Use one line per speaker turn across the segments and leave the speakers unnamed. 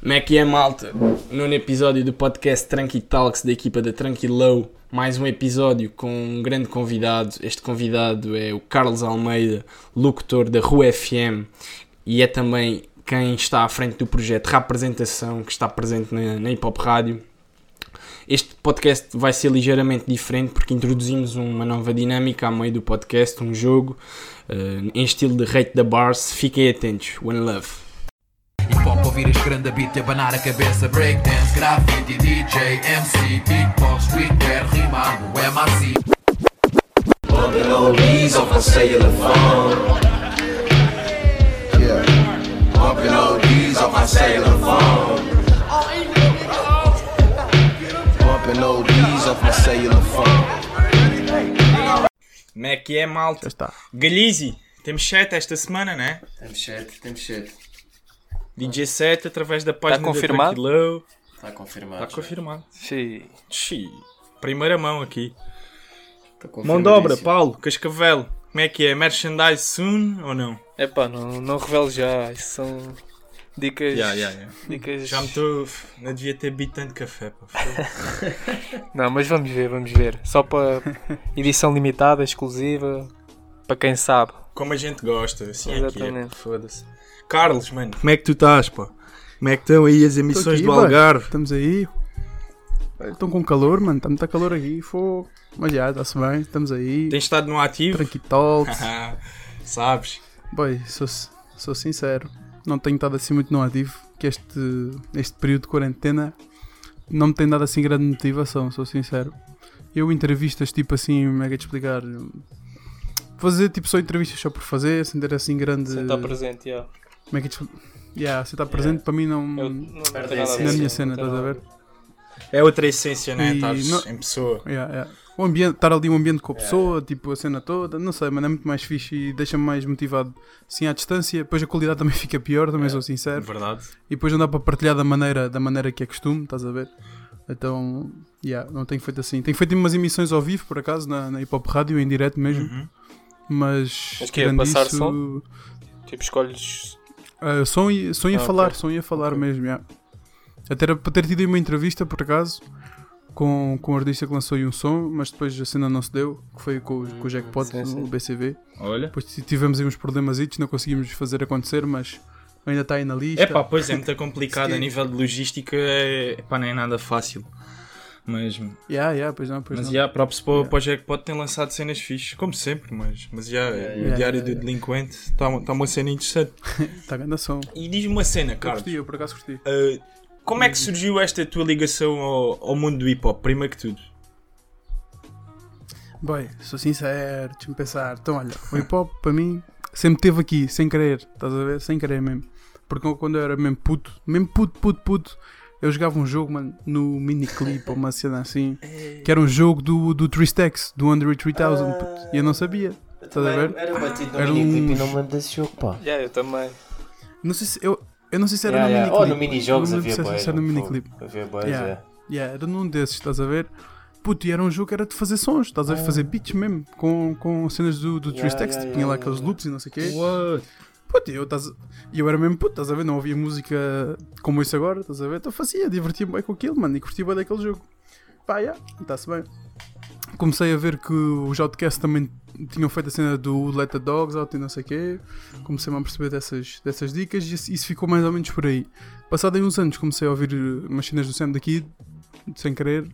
Como é que é, malta? Nono episódio do podcast Tranqui Talks da equipa da Tranquilow. Mais um episódio com um grande convidado. Este convidado é o Carlos Almeida, locutor da Rua FM e é também quem está à frente do projeto Representação, que está presente na, na Hip Hop Rádio. Este podcast vai ser ligeiramente diferente porque introduzimos uma nova dinâmica ao meio do podcast, um jogo eh, em estilo de Rate the Bars. Fiquem atentos. One Love.
Hip hop ouvir este grande beat e abanar a cabeça Breakdance, graffiti, DJ, MC Beatbox, Twitter, rimado, MRC
Bumping on B's off my cellular phone. Yeah. Bumping on B's off my cellular phone. Bumping on B's off my cellular phone.
Como é que é, malta?
está.
Galizi, temos chat esta semana, né?
Temos chat, temos chat.
DJ set através da página
confirmado?
da Tranquilo.
Está Tá confirmado.
Está confirmado.
Sim.
Xi, primeira mão aqui.
Tá
Mão de obra, Paulo, Cascavel. Como é que é? Merchandise soon ou não?
Epá, não, não revelo já. Isso são dicas.
Ya, ya, ya.
Dicas.
Já me estou. Não devia ter bebido tanto café. pá.
Não, mas vamos ver, vamos ver. Só para edição limitada, exclusiva. Para quem sabe.
Como a gente gosta, assim é que é.
Exatamente.
Foda-se. Carlos, mano, como é que tu estás, pá? Como é que estão aí as
Tô
emissões
aqui,
do
bro.
Algarve?
Estamos aí. Estão com calor, mano. Está muito calor aqui. Fogo. Mas já, está-se bem. Estamos aí.
Tens estado no ativo?
Tranqui Talks.
Ah, Sabes?
Boy, sou, sou sincero. Não tenho estado assim muito no ativo. Que este, este período de quarentena não me tem dado assim grande motivação, sou sincero. Eu entrevistas, tipo assim, como é que é de explicar? Fazer tipo só entrevistas só por fazer, sem ter assim grande.
Você está presente, já.
Como é que é de expli- Yeah, se está presente para mim não.
Eu não,
não
não tem
Perde a
nada a ver.
é a minha
não
cena,
tem
estás a
nada
ver?
É outra essência, né?
E
Estás
não-
em pessoa.
Yeah, yeah. O ambiente, estar ali um ambiente com a pessoa, tipo a cena toda, não sei, mano, é muito mais fixe e deixa-me mais motivado assim à distância. Depois a qualidade também fica pior, também sou sincero.
Verdade.
E depois não dá para partilhar da maneira, da maneira que é costume, estás a ver? Então, yeah, não tenho feito assim. Tenho feito umas emissões ao vivo, por acaso, na, na Hip Hop Rádio, em direto mesmo. Mas.
Mas que é,
tirando
passar
isso,
som? Tipo, escolhes.
ah, som e, som e a
Ah,
falar,
ok.
som e a falar mesmo, yeah. Até era para ter tido uma entrevista, por acaso, com, com o artista que lançou aí um som, mas depois a cena não se deu, que foi com, o- com o Jackpot
sim, sim.
no BCV.
Olha.
Depois t- tivemos aí uns problemas, não conseguimos fazer acontecer, mas ainda está aí na lista.
É pá, pois é muito complicado.
Sim.
A nível de logística, é pá, não é nada fácil. Mas,
Yeah, yeah, pois não, pois
mas
não.
já, próprio para, para o Jackpot tem lançado cenas fixas, como sempre, mas, mas já, o
yeah,
Diário do
yeah,
Delinquente está tá uma cena interessante.
Está grande a som.
E diz-me uma cena,
Eu
Carlos.
um curti, eu por acaso curti.
Uh, como é que surgiu esta tua ligação ao, ao mundo do hip hop, primeiro que tudo?
Bem, sou sincero, deixa-me pensar. Então, olha, o hip hop para mim sempre teve aqui, sem querer, estás a ver? Sem querer mesmo. Porque eu, quando eu era mesmo puto, mesmo puto, puto, puto, eu jogava um jogo, mano, no miniclip ou uma cena assim, que era um jogo do, do Tristex, do Android 3000, puto. E eu não sabia, estás a ver?
Era batido
Era um
no miniclip e
Tipo,
uns-
não me lembro desse jogo, pá.
Já, eu também.
Não sei se, eu, eu não sei se era
Yeah, yeah.
no
Ou no
miniclip.
minijogos
não
havia
lembro se-
boas.
se era no miniclip.
Havia boas,
Yeah.
é.
Yeah, era num desses, estás a ver? Puto, e era um jogo que era de fazer sons, estás a ver? Fazer beats mesmo, com, com cenas do, do
Ah. Yeah,
Tristex,
yeah,
tinha
yeah,
lá aqueles
yeah.
loops e não sei o quê. Puto, e eu, estás, e eu era mesmo puto, estás a ver? Não ouvia música como isso agora, estás a ver? Então fazia, divertia-me bem com aquilo, mano, e curtia bem daquele jogo. Pá, já, está-se bem. Comecei a ver que os outcasts também tinham feito a cena do Let the Dogs Out e não sei o quê. Comecei-me a perceber dessas, dessas dicas e isso- isso ficou mais ou menos por aí. Passado aí uns anos comecei a ouvir eh, umas cenas do Sam daqui, sem querer,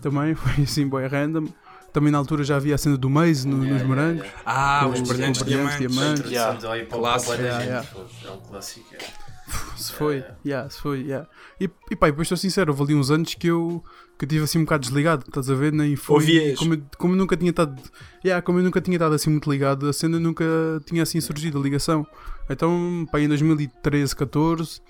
também, foi assim, boy random. Também na altura já havia a cena do Maze no- nos morangos.
Ah, os
Os
brilhantes
Brilhantes
diamantes.
Diamantes.
Introdução do hip hop
Clássico,
para toda a
yeah,
gente. É um clássico. é.
Se foi,
É.
yeah, se foi, yeah. E, e pá, e depois estou sincero, houve ali uns anos que eu que eu tive assim um bocado desligado, estás a ver? Nem foi.
Ouvias?
Como, eu- como eu nunca tinha estado. Yeah, como eu nunca tinha estado assim muito ligado, a cena nunca tinha assim surgido a ligação. Então, pá, em 2013, 14,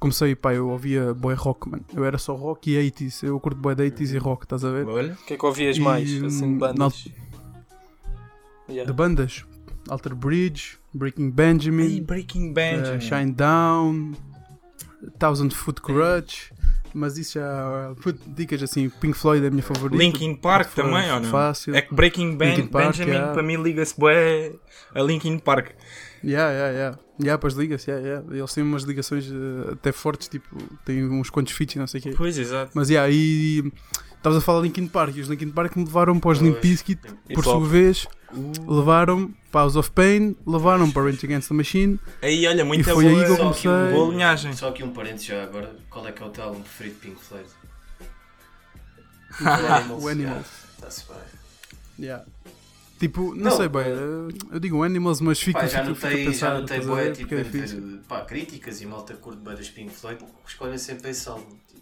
comecei, pá, eu ouvia boy rock, mano. Eu era só rock e 80s, eu curto boy de 80s e rock, estás a ver?
Olha,
O que é que ouvias
E,
mais? Assim, de
hum,
bandas. Já.
De bandas, Alter Bridge, Breaking Benjamin. eh,
e Breaking Band.
Uh, Shine Down, Thousand Foot Crutch, Mas isso já. puto, dicas assim, Pink Floyd é a minha favorita.
Tipo, Linkin Park
Foi
também, ou não?
fácil.
É que Breaking Ban-
Linkin Park,
Benjamin
yeah.
para mim liga-se bué a Linkin Park.
Yeah, yeah, yeah. Yeah, para as ligas, yeah, yeah. Eles têm umas ligações eh, até fortes, tipo, têm uns quantos feats e não sei o quê.
Pois, exato.
Mas yeah, e estavas a falar de Linkin Park e os Linkin Park me levaram para os Limp Bizkit,
E
por
pop.
sua vez, levaram para os Of Pain, levaram para Rage Against the Machine.
Aí, olha, muito
foi aí que eu
boa,
comecei.
boa linhagem.
um Só aqui um parênteses já agora. Qual é que é o teu álbum preferido de Pink Floyd?
Ah,
é
o Animals.
Está-se bem.
Yeah. Tipo, não,
Não,
sei bem,
eh,
eh, eu digo Animals, mas fico,
Pá, já
fico, fico a
notei,
pensar
já notei
estás a
boé,
ver,
tipo,
porque é
deve
fixe.
ter, pá, críticas e malta curte bem dos Pink Floyd, escolhem sempre esse álbum. tipo.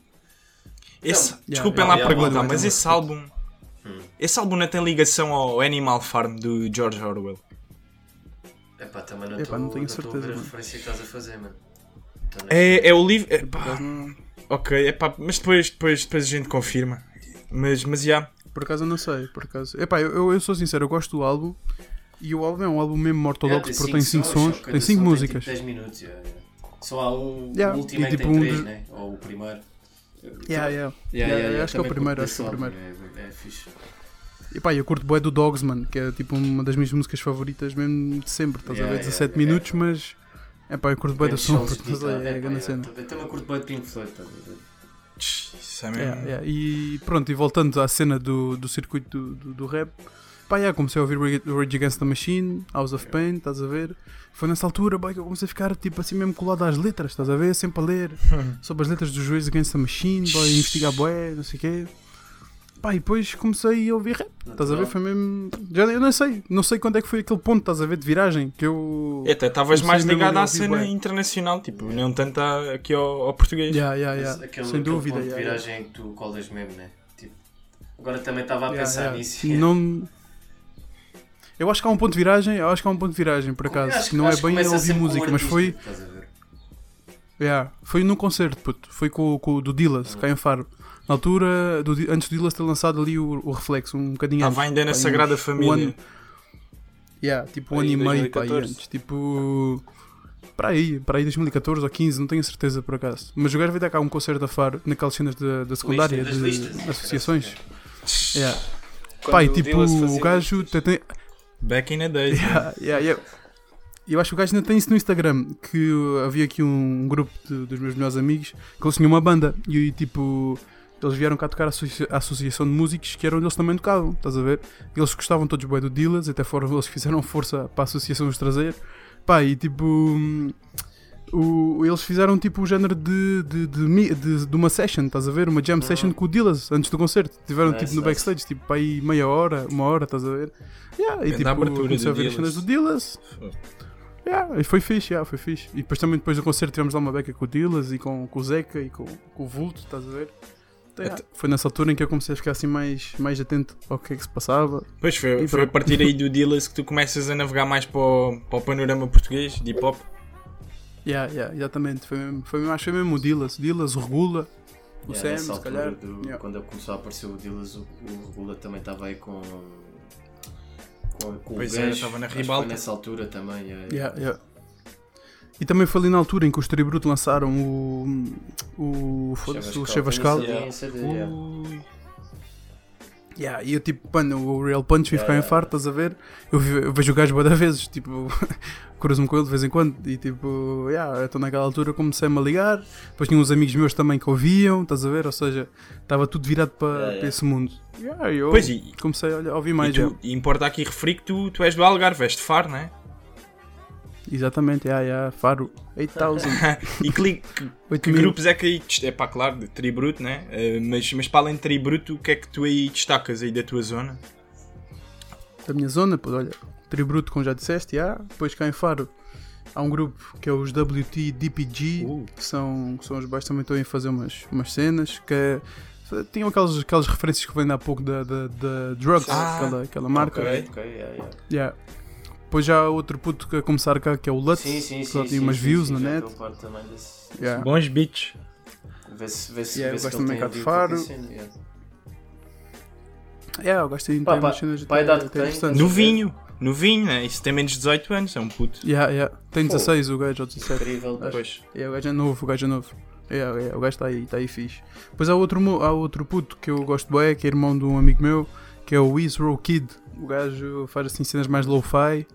Esse,
Yeah,
desculpem
yeah,
lá
yeah,
perguntar,
yeah,
mas
yeah.
esse álbum. Esse álbum não tem ligação ao Animal Farm do George Orwell.
Epá, também não
Epá, não tenho
estou a ver
certeza,
a
mano.
referência que estás a fazer, mano. Então, não
É, é o livro. é, pá,
Por acaso não-
ok, é pá, mas depois, depois, depois a gente confirma. Mas, mas já.
Por acaso eu não sei, por acaso. Epá, eu, eu, eu sou sincero, eu gosto do álbum e o álbum é um álbum mesmo
Yeah,
ortodoxo porque tem 5 sons,
só que
tem 5
só
músicas.
Tem tipo 10 minutos, yeah, yeah. Só há um,
Yeah,
o último
e
é que
tipo
tem
um
3,
dos-
né? Ou o primeiro.
Yeah, yeah.
Yeah, yeah, yeah,
acho que é o
também
primeiro,
curto
acho que é o
desse
primeiro.
álbum, É, é fixe.
E pá, eu curto bué do Dogs, mano, que é tipo uma das minhas músicas favoritas mesmo de sempre, estás a
Yeah,
ver?
yeah,
17
yeah.
minutos, mas. É pá, eu curto bué do
Grandes
som,
sons
porque
de
estás a ver, é
guitarra,
a
epá,
grande
yeah,
cena.
também- Também curto bem de Pink Floyd, estás a ver?
Tch, Isso é
Yeah,
mesmo.
yeah. E pronto, e voltando à cena do, do circuito do, do, do rap, pá, yeah, comecei a ouvir Rage- Rage Against the Machine, House of Pain, estás a ver? Foi nessa altura boy, que eu comecei a ficar tipo assim mesmo colado às letras, estás a ver? Sempre a ler sobre as letras dos Rage Against the Machine, boy, investigar bué, não sei o quê. Pá, e depois comecei a ouvir rap, estás a ver? Foi mesmo. Já, eu não sei, não sei quando é que foi aquele ponto, estás a ver, de viragem, que eu.
É
E Até estavas
Comecei
mais
mesmo
ligado
ali a
à
ouvir
cena
bué.
internacional, tipo, não tanto à- aqui ao, ao português.
Yeah, yeah,
Mas
yeah.
aquele,
Sem
aquele
dúvida.
ponto de
yeah, yeah.
viragem que tu colas mesmo, né? Tipo, agora também estava a
Yeah,
pensar
yeah.
nisso.
Não... Eu acho que há um ponto de viragem, eu acho que há um ponto de viragem, por acaso.
Acho que-
não é
acho que
bem a
começa
ouvir
sempre com o
música, mas
artista,
foi,
estás a ver?
yeah, foi num concerto, puto. Foi com, o- com o do Dillas, cá em Faro. Na altura, do Di- antes do Dillas ter lançado ali o, o Reflexo, um bocadinho
Estava
antes.
Ah, ainda na
Pá,
Sagrada
uns-
Família.
um ano- Yeah, tipo um
Aí,
ano e meio, pá, aí
2014.
antes. Tipo. Para aí, para aí 2014 ou 15, não tenho a certeza por acaso. Mas o gajo veio dar cá um concerto a Faro, naquelas cenas da, da secundária,
das
de-
listas.
de associações. Yeah.
Quando
Pá, e
o
tipo,
Dillas
o
fazia-
gajo até tem,
Back in the days. né?
Yeah, yeah, yeah. Eu acho que o gajo ainda tem isso no Instagram, que havia aqui um grupo de- dos meus melhores amigos que eles tinham uma banda e tipo eles vieram cá tocar a, associa- a associação de músicos que era onde eles também tocavam, estás a ver? Eles gostavam todos bem do Dillas, até foram eles que fizeram força para a associação os trazer. Pá, e tipo. hum, o- eles fizeram tipo o género de, de, de, mi- de- de uma session, estás a ver? Uma jam session com o Dillas antes do concerto. Tiveram
Uhum. Nice,
tipo no
nice.
backstage, tipo para aí meia hora, uma hora, estás a ver? Yeah, e
Grande
tipo,
abertura
comecei a
do
ver as cenas
Dillaz.
do Dillas. Yeah, e foi fixe, yeah, foi fixe. E depois também depois do concerto tivemos lá uma beca com o Dillas e com, com o Zeca e com, com o Vulto, estás a ver? Então, yeah, Foi nessa altura em que eu comecei a ficar assim mais, mais atento ao que é que se passava.
Pois foi,
E
foi a
pronto.
partir aí do Dillas que tu começas a navegar mais para o, para o panorama português de hip hop.
Yeah, yeah, exatamente. Foi mesmo, foi mesmo, acho que foi mesmo o Dillas. O Dillas, o Regula, o
Yeah,
Sam,
nessa
se
altura
calhar.
do-
Yeah.
Quando começou a aparecer o Dillas, o, o Regula também estava aí com. com, com
Pois
o
é,
gajo.
estava na
Acho que
ribalta.
Foi nessa altura também. Yeah, yeah.
Yeah, yeah. E também foi ali na altura em que os Tribruto lançaram o. o. foda-se, o Chevascal.
Tinha esse- tinha esse- yeah.
Yeah, e eu tipo, mano, o Real Punch vem
Yeah,
ficar em
yeah.
farto, estás a ver? Eu, vi- eu vejo o gajo boa vezes, tipo, cruzo-me com ele de vez em quando e tipo, yeah, eu estou naquela altura, comecei-me a ligar, depois tinha uns amigos meus também que ouviam, estás a ver? Ou seja, estava tudo virado para
yeah.
para esse mundo. Yeah, eu
Pois e,
comecei a olhar- a ouvir
e
mais.
tu-
yeah.
e importa aqui referir que tu, tu és do Algarve, és de Faro, né?
Exatamente, yeah, yeah, Faro, 8000,
E que, li- que- que
8000.
grupos é que aí. dest- É pá, claro, de Tribruto, né? Eh, mas, mas para além de Tribruto, o que é que tu aí destacas aí da tua zona?
da minha zona, pois olha, Tribruto, como já disseste, há. Depois cá em Faro há um grupo que é os WTDPG, que, são, que são os baixos também estão aí a fazer umas, umas cenas que é- tinham aquelas, aquelas referências que vêm há pouco da, da, da Drugs,
Ah,
aquela, aquela marca.
ok.
Ok, yeah, yeah.
Yeah. Depois já há outro puto que a começar cá que é o Lutz,
Sim, sim,
que
sim.
só
sim,
tem umas
sim,
views
sim,
na
já
net.
estou a par também desse-
Yeah.
Bons beats.
Vê-se vê -se,
Yeah,
vê
eu
-se
gosto
que
também
ele tem assim, é
cá de
ouvido
Faro.
qualquer cena, yeah.
Yeah, eu gosto de
Pá,
ter
pá,
umas cenas
pá, a idade que
até
tem.
interessantes.
No vinho, no vinho, né? Isso tem menos de 18 anos, é um puto.
Yeah, yeah. Tem
Pô.
16 o gajo, ou 17.
Incrível.
Acho.
pá.
Pois.
É, o gajo é novo, o gajo é novo. Yeah, yeah, o gajo está aí, está aí fixe. Depois há outro, mo- há outro puto que eu gosto bem, que é irmão de um amigo meu, que é o Isro Kid. O gajo faz assim cenas mais lo-fi,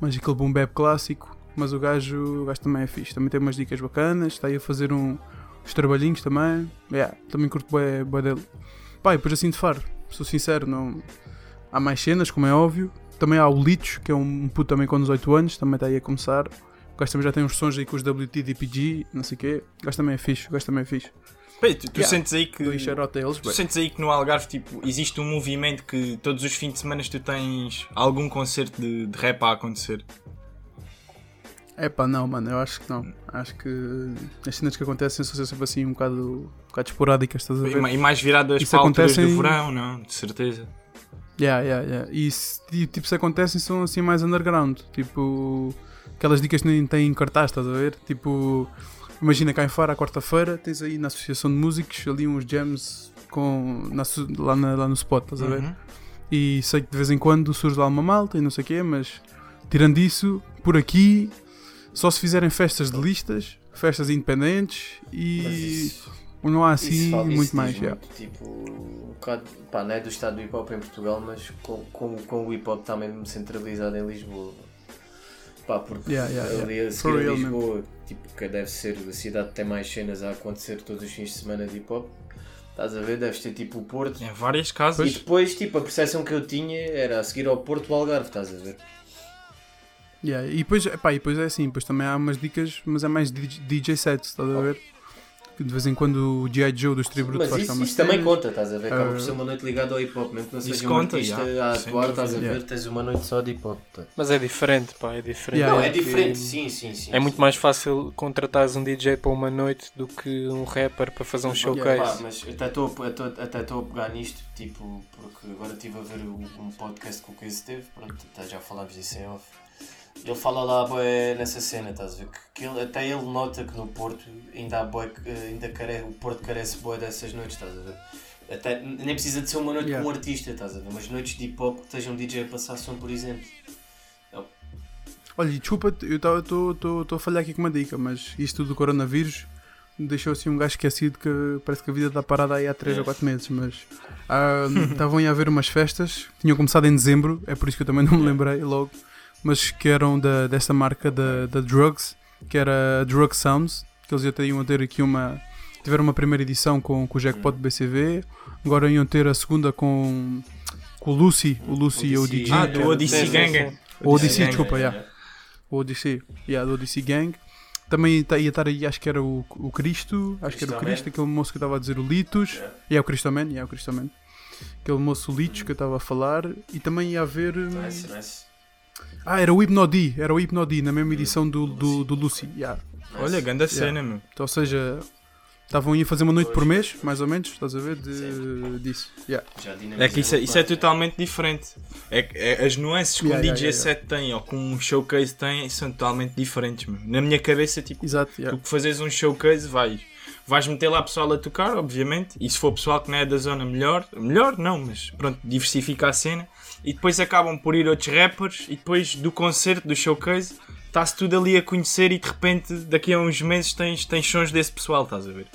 mas aquele boom bap clássico. Mas o gajo, o gajo também é fixe, também tem umas dicas bacanas, está aí a fazer um, os trabalhinhos também. Yeah, também curto bem, bem dele. Pá, e depois assim de faro, sou sincero, não... há mais cenas, como é óbvio. Também há o Litos, que é um puto também com 18 anos, também está aí a começar. O gajo também já tem uns sons aí com os WTDPG, não sei o quê. O gajo também é fixe, o gajo também é fixe.
Bem, tu, tu
Yeah.
sentes aí que.
Do Ixarote deles,
Tu
bem.
sentes aí que no Algarve tipo, existe um movimento que todos os fins de semana tu tens algum concerto de, de rap a acontecer?
É pá, não, mano, eu acho que não. Acho que as cenas que acontecem são sempre assim um bocado, um bocado esporádicas, estás a
E,
ver?
ma- e mais viradas
Isso
para alturas
acontece
do
em-
verão, não? De certeza.
Yeah, yeah, yeah. E, se- e, tipo, se acontecem, são assim mais underground. Tipo, aquelas dicas que nem têm cartaz, estás a ver? Tipo, imagina cá em Faro, à quarta-feira, tens aí na Associação de Músicos ali uns jams com, na su- lá, na- lá no spot, estás a ver?
Uhum.
E sei que de vez em quando surge lá uma malta e não sei o quê, mas tirando isso, por aqui, só se fizerem festas de listas, festas independentes
Mas
e
isso-
não há
Isso
assim
fala- isso
muito
diz
mais. yeah.
muito, Tipo, um bocado, pá, não é do estado do hip hop em Portugal, mas com, com, com o hip hop está mesmo centralizado em Lisboa. Pá, porque
Yeah, yeah,
ali
yeah.
a
For
seguir a
real
Lisboa, tipo, que deve ser a cidade que tem mais cenas a acontecer todos os fins de semana de hip hop. Estás a ver? Deves ter tipo o Porto.
Em várias
E
casas.
depois, tipo, a percepção que eu tinha era a seguir ao Porto o Algarve, estás a ver?
Yeah, e, depois, epá, e depois é assim, depois também há umas dicas, mas é mais DJ DJ set, estás a ver? Que de vez em quando o G.I. Joe dos tributos
Mas
faz
isso,
umas
isso também
cenas.
conta, estás a ver? Acaba
Ah.
por ser uma noite ligada ao hip hop, mesmo que não
Isso
seja
conta,
um artista
já,
a
sem
atuar, estás a
dúvida.
ver?
Yeah.
Tens uma noite só de hip hop. tá?
Mas é diferente, pá, é diferente.
Yeah,
Não,
Ah,
é
yeah.
Porque
diferente, sim, sim, sim.
É muito mais fácil contratares um DJ para uma noite do que um rapper para fazer um
Yeah.
Pá,
showcase.
mas eu até estou a- eu estou- até estou a pegar nisto, tipo, porque agora estive a ver o- um podcast que o Case teve, pronto, até já falámos disso em off. Ele fala lá bué, nessa cena, estás a ver? Que, que ele- até ele nota que no Porto ainda há bué que- eh, ainda care, o Porto carece boé dessas noites, estás a ver? Até, nem precisa de ser uma noite
Yeah.
com um artista, estás a ver? Mas noites de hip hop que estejam um DJ a passar som, por exemplo.
Olha, e desculpa, eu estou a falhar aqui com uma dica, mas isto do coronavírus deixou assim um gajo esquecido que parece que a vida está parada aí há 3 ou 4 meses, mas ah, estavam aí a haver umas festas, tinham começado em dezembro, é por isso que eu também não me lembrei logo, mas que eram da, desta marca da, da Drugs, que era Drug Sounds, que eles até iam ter aqui uma. Tiveram uma primeira edição com, com o Jackpot BCV, agora iam ter a segunda com, com o Lucy, o Lucy é o
Odyssey.
DJ.
Ah,
que
do
era-
Odyssey
sim,
Ganga.
sim.
O Odyssey,
Gang,
desculpa, yeah. O Odyssey, Tipo, yeah, do Odyssey Gang. Também tá- ia estar aí, acho que era o, o Cristo, acho que era o
Cristo Man.
Cristo, aquele moço que eu estava a dizer, o Litos.
Yeah.
E é o Cristo Man, e é o Cristo Man. Aquele moço Litos que eu estava a falar. E também ia haver. hum,
Nice, nice.
Ah, era o Hipnodi, era o Hipnodi, na mesma edição do, do, do Lucy. yeah.
Olha, grande cena, meu.
Então, ou seja, estavam aí a fazer uma noite por mês, mais ou menos, estás a ver? De, disso. Yeah.
Já
É que isso é, isso é
dinamizei o
totalmente diferente. É, que- é- as nuances que um
Yeah, yeah,
DJ
yeah,
set tem ou que um showcase tem são totalmente diferentes. Meu. Na minha cabeça, tipo,
Exato,
tu
yeah.
que fazes um showcase, vais, vais meter lá pessoal a tocar, obviamente. E se for pessoal que não é da zona, melhor. Melhor não, mas pronto, diversifica a cena. E depois acabam por ir outros rappers. E depois do concerto, do showcase, está-se tudo ali a conhecer. E de repente, daqui a uns meses, tens, tens sons desse pessoal, estás a ver?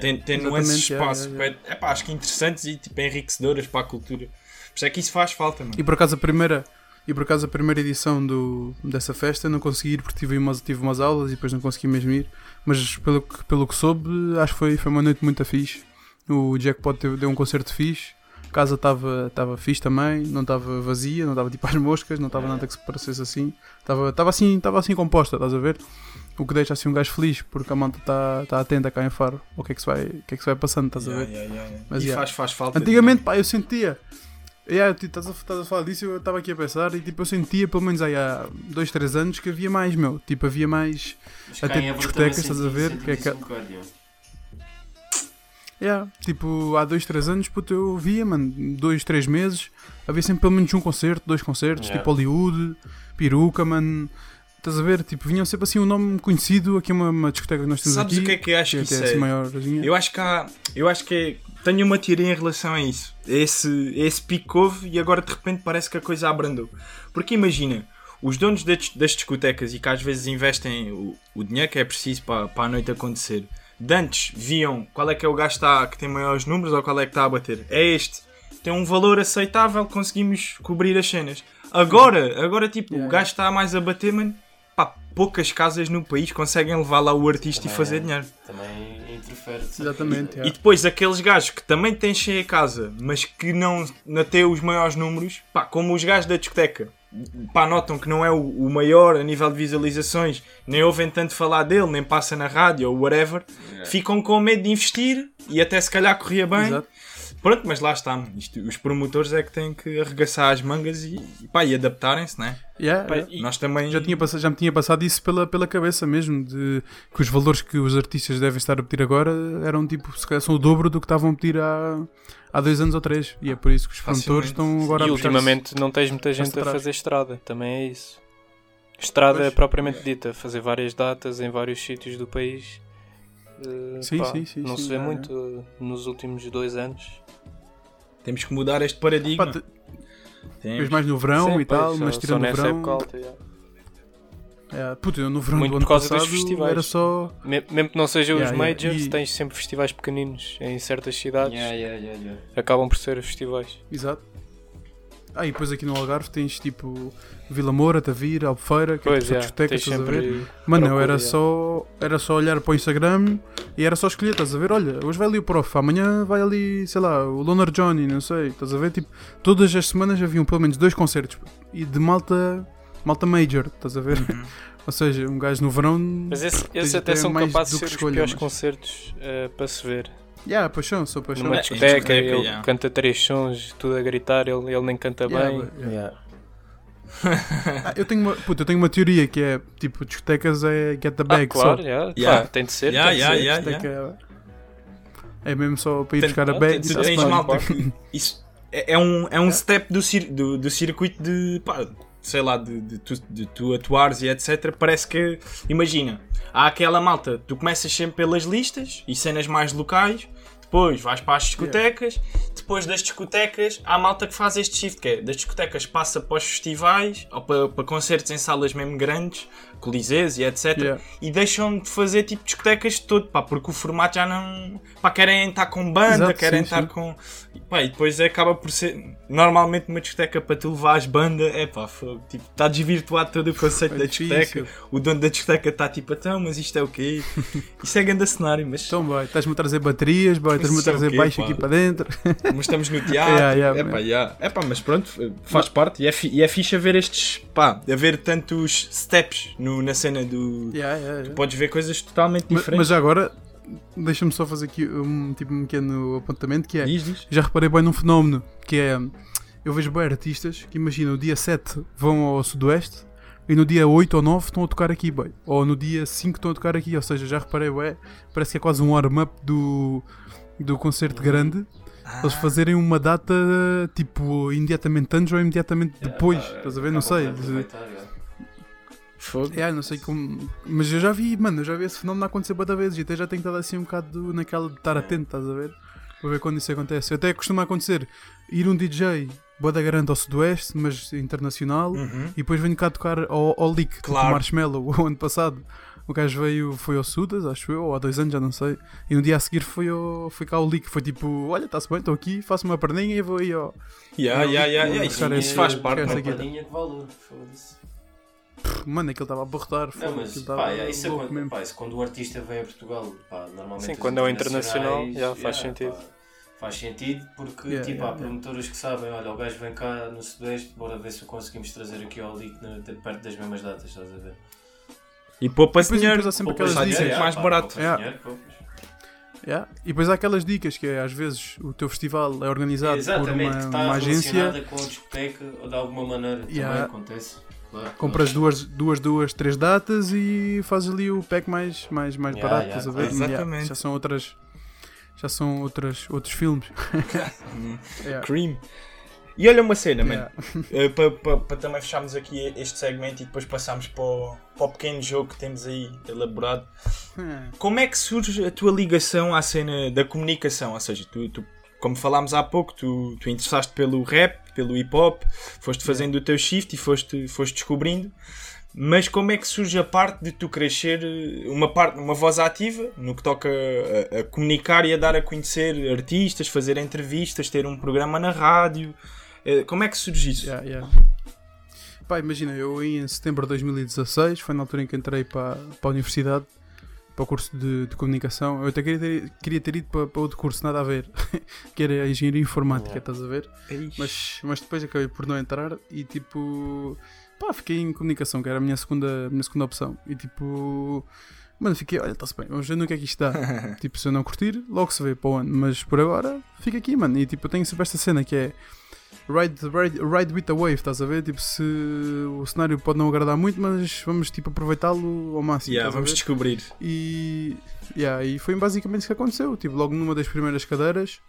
Tem, tem nuances
É, Exatamente,
de
yeah,
espaço.
yeah,
É, pá, acho que interessantes e tipo, enriquecedoras para a cultura. Por isso é que isso faz falta, mano.
E por acaso a primeira, e por acaso a primeira edição do, dessa festa eu não consegui ir porque tive umas, tive umas aulas e depois não consegui mesmo ir. Mas pelo que, pelo que soube, acho que foi, foi uma noite muito fixe. O Jackpot deu, deu um concerto fixe. A casa estava tava fixe também, não estava vazia, não estava tipo às moscas, não estava nada que se parecesse assim. Estava tava assim, tava assim composta, estás a ver? O que deixa assim um gajo feliz porque a malta está tá atenta cá em Faro ao que é que se vai, o que é que se vai passando, estás a ver?
Yeah, yeah, yeah, yeah.
Mas,
e
yeah.
faz, faz falta.
Antigamente, pá, eu sentia. Yeah, tu estás a, estás a falar disso, eu estava aqui a pensar e tipo, eu sentia, pelo menos aí há 2, 3 anos, que havia mais, meu. Tipo, havia mais.
Mas
até
cá em Évora
discotecas,
também
estás a ver?
senti-
Que é
senti
que-
isso um bocado, yeah.
Yeah, tipo, há 2, 3 anos, puto, eu via, mano, 2, 3 meses, havia sempre pelo menos um concerto, dois concertos,
Yeah.
tipo Hollywood, Peruca, mano. Estás a ver? Tipo, vinham sempre assim um nome conhecido, aqui uma, uma discoteca que nós temos
Sabes
aqui.
o que é que eu acho que
até
isso
assim
é?
maiorzinha.
Eu acho que há, eu acho que é- tenho uma teoria em relação a isso. A Esse, a esse pico que houve e agora de repente parece que a coisa abrandou. Porque imagina, os donos das, das discotecas e que às vezes investem o, o dinheiro que é preciso para, para a noite acontecer, de antes viam qual é que é o gajo que está- que tem maiores números ou qual é que está a bater. É este. Tem um valor aceitável, conseguimos cobrir as cenas. Agora, agora tipo, o gajo está mais a bater, mano. Pá, poucas casas no país conseguem levar lá o artista e fazer dinheiro.
Também interfere. de certeza.
Exatamente,
E
yeah.
depois aqueles gajos que também têm cheia a casa, mas que não, não têm os maiores números, pá, como os gajos da discoteca, pá, notam que não é o, o maior a nível de visualizações, nem ouvem tanto falar dele, nem passa na rádio ou whatever, ficam com medo de investir e até se calhar corria bem.
Exato.
Pronto, mas lá está, mano. Isto- os promotores é que têm que arregaçar as mangas e, e, pá, e adaptarem-se, né?
Yeah,
Pá,
yeah.
Nós também.
Já, tinha passa- já me tinha passado isso pela, pela cabeça mesmo, de que os valores que os artistas devem estar a pedir agora eram tipo, se calhar são o dobro do que estavam a pedir há, há dois anos ou três. E é por isso que os
Facilmente.
promotores estão agora
E
a puxar-se.
ultimamente não tens muita gente a
atrás.
fazer estrada, também é isso. Estrada é
Pois.
propriamente dita, fazer várias datas em vários sítios do país. eh,
Sim, sim, sim,
Não
sim,
se vê
é,
muito eh, nos últimos dois anos.
Temos que mudar este paradigma.
Pá, te-
Temos.
Depois mais no verão
Sim,
e tal,
pois,
mas
só- só
tirando o
nessa época
verão.
alta, yeah.
É, puto, eu no verão
Muito
do
por
ano
causa dos
passado
festivais.
era só.
Me- Mesmo que não sejam
Yeah,
os
yeah,
majors,
e-
tens sempre festivais pequeninos em certas cidades.
Yeah, yeah, yeah, yeah.
Acabam por ser os festivais.
Exato. Ah, e depois aqui no Algarve tens tipo Vila Moura, Tavira, Albufeira, que
Pois
é
é,
discoteca,
tens
estás a ver?
sempre.
Mano, eu
procura,
era
yeah.
só, era só olhar para o Instagram e era só escolher, estás a ver? Olha, hoje vai ali o prof, amanhã vai ali, sei lá, o Loner Johnny, não sei, estás a ver? Tipo, todas as semanas haviam pelo menos dois concertos e de malta, malta major, estás a ver? Ou seja, um gajo no verão.
Uhum. Mas esse- esses
Tens
até
até
são
mais
capazes de
do
ser
que
os
escolha,
piores
mas-
concertos eh, para se ver.
Yeah, paixão, sou
é-
paixão.
Numa
É, em
discoteca,
discoteca,
ele
yeah.
canta três sons, tudo a gritar, ele, ele nem canta
Yeah,
bem.
but- yeah. Ah, eu, tenho uma, puta, eu tenho uma teoria que é tipo, discotecas é get
Ah,
the bag
claro,
só.
yeah,
Yeah.
claro, tem de ser.
Yeah,
tem de
yeah,
ser.
yeah,
Discoteca
yeah.
é... é mesmo só para ir
Tem-
buscar a
ah,
bag
tem
e
de
Tu
ser-
tá-se
tens
bem.
malta que- Isso é, é um, é um step do, cir- do, do circuito de. pá, sei lá, de, de tu, de tu atuares e etc. Parece que. Imagina, há aquela malta, tu começas sempre pelas listas e cenas mais locais. Depois vais para as discotecas, depois das discotecas há a malta que faz este shift, que é das discotecas passa para os festivais ou para, para concertos em salas mesmo grandes, coliseus e etc.
Yeah.
E deixam de fazer tipo discotecas de todo, pá, porque o formato já não. pá, querem estar com banda,
Exato,
querem
sim,
estar
sim.
com. Pá, e depois é, acaba por ser. Normalmente uma discoteca para tu levares banda, é pá, fogo, tipo, está desvirtuado todo o conceito
É
da
difícil.
discoteca. O dono da discoteca está tipo, então, mas isto é o quê? Isto é grande cenário, mas,
Então, boy, estás-me a trazer baterias, boy, estás-me a
Isso é o
trazer
quê,
baixo
pá?
aqui para dentro.
mas estamos no teatro.
Yeah, yeah,
é pá, yeah. é pá, mas pronto, faz parte. E é, fi, e é fixe haver estes. pá, haver tantos steps no- na cena do.
Yeah, yeah, yeah.
Podes ver coisas totalmente
Mas,
diferentes.
mas já agora, deixa-me só fazer aqui um, tipo, um pequeno apontamento que é.
Diz, diz.
Já reparei bem num fenómeno que é. Eu vejo bem artistas que imaginam o dia 7 vão ao Sudoeste e no dia 8 ou 9 estão a tocar aqui, bem. Ou no dia 5 estão a tocar aqui, ou seja, já reparei, bem, parece que é quase um warm-up do, do concerto grande.
Ah.
Eles fazerem uma data tipo imediatamente antes ou imediatamente
É,
depois, estás a ver? Não sei.
Fogo.
É, não sei como. Mas eu já vi, mano, eu já vi esse fenómeno acontecer boa vezes e até já tenho estado assim um bocado do- naquela de estar atento, estás a ver? Vou ver quando isso acontece. Até costuma acontecer ir um DJ boa da grande ao Sudoeste, mas internacional, e depois venho cá tocar ao, ao Leak,
Claro.
o Marshmallow, o ano passado. O gajo veio, foi ao Sudas, acho eu, ou há dois anos, já não sei. E no dia a seguir foi, ao, foi cá ao Leak. Foi tipo, olha, está-se bem, estou aqui, faço uma perninha e vou aí, ó.
Yeah, yeah, yeah, yeah. Isso,
Cara,
isso faz
esse-
parte.
essa
mano.
aqui- tá-
Uma palhinha que valor, foda-se.
Mano, aquilo estava a borrotar.
Não,
fogo,
mas
aquilo
pá,
estava
é, isso é
tá louco
quando,
mesmo.
pá, isso quando o artista vem a Portugal, pá, normalmente.
Sim,
os
quando é o internacional,
internacionais,
já, faz sentido.
pá, faz sentido porque
Yeah,
tipo,
yeah,
há promotoras que sabem, olha, o gajo vem cá no Sudoeste, bora ver se o conseguimos trazer aqui ao League na- de- perto das mesmas datas, estás a ver?
E poupa-se
Depois,
dinheiro.
depois há sempre
Poupas
aquelas
sai
dicas.
dinheiro, mais barato.
poupas
Yeah.
dinheiro, poupas.
Yeah. E depois há aquelas dicas que é, às vezes o teu festival é organizado
Exatamente, tá que
por uma,
está
uma
relacionada
agência,
com a discoteca ou de alguma maneira, também
Yeah.
acontece. Claro,
compras duas, duas, duas, três datas e fazes ali o pack mais, mais, mais
Yeah,
barato,
yeah,
estás a ver?
claro.
Yeah,
Exatamente.
Já são outras. Já são outras, outros filmes. Yeah.
Cream. E olha uma cena,
Yeah.
mano. Para também fecharmos aqui este segmento e depois passarmos para o, para o pequeno jogo que temos aí elaborado. Como é que surge a tua ligação à cena da comunicação? Ou seja, tu, tu- como falámos há pouco, tu, tu interessaste pelo rap, pelo hip hop, foste fazendo o teu shift e foste, foste descobrindo. Mas como é que surge a parte de tu querer ser eh, uma, parte, uma voz ativa no que toca a, a comunicar e a dar a conhecer artistas, fazer entrevistas, ter um programa na rádio? Eh, Como é que surge isso?
Yeah, yeah. Pá, imagina, eu em setembro de 2016, foi na altura em que entrei para, para a universidade, para o curso de, de comunicação. Eu até queria ter, queria ter ido para, para outro curso, nada a ver, que era a engenharia informática, estás a ver? Mas, mas depois acabei por não entrar e tipo. Pá, fiquei em comunicação, que era a minha segunda, a minha segunda opção. E tipo. Mano, fiquei, olha, está-se bem, vamos ver no que é que isto dá. tipo, se eu não curtir, logo se vê para o ano. Mas por agora, fica aqui, mano. E tipo, eu tenho sempre esta cena que é. Ride, the- ride, ride with the wave, estás a ver? Tipo, se o cenário pode não agradar muito, mas vamos tipo aproveitá-lo ao máximo.
Yeah,
estás a
vamos
ver?
descobrir.
E, yeah, e foi basicamente isso que aconteceu. Tipo, logo numa das primeiras cadeiras,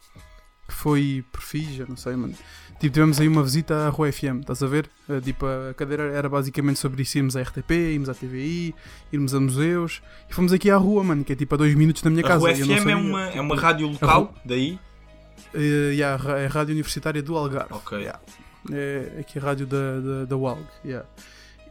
que foi perfis, já não sei, mano. Tipo, tivemos aí uma visita à Rua FM, estás a ver? Eh, Tipo, a cadeira era basicamente sobre isso. Irmos à RTP, irmos à TVI, irmos a museus. E fomos aqui à rua, mano, que é tipo a dois minutos da minha
A
casa.
Rua
e eu não
FM é
sabia.
uma, é uma rádio
A
local,
Rua-
daí?
Eh, yeah, ra- é a Rádio Universitária do Algarve.
Ok.
Yeah. É aqui a rádio da, da, da UALG. yeah.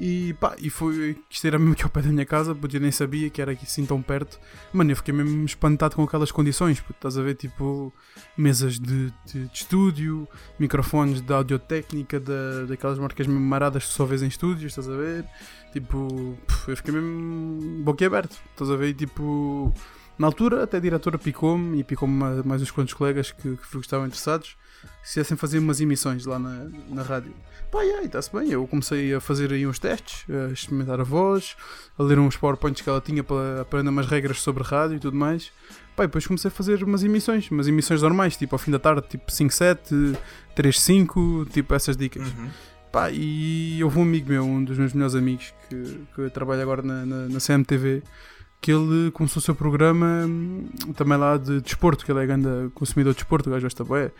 E pá, e foi, isto era mesmo aqui ao pé da minha casa, puto, eu nem sabia que era aqui assim tão perto. Mano, eu fiquei mesmo espantado com aquelas condições, puto, estás a ver, tipo, mesas de, de, de estúdio, microfones da audiotécnica, da, daquelas marcas mesmo maradas que só vês em estúdios, estás a ver? Tipo, puf, eu fiquei mesmo boquiaberto, estás a ver, e, tipo... Na altura, até a diretora picou-me e picou-me ma- mais uns quantos colegas que, que estavam interessados se quisessem fazer umas emissões lá na, na rádio. Pá, e aí, está-se bem. Eu comecei a fazer aí uns testes, a experimentar a voz, a ler uns PowerPoints que ela tinha para aprender umas regras sobre rádio e tudo mais. Pá, e depois comecei a fazer umas emissões, umas emissões normais, tipo ao fim da tarde, tipo 5-7, 3-5, tipo essas dicas. Pá, e houve um amigo meu, um dos meus melhores amigos, que, que trabalha agora na, na, na CMTV, que ele começou o seu programa hum, também lá de desporto, que ele é grande consumidor de desporto, o gajo gosta bué.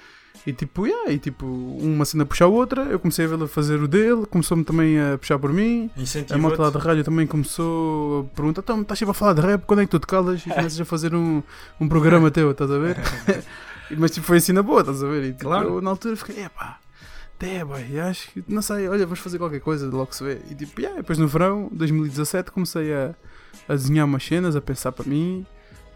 E tipo, yeah, e tipo, uma cena puxa a outra, eu comecei a vê-lo a fazer o dele, começou-me também a puxar por mim. A malta lá
Incentiva.
de rádio também começou a perguntar: então, estás sempre a falar de rap, quando é que tu te calas? E começas a fazer um, um programa teu, estás a ver? E- Mas tipo, foi assim na boa, estás a ver? E, tipo,
Claro.
eu na altura fiquei: epá, até, boy, acho que, não sei, olha, vamos fazer qualquer coisa, logo se vê. E tipo, yeah, depois no verão de 2017 comecei a, a desenhar umas cenas, a pensar para mim.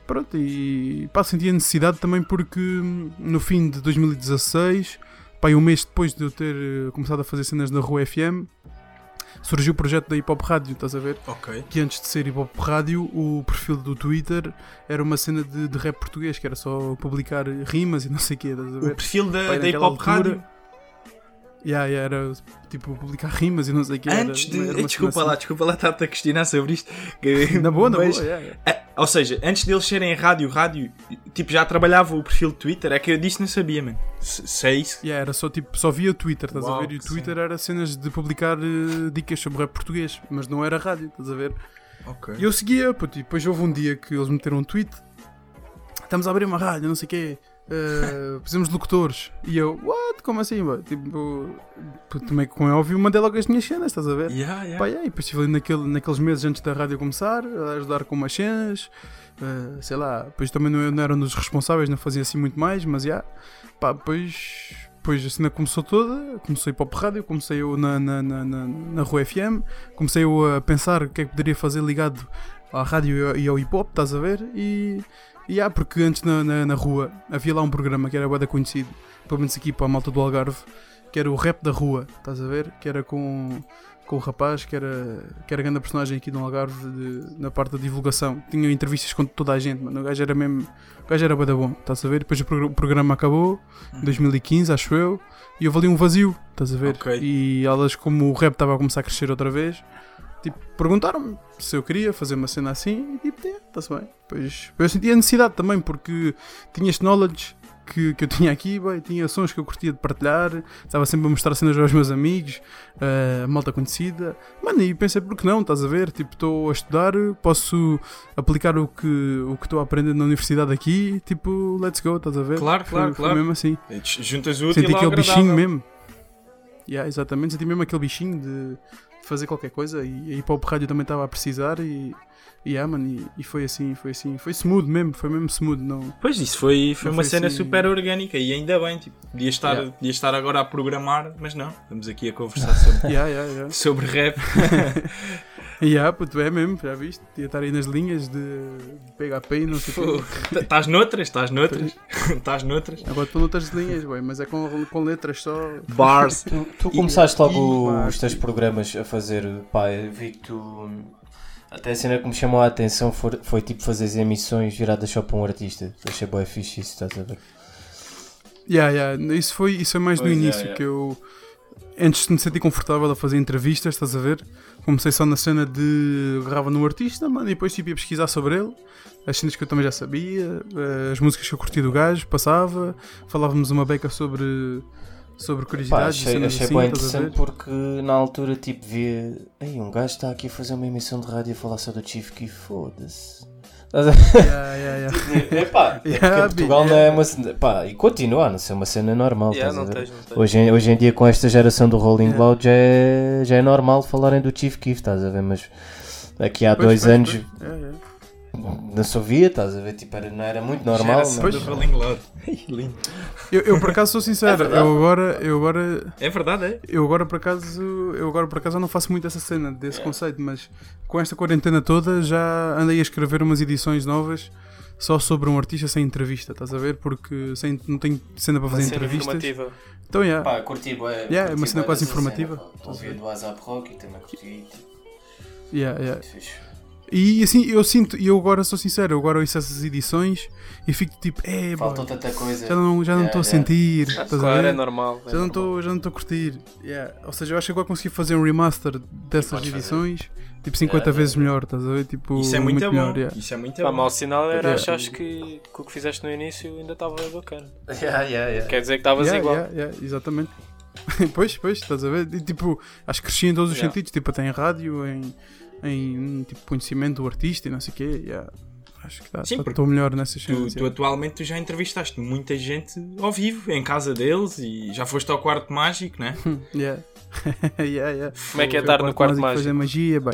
Pronto, e pá, senti a necessidade também porque hum, no fim de 2016, pá, e um mês depois de eu ter eh, começado a fazer cenas na Rua FM, surgiu o projeto da Hip Hop Rádio, estás a ver?
Ok.
Que antes de ser Hip Hop Rádio, o perfil do Twitter era uma cena de, de rap português, que era só publicar rimas e não sei o quê, estás a
O
ver?
perfil da,
Pai,
da Hip
naquela
Hop Rádio.
altura- Yeah, yeah, era tipo publicar rimas e não sei o quê. era-
Antes de.
era uma cena
desculpa lá,
assim.
desculpa lá estar-te a questionar sobre isto. que-
Na boa, na
mas-
boa, é. yeah, yeah.
Ah, ou seja, antes deles serem rádio, rádio, tipo, já trabalhava o perfil de Twitter, é que eu disse não sabia, mano. Se se é isso.
Yeah, era só tipo, só via Twitter, estás
Uau,
a ver? E o
que
Twitter era cenas de publicar eh, dicas sobre rap português, mas não era rádio, estás a ver?
Ok.
E eu seguia, puto, e depois houve um dia que eles meteram um tweet: estamos a abrir uma rádio, não sei o quê, eh, precisamos de locutores. E eu, what? Como assim, bro? Tipo, puto, também como é óbvio, mandei logo as minhas cenas, estás a ver?
Yeah, yeah.
Pá, yeah, e depois estive ali naquele, naqueles meses antes da rádio começar, a ajudar com umas cenas, eh, sei lá, depois também não, não era um dos responsáveis, não fazia assim muito mais, mas já, pá, depois, depois a cena começou toda, comecei para o rádio, comecei eu na, na, na, na, na Rua FM, comecei eu a pensar o que é que poderia fazer ligado à rádio e ao- e ao hip hop, estás a ver, e... E há, porque antes na, na, na rua havia lá um programa que era bada conhecido, pelo menos aqui para a malta do Algarve, que era o Rap da Rua, estás a ver? Que era com, com o rapaz que era, que era grande personagem aqui do Algarve de- na parte da divulgação. Tinha entrevistas com toda a gente, mano. O gajo era mesmo. O gajo era bada bom, estás a ver? Depois o, progr- o programa acabou, em 2015, acho eu, e houve ali um vazio, estás a ver?
Ok.
E elas, como o rap estava a começar a crescer outra vez, tipo, perguntaram-me se eu queria fazer uma cena assim e tipo, está-se bem. Pois, eu senti a necessidade também, porque tinha este knowledge que, que eu tinha aqui, bem, tinha sons que eu curtia de partilhar, estava sempre a mostrar cenas aos meus amigos, a Eh, malta conhecida. Mano, e pensei, por que não? Estás a ver? Tipo, estou a estudar, posso aplicar o que o que estou a aprender na universidade aqui, tipo, let's go, estás a ver?
Claro,
Foi-
claro,
foi
claro.
mesmo assim.
Juntas o útil
Senti
ao
aquele
agradável.
bichinho mesmo. Yeah, exatamente, senti mesmo aquele bichinho de fazer qualquer coisa e a hip-hop rádio também estava a precisar e, e, yeah, mano, e, e foi assim, foi assim, foi smooth mesmo, foi mesmo smooth, não...
Pois, isso foi, foi
Não
uma
foi
cena
assim-
super orgânica e ainda bem, tipo, podia estar,
Yeah.
podia estar agora a programar, mas não, estamos aqui a conversar sobre,
Yeah, yeah, yeah.
sobre rap.
Yeah, puto, é mesmo, já viste? Ia estar aí nas linhas de de PHP e não sei o quê.
T- Estás noutras, estás noutras, estás noutras.
Agora estou noutras linhas, ué, mas é com, com letras só.
Bars.
Tu, tu começaste logo
e-
os teus programas a fazer, pá, eu vi que tu. hum, Até a cena que me chamou a atenção for- foi, tipo fazer as emissões viradas só para um artista. Achei boa fixe isso, estás a ver?
Yeah, yeah. Isso foi isso é mais no
Pois, yeah,
início
yeah.
que eu antes de me sentir confortável a fazer entrevistas, estás a ver? Comecei só na cena de agarrava num artista, mano, e depois tipo, ia pesquisar sobre ele, as cenas que eu também já sabia, eh, as músicas que eu curti do gajo, passava, falávamos uma beca sobre sobre
Pá,
curiosidades, e
achei,
cenas
achei
assim,
bem
estás a ver?
interessante porque na altura tipo via. Ei, um gajo está aqui a fazer uma emissão de rádio a falar só do Chief que foda-se. Estás a
Yeah, yeah, yeah.
Epá, é porque
Yeah,
em Portugal
bi-
não é uma cena. Pá, e continua a não ser uma cena normal.
Yeah,
estás a
não
ver?
tens, não tens.
Hoje, em- hoje em dia, com esta geração do Rolling
Yeah.
Loud, já é, já é normal falarem do Chief Keef, estás a ver? Mas aqui há
Pois,
dois
pois,
anos
pois. Yeah, yeah.
não se ouvia, estás a ver? Tipo, era- não era muito normal.
Geração
mas-
do Rolling Loud. Lindo.
Eu, eu por acaso sou sincero, eu agora, eu agora
É verdade, é?
Eu agora por acaso, eu agora por acaso não faço muito essa cena desse conceito, mas com esta quarentena toda já andei a escrever umas edições novas só sobre um artista sem entrevista, estás a ver? Porque sem, não tenho cena para
Uma
fazer
cena
entrevistas.
informativa.
Então é.
Pá, curti, bué,
Yeah, é uma
curti
cena
bué
quase
dessa
informativa.
cena, pá. Ouvi do ASAP Rock e também curti. tipo,
yeah, yeah.
fixe.
E assim, eu sinto, e eu agora sou sincero, eu agora ouço essas edições e fico tipo, é, boy,
Faltou tanta coisa.
já não já não
Yeah,
estou a
yeah.
sentir, estás a
Claro,
ver?
é normal. é
Já
normal.
não estou já não estou a curtir. Yeah. Ou seja, eu acho que agora consegui fazer um remaster dessas
Podes fazer.
edições, tipo 50
Yeah,
vezes
yeah.
melhor, estás a ver? Tipo,
Isso é muito, bom.
melhor, yeah.
Isso é muito
Pá,
bom.
mau sinal era
Yeah.
achares que, que o que fizeste no início ainda estava bacana.
Yeah, yeah, yeah.
Quer dizer que estavas
Yeah,
igual.
yeah, yeah, exatamente. pois, pois, estás a ver? E, tipo, acho que cresci em todos os
Yeah.
sentidos, tipo, até em rádio, em, em tipo, conhecimento do artista e não sei o quê. yeah. Acho que
Sim, porque
estou melhor nessas
Tu,
cenas.
tu atualmente tu já entrevistaste muita gente ao vivo, em casa deles, e já foste ao quarto mágico, né?
yeah. yeah, yeah.
Como é que é estar no quarto
Fazer
mágico?
magia, bem.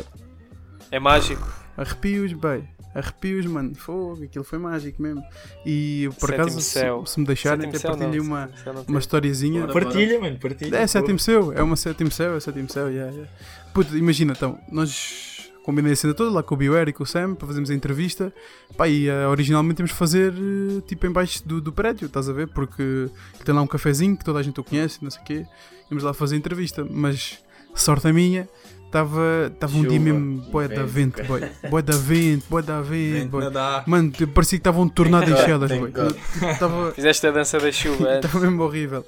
É mágico.
Arrepios, bem. Arrepios, mano. Fogo, aquilo foi mágico mesmo. E por
Sétimo
acaso, se,
céu.
se me deixarem, até
Sétimo céu,
partilho
não.
uma,
Sétimo céu não tem.
uma historiazinha.
Partilha, mano, partilha.
É sétimo céu, é uma sétimo céu, é sétimo céu, yeah, yeah. Puta, imagina então, nós combinei a cena toda lá com o Biwer e com o Sam para fazermos a entrevista. Pá, e eh, originalmente temos de fazer eh, tipo embaixo do, do prédio, estás a ver? Porque tem lá um cafezinho que toda a gente o conhece, não sei o quê. Íamos lá fazer a entrevista, mas sorte a minha, estava tava um dia
Chuva
mesmo,
e
boé da
vento,
vento, boé. Boé da vento, boé da vento,
Vento
boé.
na dá.
Mano, eu parecia que estava um tornado em
Thank
chelas,
God,
boé.
thank
Estava.
Fizeste a dança da chuva. é? antes.
Estava tá mesmo horrível.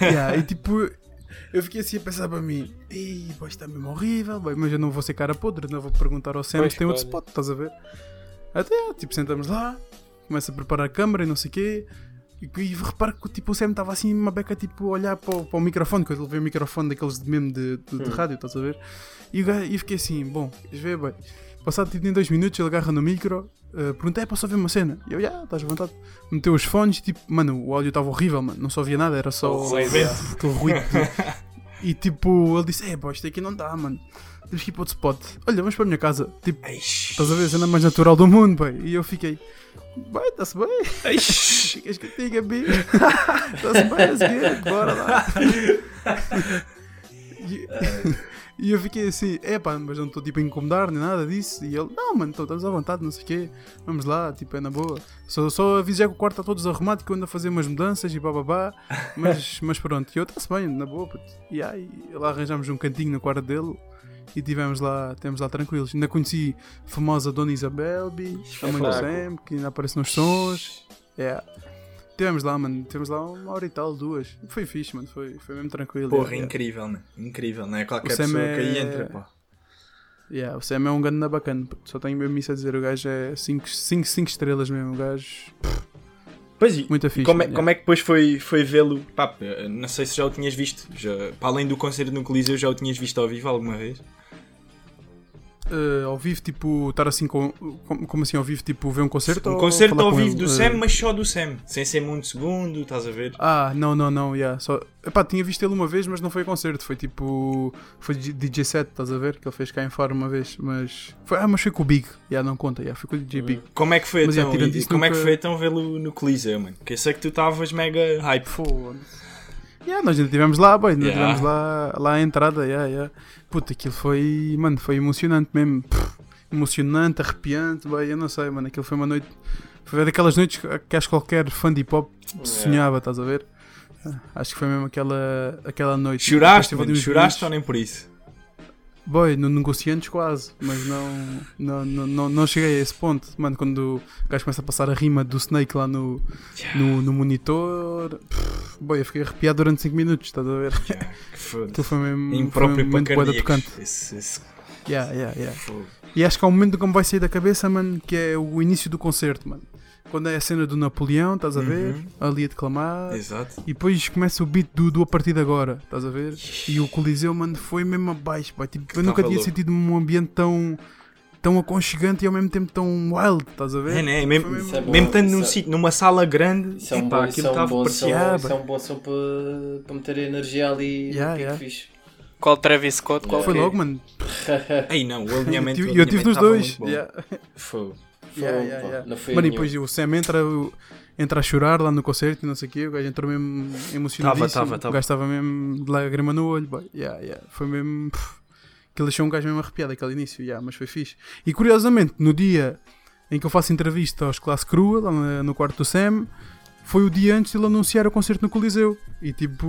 Yeah, e tipo, eu fiquei assim a pensar para mim: Ei, boy, está mesmo horrível, boy, mas eu não vou ser cara podre, não vou perguntar ao Sam
Pois,
se tem outro
claro.
spot, estás a ver? Até, tipo, sentamos lá, começa a preparar a câmera e não sei o quê. E, e reparo que tipo, o Sam estava assim, uma beca, tipo, a olhar para o, para o microfone, quando ele vê o microfone daqueles de mesmo de, de, de rádio, estás a ver? E, o gajo- e eu fiquei assim: Bom, queres ver, boy? Passado tipo, em dois minutos, ele agarra no micro, eh, pergunta: É, posso ouvir uma cena? E eu, já, estás à vontade. Meteu os fones, tipo, mano, o áudio estava horrível, mano, não só ouvia nada, era só
Só o ruído.
aquele ruído. de- E tipo, ele disse: É, pá, isto aqui não dá, mano. Temos que ir para outro spot. Olha, vamos para a minha casa. Tipo, estás a ver a cena mais natural do mundo, pai. E eu fiquei: Bem, está-se bem. Ficas contigo, bi. Está-se bem, é seguinte, bora lá. E- E eu fiquei assim, é pá, mas não estou tipo a incomodar nem nada disso. E ele, não, mano, então estamos à vontade, não sei o quê, vamos lá, tipo, é na boa. Só, só avisei que o quarto está todo desarrumado, que eu ando a fazer umas mudanças e bababá, mas, mas pronto, e eu, está-se bem, na boa, puto. E aí, lá arranjámos um cantinho no quarto dele e tivemos lá, tivemos lá tranquilos. Ainda conheci a famosa Dona Isabel, bi, a mãe do
Espetáculo.
Sam, que ainda aparece nos sons. É. Tivemos lá, mano, tivemos lá uma hora e tal, duas. Foi fixe, mano, foi, foi mesmo tranquilo.
Porra,
é, é.
incrível, mano. Incrível, não é qualquer
O Sam
pessoa que aí
é-
entra, pá.
Yeah, o Sam é um ganda bacana, puto. só tenho mesmo isso a dizer, o gajo é 5 estrelas mesmo, o gajo
Pois e,
muito fixe.
como, é,
mano,
como é que depois foi, foi vê-lo? Pá, eh, não sei se já o tinhas visto. Já, para além do concerto no Coliseu, já o tinhas visto ao vivo alguma vez?
eh, ao vivo, tipo, estar assim com. com- Como assim ao vivo, tipo, ver um concerto?
Um
ou
concerto
falar
ao
com
vivo
ele?
do
Eh,
Sam, mas só do Sam. Sem ser muito segundo, estás a ver?
Ah, não, não, não, yeah, só... Epá, tinha visto ele uma vez, mas não foi a concerto, foi tipo... Foi G- DJ set, estás a ver? Que ele fez cá em Faro uma vez, mas... Foi... Ah, mas foi com o Big, yeah, não conta, yeah, foi com o DJ Big.
Como é que foi
Mas,
então?
é, tirando
e-
isso,
como é que
nunca-
foi então vê-lo no Coliseu, mano? Que eu sei que tu estavas mega hype.
Foda-se. Yeah, nós ainda estivemos lá, boy, ainda
Yeah.
estivemos lá, lá à entrada, yeah, yeah. Puta, aquilo foi, mano, foi emocionante mesmo. Pff, emocionante, arrepiante, boy, eu não sei, mano, aquilo foi uma noite... Foi daquelas noites que- que acho que qualquer fã de hip-hop sonhava, estás a ver? Ah, Acho que foi mesmo aquela, aquela noite. Depois
Choraste,
tive
mano?
ali uns momentos-
Choraste ou nem por isso?
Boy, no negociantes quase, mas não, não, não, não, não cheguei a esse ponto. Mano, quando o gajo começa a passar a rima do Snake lá no, no, no monitor, pff, boy, eu fiquei arrepiado durante 5 minutos, estás a ver?
Que foda
Aquilo foi mesmo, foi
Impróprio
um
para
momento bué da tocante.
cardíacos. Esse, esse
Yeah, yeah, yeah.
fogo.
E acho que há um momento que me vai sair da cabeça, mano, que é o início do concerto, mano. Quando é a cena do Napoleão, estás a ver? Ali a declamar.
Uhum. Exato.
E depois começa o beat do, do A Partir de Agora, estás a ver? E o Coliseu, mano, foi mesmo abaixo, pá. Tipo, eu nunca
tava
tinha
louco.
sentido um ambiente tão, tão aconchegante e ao mesmo tempo tão wild, estás a ver?
É, né? Mesmo,
Foi
Isso é bom,
mesmo estando num
isso é-
sítio, numa sala grande,
Isso é um
epá,
bom, isso
aquilo
é um
estava
bom som,
parecido.
Yeah,
isso é
bro.
um bom som para, para meter a energia ali
Yeah,
no pico
yeah.
fixe.
Qual Travis Scott, qual
Foi
é?
quê?
logo, mano.
Ei, não, o
Eu
alinhamento.
tive-
o
eu tive
alinhamento
nos
tava
dois.
muito bom.
Yeah.
Fogo.
Foi
Yeah,
um-
yeah,
pá,
yeah.
Não foi
Mano, e
nenhum.
depois o Sam entra, o- entra a chorar lá no concerto e não sei o quê, o gajo entrou mesmo emocionadíssimo.
Tava, tava, tava.
O gajo estava mesmo de lágrima no olho, boy. Yeah, yeah. Foi mesmo. pff, que ele deixou um gajo mesmo arrepiado aquele início, yeah, mas foi fixe. E curiosamente, no dia em que eu faço entrevista aos Classe Crua, lá na- no quarto do Sam, foi o dia antes de ele anunciar o concerto no Coliseu. E tipo.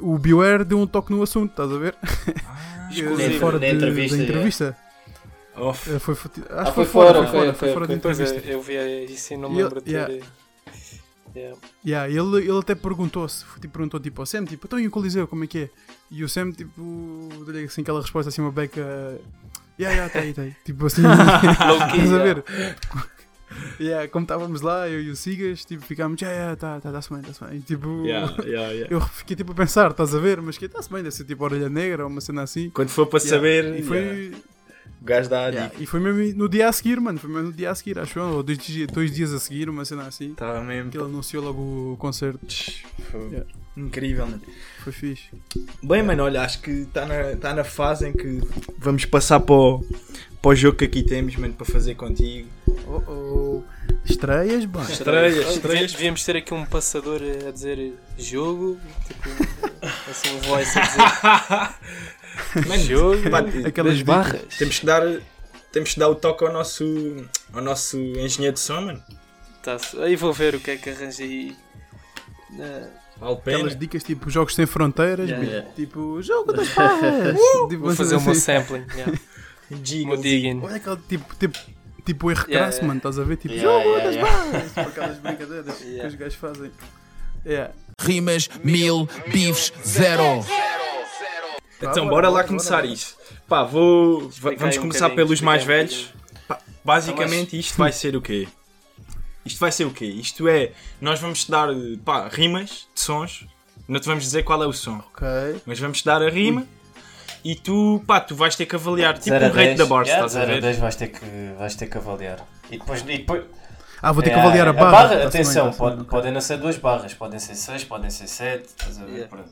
O Beware deu um toque no assunto, estás a ver?
Exclusivo,
Eh, fora
na
de-
entrevista, é.
da
yeah.
entrevista.
Oh,
Eh, Foi, foi- acho
Ah,
que foi
foi
fora, foi
fora,
fora,
foi,
foi
foi,
fora da
foi.
Pois
entrevista.
é, eu vi isso e não me
E eu-
lembro de ter.
yeah.
Yeah.
Yeah, ele, ele até perguntou-se, tipo, perguntou tipo ao Sam, tipo, então e o Coliseu, como é que é? E o Sam, tipo, deu-lhe assim aquela resposta assim, uma beca. Yeah, yeah, tá aí, tá aí. tipo assim, estás a ver? Yeah, como estávamos lá, eu e o Sigas, tipo, ficámos, yeah, yeah, tá, tá, tá-se bem, tá-se bem. E, tipo,
yeah, yeah, yeah.
eu fiquei tipo a pensar, estás a ver? Mas que tá-se bem, deve ser tipo orelha negra ou uma cena assim.
Quando for para
Yeah,
saber,
E foi.
yeah, o gajo dá a dica.
yeah, e foi mesmo no dia a seguir, mano, foi mesmo no dia a seguir, acho eu, ou dois, di- dois dias a seguir, uma cena assim.
Estava mesmo.
Que ele anunciou logo o concerto,
Fogo.
Yeah.
Incrível, mano.
foi fixe.
Bem, mano, olha, acho que está na, tá na fase em que vamos passar para o, para o jogo que aqui temos, mano, para fazer contigo.
Oh, oh. Estreias, bom.
Estreias,
Devia-
estreias.
Devíamos ter aqui um passador a dizer jogo, tipo, assim, um voice a dizer jogo,
Pá,
Aquelas barras.
Temos que dar, temos que dar o toque ao nosso, ao nosso engenheiro de som, mano.
tá-se. Tá, Aí vou ver o que é que arranjei. Ah,
Alpena.
Aquelas dicas tipo jogos sem fronteiras,
Yeah,
bicho.
yeah.
tipo jogo das barras. Tipo,
Vou fazer o meu
assim.
sampling, yeah.
Diga,
Uma digging.
Olha aquele tipo, tipo, tipo erro
Yeah,
crasso,
yeah.
mano, estás a ver? Tipo
Yeah,
jogo
yeah,
das
yeah.
barras, tipo aquelas brincadeiras que os gajos fazem. Yeah.
Rimas, mil, bifes, zero.
Vá,
Então, bora
bora,
lá
bora,
começar
bora.
isso. Pá, vou. va-
aí
Vamos
um
começar
bocadinho,
pelos
explica
mais
um Tá
velhos. Pá, basicamente, isto vai ser o quê? Isto vai ser o quê? Isto é. Nós vamos te dar pá, rimas de sons. Não te vamos dizer qual é o som,
Ok.
mas vamos te dar a rima. E tu, pá, tu vais ter que avaliar tipo
Zero a
o rate
dez.
da Barça,
Yeah,
estás a ver?
zero dez vais ter que, vais ter que avaliar. E depois, e depois,
Ah, vou ter que
É,
avaliar a barra. tá-se bem,
atenção,
tá-se bem,
pode- podem não ser duas barras, podem ser seis, podem ser sete, estás a ver?
Yeah.
Pronto.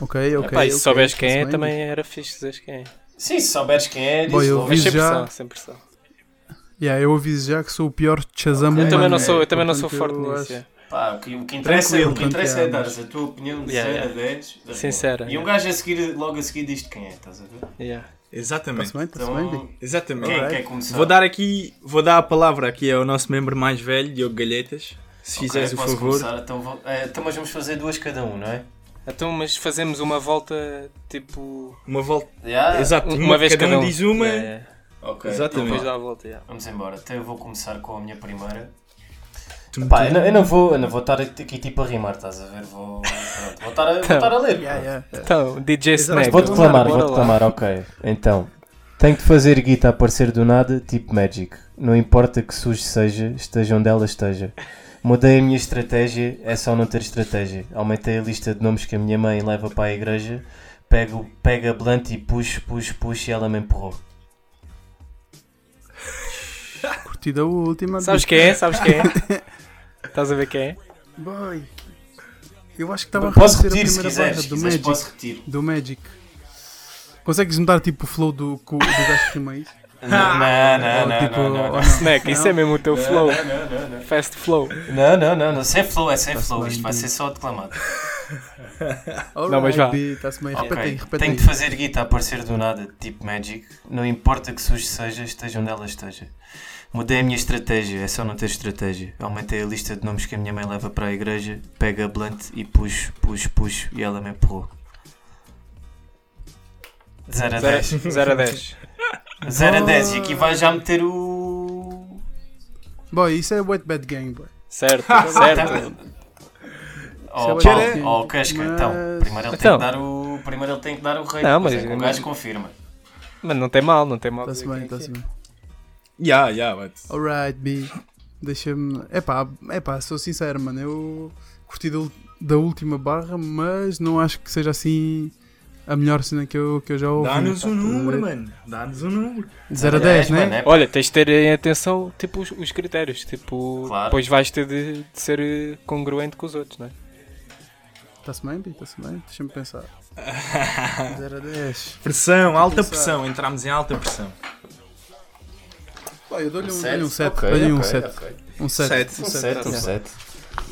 Ok, ok.
Epá, e se
ok,
souberes
tá-se
quem é,
bem,
também era fixe dizeres quem é.
Sim, se souberes quem é,
Bom,
dizes
eu
logo.
Mas
Aviso
sem
já.
pressão, sem pressão.
bicho. Yeah, eu aviso já que sou o pior Shazam
Eu
humano.
também não sou, eu também não sou forte
portanto, eu
nisso.
acho-
yeah.
Pá, o que, o que interessa,
Tranquilo,
o que interessa é dar
portanto,
a tua opinião de
Yeah,
0
yeah.
a 10. da
Sincera,
rima. E um gajo a seguir, logo a seguir diz quem é, estás a ver?
Yeah.
Exatamente.
Tá-se bem, tá-se
Então,
bem, bicho.
Exatamente.
quem quer começar?
Vou dar aqui, vou dar a palavra aqui ao nosso membro mais velho, Diogo Galhetas. Se
Ok,
fizeres o
posso
favor.
começar? Então, vou- eh, então, mas vamos fazer duas cada um, não é?
Então, mas fazemos uma volta, tipo...
Uma volta.
Yeah?
Exato,
Uma,
uma-
vez
cada um
um.
diz uma.
Yeah, yeah.
Ok,
Exatamente.
então
Depois
vá.
dá a volta, yeah.
Vamos embora, então eu vou começar com a minha primeira.
Tum,
Pá, eu não, eu não vou, eu não vou estar aqui tipo a rimar, estás a ver? Vou, pronto, vou, estar, a, vou estar a ler. É
Yeah, yeah,
É.
yeah.
Então, DJ Snake.
Vou
bora
declamar,
lá,
vou
bora lá.
declamar, ok. Então, tenho de fazer Guita aparecer do nada, tipo Magic. Não importa que sujo seja, esteja onde ela esteja. Mudei a minha estratégia, é só não ter estratégia. Aumentei a lista de nomes que a minha mãe leva para a igreja. Pego, pego a blunt e puxo, puxo, puxo e ela me empurrou.
repetido a última.
Sabes quem é? Sabes quem é? Estás a ver quem é?
Boy. Eu acho que estava a
Posso
reconhecer
repetir se
a primeira
quiseres,
barra
se
do
quiseres
Magic.
posso repetir.
Do Magic. Consegues mudar tipo o flow do, co- do gajo que rima isso?
Não, não, não, não,
tipo,
não, não,
ou
não.
Snack, isso é mesmo o teu flow. Fast flow.
Não, não, não, não, sem flow, é sem flow, isto vai ser só declamado.
Alright,
mas vá.
B, Está-se bem, repete aí,
Ok,
repete
tenho
aí.
de fazer guita aparecer do nada, tipo Magic, não importa que sujo seja, esteja onde ela esteja. Mudei a minha estratégia, é só não ter estratégia. Aumentei a lista de nomes que a minha mãe leva para a igreja, pega a blunt e puxo, puxo, puxo, e ela me empurrou. 0 a 10.
0 a 10.
0 a 10, e aqui vai já meter o.
Boy, isso é Wet Bad Gang, boy.
Certo,
Tá-
certo.
Oh,
Isso é
pau,
bacana.
oh, casca,
Mas-
então. Primeiro ele,
Então.
Tem que dar o, primeiro ele tem que dar o rei.
Não,
Não, mas
mas-
o gajo confirma.
Mas não tem mal, não tem mal.
Está-se bem, está-se bem.
Ya, ya, but.
Alright, B. Deixa-me. Epá, epá, sou sincero, mano. Eu curti da, ul- da última barra, mas não acho que seja assim a melhor cena que eu, que eu já ouvi.
Dá-nos
Tá,
pá,
um
estás a
número,
ver?
mano. Dá-nos um número.
De 0 a 10,
mano,
né?
é?
Olha, tens de ter em atenção tipo, os, os critérios. Tipo,
Claro.
depois vais ter de, de ser eh, congruente com os outros, né?
Está-se bem, B? Está-se bem? Deixa-me pensar. 0 a 10.
Pressão, alta
pensar.
pressão. Entramos em alta pressão.
Pá, eu dou-lhe um,
Sete?
dou-lhe um 7.
Ok,
dou-lhe um
ok,
7.
ok.
Um 7.
Sete.
Um 7, um 7.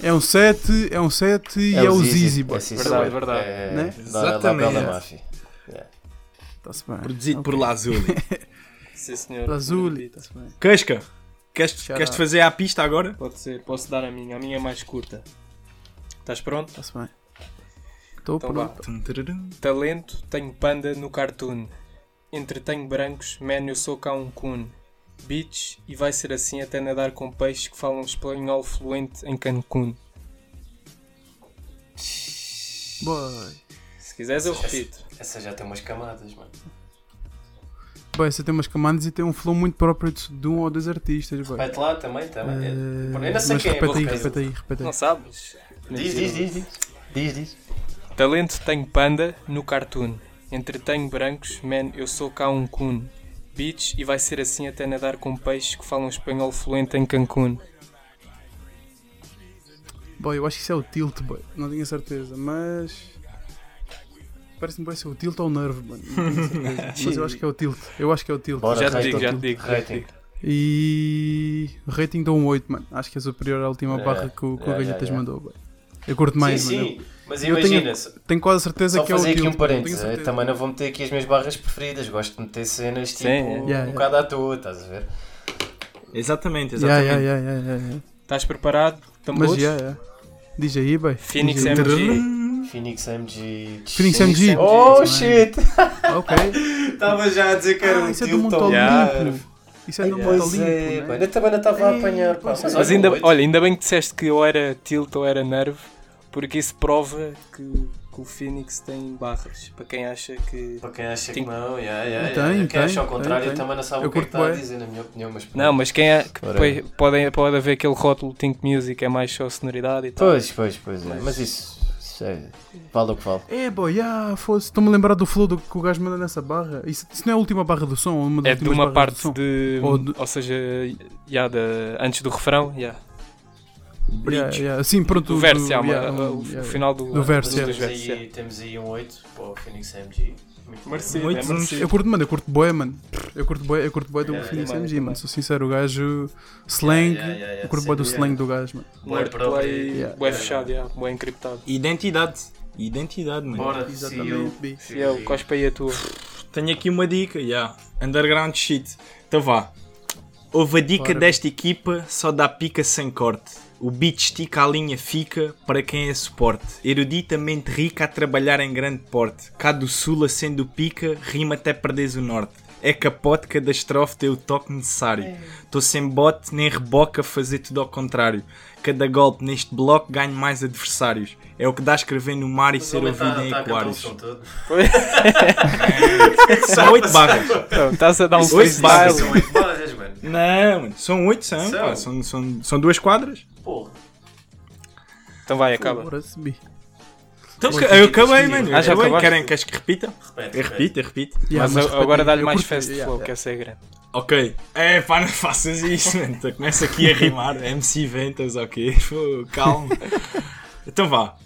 É um 7, é um 7 e é, o Zizi, boy.
Tá
Verdade, É verdade.
Né?
Exatamente.
Está-se bem. É
Produzido por Lazuli. É.
Sim, senhor.
Lazuli, está-se bem.
Casca, queres,
Shout
queres
out.
fazer à pista agora?
Pode ser, posso dar a minha. A minha é mais curta. Estás pronto?
Está-se bem. Estou
Então
pronto.
Talento, tenho panda no cartoon. Entretenho brancos, man, eu sou cá um coon. Bitch, e vai ser assim até nadar com peixes que falam espanhol fluente em Cancún.
Boy.
Se quiseres, eu repito.
Essa já tem umas camadas, mano.
Boy, você tem umas camadas e tem um flow muito próprio de, de um ou dois artistas, boy.
Repete lá também, também.
Eh,
Eu não sei
mas
quem é, vou
repete aí,
repetir.
repete aí, repete aí.
Não sabes?
Diz, diz, diz, diz. Diz, diz.
Talento tenho panda no cartoon. Entretenho brancos, man, eu sou cá um coon. Bitch, e vai ser assim até nadar com peixes que falam espanhol fluente em Cancún.
Boy, eu acho que isso é o tilt, boy. Não tenho certeza, mas. Parece-me que vai ser o tilt ou o nervo, mano. Não tenho certeza. mas eu acho que é o tilt. Eu acho que é o tilt.
Bora,
Já te
rating.
digo, já te digo, já te
Rating.
digo.
E. Rating de um 8, mano. Acho que é superior à última
É,
barra que o, que o
é,
Galhetas
é, é.
mandou, boy. Eu curto mais,
sim,
mano.
sim. Mas
Eu tenho-
imagina-se.
Eu Tenho quase certeza
Só
que é o
fazer
tilt.
aqui um
mano. Tenho
parênteses, eu
certeza.
também não vou meter aqui as minhas barras preferidas, gosto de meter cenas tipo
Sim, é.
um
Yeah, yeah.
bocado à toa, estás a ver?
Exatamente,
Yeah,
exatamente.
yeah, yeah, yeah, yeah, yeah.
Estás preparado? Tambores?
Mas, yeah, yeah. Diz aí, boy.
Phoenix
Diz aí.
MG.
Phoenix MG.
Phoenix MG.
Oh
Também.
shit!
Ah, Ok.
Estava já a dizer que era
Ah,
um
isso é do
tilt
Monte
ao-
Olimpo. Isso é do Monte
Pois é,
Olimpo,
pá,
né?
eu também não estava a apanhar, pá.
é
Mas ainda, olha, ainda bem que disseste que ou era tilt ou era nervo, porque isso prova que, que o Phoenix tem barras. Para quem acha que.
Para quem acha
Tem-
que não, yeah, yeah,
Tem,
yeah.
tem,
quem acha ao
tem,
contrário
tem.
também não sabe
Eu
o que é que
curto
está a
bué.
dizer, na minha opinião, mas pronto.
Não, mas quem é. Que
Ora.
depois podem, pode haver aquele rótulo Think Music, é mais só sonoridade e tal.
Pois, pois, pois, é. mas isso, isso é, vale o que vale.
É, boy, ah, foda-se, estou-me a lembrar do flow do que o gajo manda nessa barra. Isso, isso não é a última barra do som, uma das
É de
últimas
uma
barras
parte
do som.
de.
Ou
Ou,
de-
seja, yeah, da- antes do refrão, yeah.
Yeah, yeah, Sim, pronto,
do verso, yeah,
yeah,
uma- o, o
yeah,
final do.
Do verso,
dos dois
yeah.
Temos
versos, yeah.
aí, temos aí um 8 para o Phoenix MG. Muito bem.
Merecido,
Muito
é merecido.
Eu curto, mano, eu curto boé, mano. Eu curto boé, eu curto boé do
Yeah,
Phoenix
É, também,
MG,
também.
mano. Sou sincero, o gajo slang,
yeah, yeah, yeah,
eu curto
sem
boé do
dúvida.
slang do gajo, mano.
Boa própria.
Wordplay,
Yeah.
bué fechado, yeah, bué encriptado.
Identidade. Identidade, mano.
Bora,
Exatamente, B.
see
E eu,
you.
cospe aí a tua.
Tenho aqui uma dica, yeah. Underground shit. Então vá. Houve a dica
Bora.
desta equipa, só dá pica sem corte. O beat estica, a linha fica, para quem é suporte. Eruditamente rica a trabalhar em grande porte. Cá do sul, acendo pica, rima até perderes o norte. É capote, cada estrofe tem o toque necessário. Tô sem bote, nem reboca, a fazer tudo ao contrário. Cada golpe neste bloco ganho mais adversários. É o que dá a escrever no mar e
Mas
ser
o homem tá-
ouvido em
tá a cantar o
aquários.
som todo.
São oito barras.
Então, Estás a dar um
Isso foi
freestyle.
fácil.
São oito barras, mano.
Não, mano, são oito, são,
São.
pá, são, são, são duas quadras.
Porra.
Então vai, acaba.
Foda-se, B.
Então, eu acabei, mano, eu
Ah, já
acabei.
acabaste?
Querem que acho que repita?
Repete,
Eu repito, eu repito.
Yeah,
Mas a-
repete,
agora dá-lhe
eu
mais
curto-
fast
yeah,
flow,
yeah.
que essa é grande.
Ok. É, pá, não faças isso, mano. Então Começa aqui a rimar. MC Ventas, ok. Pô, Calma. Então vá.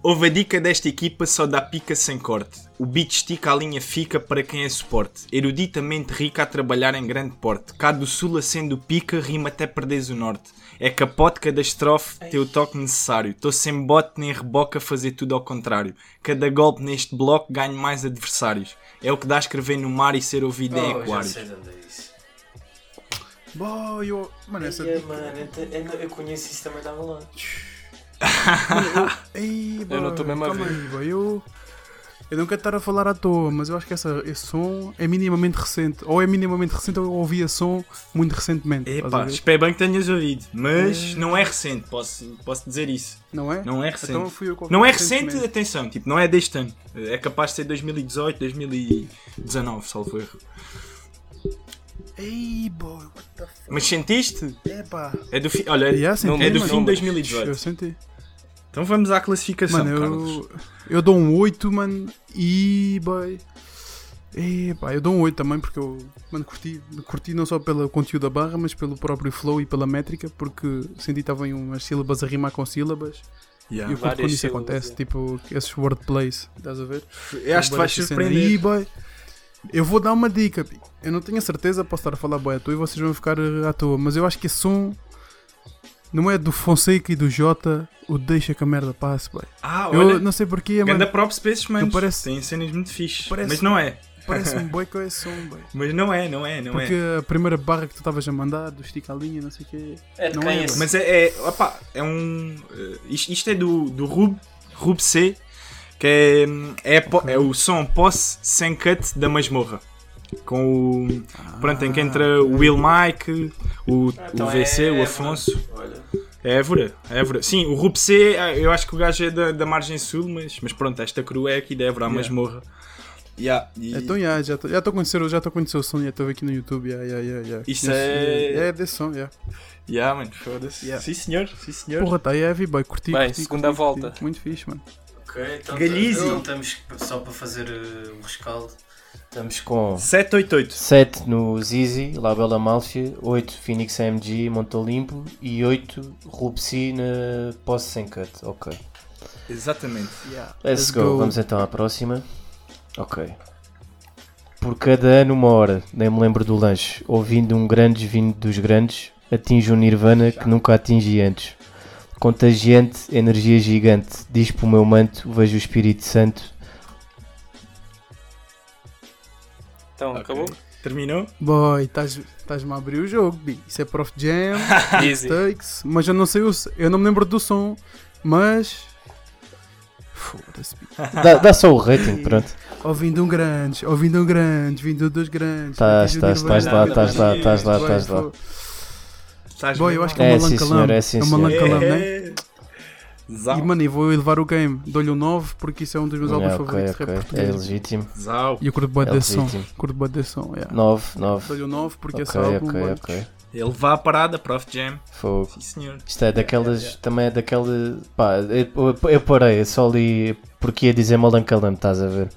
Houve a dica desta equipa só dá pica sem corte. O beat estica, a linha fica para quem é suporte. Eruditamente rica a trabalhar em grande porte. Cá do sul acendo pica, rima até perdes o norte. É capote cada estrofe, teu toque necessário. Tô sem bote nem reboca, fazer tudo ao contrário. Cada golpe neste bloco ganho mais adversários. É o que dá a escrever no mar e ser ouvido em
Oh, já
aquários.
sei de onde é isso.
Boy, eu... Mano, essa
É,
dica...
mano, eu, te- eu- eu conheço isso também tá da Valão.
Ei, boy,
não tô mesmo a
calma
ver.
aí, boy, eu... Eu não quero estar a falar à toa, mas eu acho que essa, esse som é minimamente recente. Ou é minimamente recente ou eu ouvi esse som muito recentemente. estás a
Epá,
ver?
espero bem que tenhas ouvido. Mas não é recente, posso, posso dizer isso.
não é?
Não é recente.
Então fui eu que ouvi
Não é recente,
recentemente.
atenção, tipo, não é deste ano. É capaz de ser 2018, 2019, salvo erro.
Ei, boy, what the fuck?
Mas sentiste?
Epá.
É do fim. Olha,
Yeah,
não,
senti,
é do
mano.
fim de
Eu
2018.
senti.
Então vamos à classificação,
Mano,
Carlos.
eu, eu dou um 8, mano, e boy. Epá, eu dou um 8 também porque eu mano, curti, curti não só pelo conteúdo da barra, mas pelo próprio flow e pela métrica, porque senti estavam umas sílabas a rimar com sílabas.
Yeah.
e eu curto quando isso
sílabas,
acontece,
é.
tipo esses wordplays, estás a ver?
Eu acho que te vais
Essa cena aí,
surpreender.
boy. Eu vou dar uma dica, pi. eu não tenho a certeza, posso estar a falar boa à toa e vocês vão ficar eh, à toa, mas eu acho que esse som não é do Fonseca e do Jota, o deixa que a merda passe, boy.
Ah, olha.
Eu não sei porquê, mas
Ganda props para esses manos.
Tu parece-
Tem cenas muito fixes.
Parece-
Mas não é.
parece-me boi com esse som, boy.
Mas não é, não é, não é.
Porque a primeira barra que tu estavas a mandar, do estica a linha, não sei o quê.
É de
Não
quem
é,
é esse?
Mas é, é, opá, é um. eh, Isto, isto é do, do Rub, Rub C, que é, hum, é, po- é o som posse sem cut da masmorra. Com o. pronto, em que entra o Will Mike, o,
Então
o VC,
é
o
Évora.
Afonso.
Olha,
É Évora, é Évora. Sim, o Rub C, ah, eu acho que o gajo é da, da margem sul, mas, mas pronto, esta cru é aqui da Évora, a masmorra. Yeah, e-
Então, yeah, já estou já tô a conhecer, o- já tô a conhecer o som, já estou a ver aqui no YouTube, yeah, yeah, yeah, yeah.
Isso
Conheço,
é-
yeah, É desse som, yeah.
yeah, mano, foda-se.
Yeah.
Sim, senhor, sim, senhor.
Porra, tá heavy, boy, curti,
Bem,
curti,
segunda
curti, curti.
volta.
Muito fixe, mano.
ok, então,
Galhizzi.
então estamos só para fazer eh, o rescaldo. Estamos com
788.
7 no Zizi, Labela Malfia, 8 Phoenix AMG, Montolimpo e 8 Rupsi na Posse Sem Cut. Ok.
Exatamente.
Let's
Let's
go.
go.
Vamos então à próxima. Ok. Por cada ano, uma hora, nem me lembro do lanche. Ouvindo um grande vindo dos grandes, atinge um nirvana que nunca atingi antes. Contagiante, energia gigante. Dispo o meu manto, vejo o Espírito Santo.
Então, acabou?
Terminou?
Boy, estás-me a abrir o jogo, bi. Isso é Prof Jam,
Easy.
Takes, mas eu não sei o. s- Eu não me lembro do som, mas. Foda-se, bi.
Dá, dá só o rating, pronto.
Ouvindo um grande, ouvindo um grande, vindo dos grandes.
Tás,
Matiz
tás,
Urbano,
tás lá,
tás lá, tás
lá,
Boy,
tás lá.
fo-
Estás
Boy,
mesmo
eu acho que
mal.
é
É,
uma
sim,
lancalam.
senhor, é,
É
sim,
uma
senhor.
lancalam, né?
Zau.
E mano, eu vou elevar o game. Dou-lhe um 9 porque isso é um dos meus álbuns
É, ok,
favoritos de
ok.
rap
É
português.
legítimo.
Zau.
E eu curto boa
É
desse som.
legítimo.
Curto boa desse som, yeah.
9, 9.
Dou-lhe um 9 porque esse
Ok,
álbum.
ok,
mano,
ok.
Ele vá à parada, Prof Jam.
Fogo.
Sim, senhor.
Isto é daquelas. Também é daquela. Pá, eu, eu parei, eu só li porque ia dizer Malancalam, estás a ver?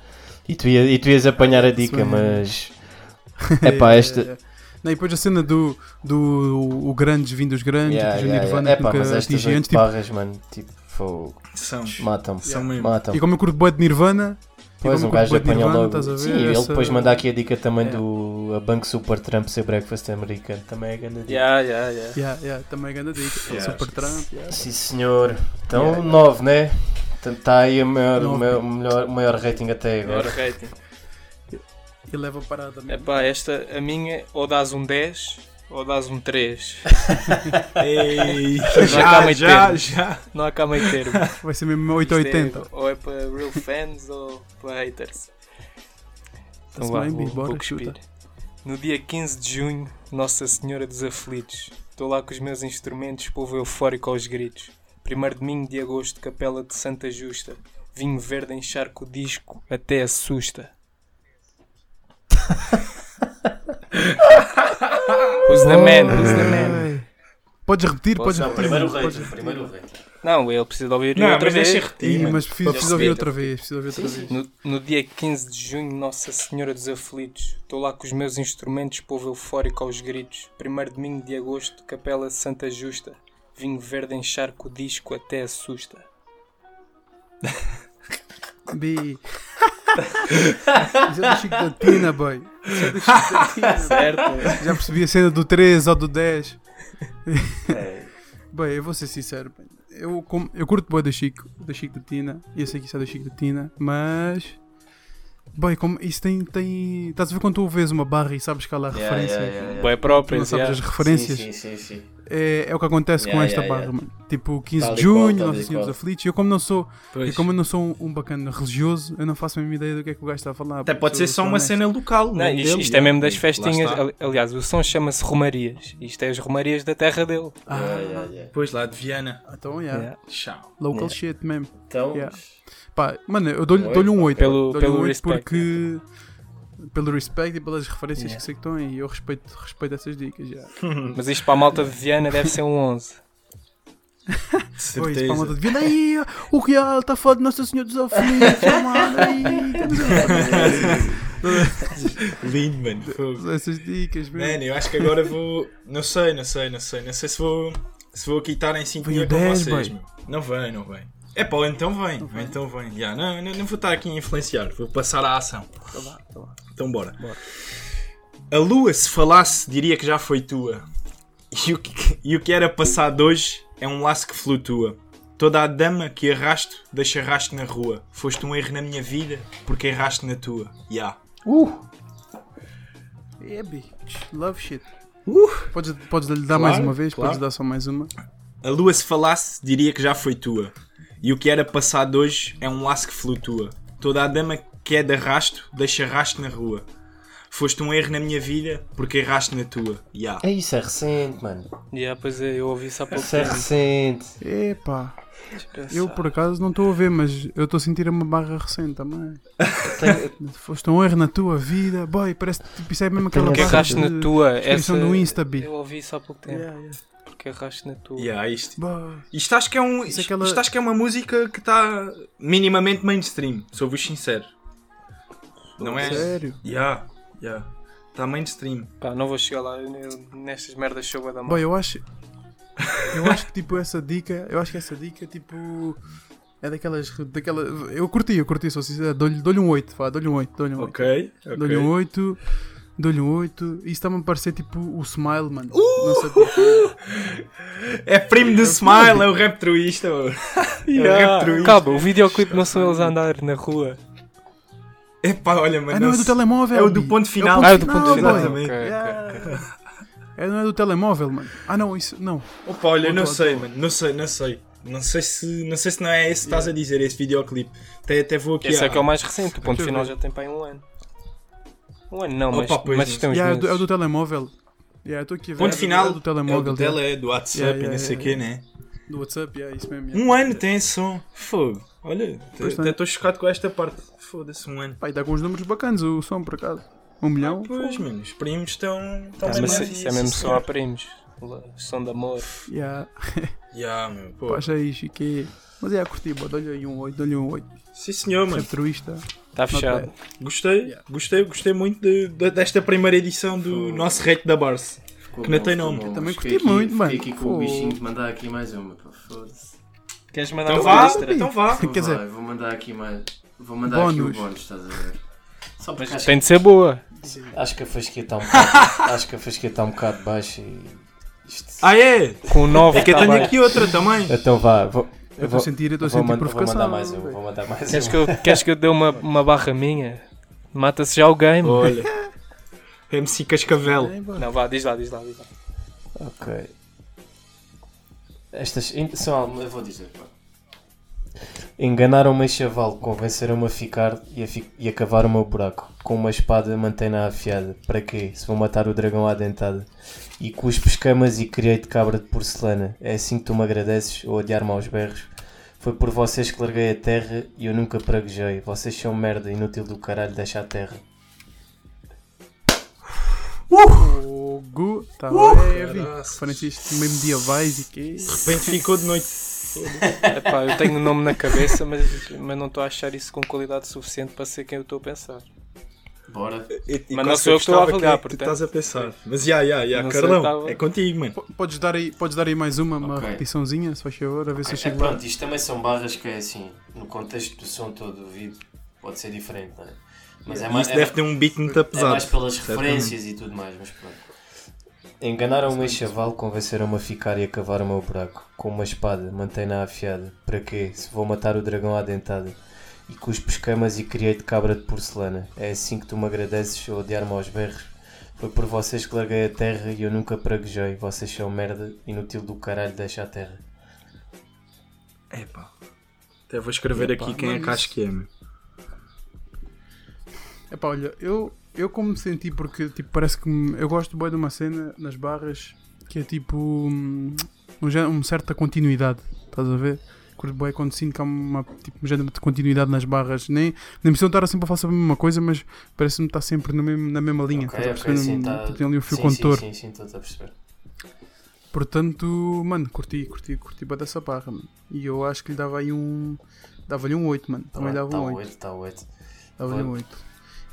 E tu, ia, e tu ias apanhar a dica,
Sim.
mas. É pá, esta.
Não, e depois a cena do, do o grandes vindo dos grandes,
Yeah,
yeah,
yeah,
Nirvana
yeah. É
que
pá, mas
nunca
estas
atingi antes.
oito
Tipo, é
barras, mano, tipo, fogo.
São.
Matam-me.
São mesmo.
e
Matam-me.
como eu curto boa de Nirvana, como
Pois um
eu curto
gajo
bué de
apanha
Nirvana,
logo.
estás a ver,
Sim, ele
essa- É.
depois manda aqui a dica também
Yeah.
do a Banco Super Trump ser breakfast americano. Também é grande
tipo.
dica.
Yeah, yeah, yeah.
yeah, yeah, também é grande dica.
Yeah.
Super Trump. Yeah.
Sim, senhor. Então, 9, né? Está aí o maior, o
Nove.
maior, o melhor- o maior rating até
Melhor
agora.
rating.
E leva parada mesmo.
Epá, esta, a minha, ou dás um 10 ou dás um 3.
Ei,
Já,
já, já, já.
Não há cá meio termo.
Vai ser mesmo
Isto é-
880.
ou é para real fans ou para haters. Então
Tá-se
vá,
bem,
vou,
Bi, bora,
vou cuspir.
chuta.
No dia 15 de junho, Nossa Senhora dos Aflitos. Estou lá com os meus instrumentos, povo eufórico aos gritos. Primeiro domingo de agosto, Capela de Santa Justa. Vinho verde encharca o disco, até assusta. Who's the man? Who's the man?
Podes repetir, podes
Não,
é
repetir.
primeiro
podes
rating,
repetir.
primeiro rating.
Não, ele precisa de ouvir
Não,
outra
mas é-
vez.
deixa repetir.
Ih,
mano.
mas preciso,
para
preciso ouvir
perceber.
outra vez. Preciso ouvir outra vez.
No, no dia 15 de junho, Nossa Senhora dos Aflitos, estou lá com os meus instrumentos, povo eufórico aos gritos. Primeiro domingo de agosto, Capela Santa Justa. Vinho verde encharca o disco até assusta.
Bi. Isso é do Chico da Tina, boy. Isso é do Chico da Tina.
Certo?
Já percebi a cena do 3 ou do 10.
É.
Bem, eu vou ser sincero. bem, Eu, com- eu curto boa do Chico, do Chico da Tina. e Eu sei que isso é do Chico da Tina, mas. Bem, como isso tem. tem... Estás a ver quando tu vês uma barra e sabes que ela é a
Yeah,
referência?
yeah, yeah, yeah.
Boé
Tu não
próprias,
sabes as
já.
referências?
Sim, sim, sim, sim.
É, é o que acontece
Yeah,
com esta
yeah,
barra, mano. Tipo, 15
Tal
de
e qual,
junho,
tal
Nossa
e
Senhora dos
qual.
Aflitos. Eu, como não sou,
Pois.
eu como não sou um, um bacana religioso, eu não faço a mesma ideia do que é que o gajo está a falar.
Até pode
sou-
ser só
sou
uma
honesto.
cena local.
Não,
dele,
isto, isto é mesmo das
Lá
festinhas.
está.
ali- Aliás, o som chama-se Romarias. Isto é as Romarias da terra dele.
Ah,
Yeah, yeah, yeah.
Pois lá de Viana.
Então, yeah.
Yeah.
Tchau.
Local shit mesmo.
Então,
Yeah. Pá, mano, eu dou-lhe
Oito,
dou um 8.
Pelo-
dou-lhe
pelo
um 8
respect.
porque. Pelo respeito e pelas referências
Yeah.
que sei que estão aí. Eu respeito, respeito essas dicas. já.
Mas isto para a malta de Viana deve ser um 11.
De
Oi,
certeza.
isso é para a malta de Viana. Aí, o Real está fora de Nossa Senhora dos Aflitos, mano. Aí, tá
Lindo, mano. Fogo.
todas essas dicas,
Mano,
velho.
eu acho que agora vou. Não sei, não sei, não sei. Não sei se vou. Se vou aqui estar em
Vem
sintonia
o
com
10,
vocês,
boy.
meu. Não vem, não vem. É pá, então vem, então vem. Já, não, não, não vou estar aqui a influenciar, vou passar à ação. Então bora. A lua, se falasse, diria que já foi tua. E o que, e o que era passado hoje é um laço que flutua. Toda a dama que arrasto, deixa arrasto na rua. Foste um erro na minha vida, porque erraste na tua. Já.
É, bitch. Love shit. Podes, podes lhe dar
Claro,
mais uma vez?
claro.
Podes dar só mais uma?
A lua se falasse, diria que já foi tua. E o que era passado hoje é um laço que flutua. Toda a dama que é de arrasto, deixa arrasto na rua. Foste um erro na minha vida, porque erraste na tua. Ya.
É isso, é recente, mano.
Yeah, pois é, eu ouvi isso há pouco
Isso é
tempo.
recente.
Epá. Eu por acaso não estou a ver, mas eu estou a sentir uma barra recente também. Foste um erro na tua vida, boy. Parece que tipo, isso é mesmo aquela
Porque
barra
arraste na
de-
tua.
descrição
essa-
do Insta, bi.
Eu ouvi isso há pouco tempo. Porque arraste na tua.
Ya, isto.
Boy.
Isto acho, que é um,
Isso é
isto,
aquela-
isto acho que é uma música que está minimamente mainstream, sou-vos sincero. Não é?
Sério?
Ya, ya. Está mainstream.
Pá, não vou chegar lá. eu- eu- nestas merdas chuva da mão.
Boy, eu acho. Eu acho que tipo essa dica. Eu acho que essa dica tipo. É daquelas. Daquela, eu curti, eu curti, sou sincero. Dou-lhe dou um 8, vá, dou-lhe um 8, dou-lhe um 8.
Ok,
Dou-lhe um 8. Dou-lhe um 8. Isso está-me a parecer tipo o smile, mano.
Uh!
Não sei porquê.
É primo do Smile, é o rap truísta. mano. É o rap truísta.
Calma, Ah, o videoclipe não são eles a andar na rua.
Epá, olha, mano.
Ah, não, é do
sei.
telemóvel.
É o do
bi.
ponto final.
Ah, é o do ponto final.
boy.
Exatamente.
Ok,
É, não é do telemóvel, mano. Ah, não, isso. Não.
Opa, olha, não
Outro,
sei, mano. Não sei, não sei. Não sei se não, sei se não é esse que estás a dizer, esse videoclipe. Até, até vou aqui.
Esse
à-
é que é o mais recente. O ponto
Deixa eu
final
ver.
já tem para aí um ano. Um ano não, mas,
Opa, pois
mas
não.
estão os
Yeah, é, do, é
meses.
do telemóvel. Yeah, eu tô aqui a ver.
Ponto
É do-
final.
é do telemóvel.
é o do tele, é do WhatsApp
Yeah,
e
yeah,
não sei o
yeah,
quê, né?
yeah. Do WhatsApp, yeah, é isso mesmo. Yeah.
Um ano tem esse som. Fogo. Olha,
Pois
até
tem.
estou chocado com esta parte. Foda-se, um ano.
Pá, e dá com uns números bacanas o som, por acaso. Um milhão.
Ah, Pois, mano, os primos estão. estão
Ah,
bem
mas
mais
isso é
isso,
mesmo
sim.
só a primos. Som de amor.
Yeah.
Ya, meu, pô.
Pô, achei isso que. Mas é, yeah, curti, bó. Dou-lhe aí um 8, dou-lhe um 8.
Sim, senhor, mano.
Altruísta. Tá
Está Tá fechado.
Gostei, gostei, gostei muito de- de- desta primeira edição do nosso Rec da Barça. Que não tem nome.
também
Fiquei
curti muito,
fiquei
mano.
aqui com o
Fogo.
bichinho de mandar aqui mais uma, pá. Foda-se.
Queres mandar
Então
um
vá,
extra?
então vá.
Quer dizer-
Vai, Vou mandar aqui mais. Vou mandar
Bónus.
aqui o bónus, estás a ver? Só porque acho,
Tem de ser boa.
acho que a fasquia está um bocado. acho que a fasquia está um bocado baixa e. Isto...
Ah, é?
Com um tá o 9
É que eu tenho aqui outra também.
Então vá, vou.
Eu estou a sentir, eu estou a
vou,
sentir
man- vou
provocação.
mandar mais uma,
velho.
vou mandar mais um.
Queres
uma.
que eu, queres que eu dê uma, uma barra minha? Mata-se já o game.
Olha. MC Cascavel.
É, bó.
Não, vá, diz lá, diz lá, diz lá.
Ok. Estas in- são algumas. Eu vou dizer, pá. Enganaram-me em chaval, convenceram-me a ficar e, a fi- e a cavar o meu buraco. Com uma espada mantém-na afiada. Para quê? Se vou matar o dragão à dentada. E cuspo escamas e criei de cabra de porcelana. É assim que tu me agradeces ou odiar-me aos berros. Foi por vocês que larguei a terra e eu nunca praguejei. Vocês são merda, inútil do caralho, deixa a terra.
é? Uh! Fogo. Tá bem, eu vi. Referências medievais e que.
De repente ficou de noite.
Epá, eu tenho o nome na cabeça, mas, mas não estou a achar isso com qualidade suficiente para ser quem eu estou a pensar.
Bora.
Mas não sou eu que estou a avaliar,
porque tu
portanto.
estás a pensar. Mas já, já, já,
Não sei,
Carlão,
tava-
é contigo, mano.
P- Podes dar aí, podes dar aí mais uma, uma
Ok.
repetiçãozinha, se faz favor, a ver se eu
É,
chego lá.
pronto, isto também são barras que é assim, no contexto do som todo do vídeo, pode ser diferente, não é? Mas é
E
mais,
isso
é,
deve ter um beat muito
é
pesado.
mais pelas
certamente.
referências e tudo mais, mas pronto. Enganaram-me em chaval, convenceram-me a ficar e a cavar o meu buraco. Com uma espada, mantém-na afiada. Para quê? Se vou matar o dragão à dentada. E cuspo escamas e criei de cabra de porcelana. É assim que tu me agradeces ou odiar-me aos berros. Foi por vocês que larguei a terra e eu nunca praguejei. Vocês são merda, inútil do caralho, deixa a terra.
Epá. Até vou escrever aqui quem é que acho que é, meu.
Epá, olha, eu, eu como me senti, porque tipo, parece que me- eu gosto bem de uma cena nas barras que é tipo hum, um, gé- uma certa continuidade, estás a ver? Curto bem quando sinto que há uma, tipo, um género de continuidade nas barras, nem, nem precisam estar sempre a falar sobre a mesma coisa, mas parece-me estar sempre no mesmo- na mesma linha,
Ok,
estás a
ok,
perceber?
sim,
Um-
tá-
tipo, Tem ali o fio
sim,
condutor.
Sim, sim, sim, estou a perceber.
Portanto, mano, curti, curti, curti bem dessa barra, mano. E eu acho que lhe dava aí um. Dava-lhe um 8, mano.
Tá
Também
bem,
dava
tá
um 8.
oito, tá oito.
Dava-lhe um
Bom.
8.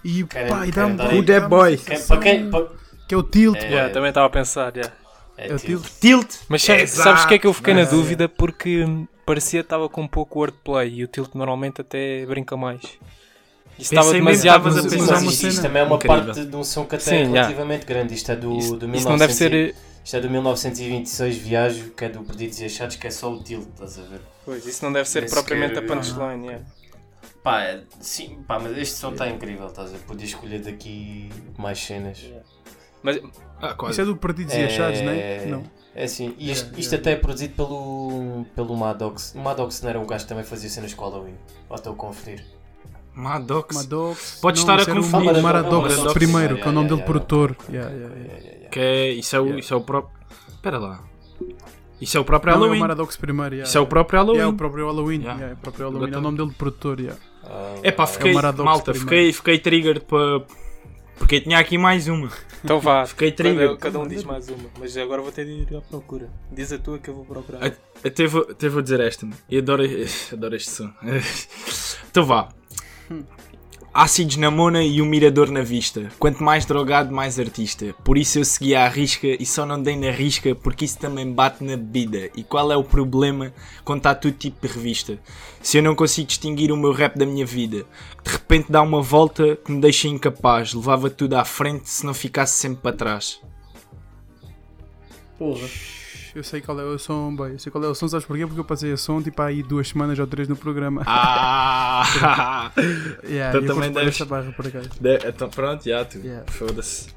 E
Querem-
pá, e
querem
dá-me
dar
dá-me
aí-
uma
Good boy.
Quem-
sensação
Para quem. Para...
Que é o tilt,
É.
é,
Yeah, também estava a pensar, yeah.
É,
o tilt.
Tilt!
Mas sabe-
Exato,
sabes o que é que eu fiquei na
mas-
dúvida? Porque hum, parecia que estava com um pouco wordplay e o tilt normalmente até brinca mais. Isso
Pensei
estava
mesmo
demasiado.
que estavas a
Mas
Mas
pensar
isto,
uma
isto
cena
também é uma
incrível.
parte de um som que até
Sim,
é
já.
relativamente grande. Isto é do,
isso,
do
isso não deve
1900 e-
ser.
Isto é do 1926 Viajo, que é do Perdidos e Achados, que é só o tilt, estás a ver?
Pois, isso não deve ser
Nesse
propriamente
que- é-
a punchline. yeah.
Pá, é- sim, pá, mas este som está incrível, estás a ver? Podia escolher daqui mais cenas.
Mas
Ah,
Isso
quase.
é do Partidos e Achados, não é? Não.
É sim, e isto, isto até é produzido pelo, pelo Maddox. O Maddox não era um gajo que também fazia cenas com Halloween. Ou estou a conferir.
Maddox.
Maddox.
Pode
não,
estar a
isso era o
confundir.
Mara-
Maradox,
Maradox,
Maradox,
primeiro,
sim,
que é o nome
yeah,
dele
yeah,
produtor.
yeah,
Yeah, yeah, yeah.
yeah, yeah, yeah.
Que é, isso, é o,
Yeah.
isso é o próprio. Espera lá. Isso é o próprio
Não, é o
Halloween.
Maradox primeiro. yeah,
Isso é o
yeah.
próprio Halloween.
Yeah, é o próprio Halloween.
Yeah.
yeah, É o próprio Halloween. É o nome dele de produtor. yeah.
Ah,
É pá,
ah,
fiquei.
Maradox
malta,
primeiro.
fiquei, fiquei triggered para. Porque eu tinha aqui mais um, uma.
então vá,
Fiquei
cada,
trigger.
cada um diz mais uma. Mas agora vou ter de ir à procura. Diz a tua que eu vou procurar.
Ah, Até vou, até vou dizer esta, mano. Eu adoro, adoro este som. então vá. Ácidos na mona e o mirador na vista. Quanto mais drogado, mais artista. Por isso eu segui à risca e só não dei na risca porque isso também bate na bebida. E qual é o problema quando está todo tipo de revista? Se eu não consigo distinguir o meu rap da minha vida, de repente dá uma volta que me deixa incapaz. Levava tudo à frente se não ficasse sempre para trás.
Eu sei qual é o som, boy. Eu sei qual é o som, sabes porquê? Porque eu passei a som tipo há aí duas semanas ou três no programa.
Ah!
yeah,
então
eu
também
curto bem
deves-
essa barra por acaso.
De- então pronto, já tu.
Yeah.
Foda-se.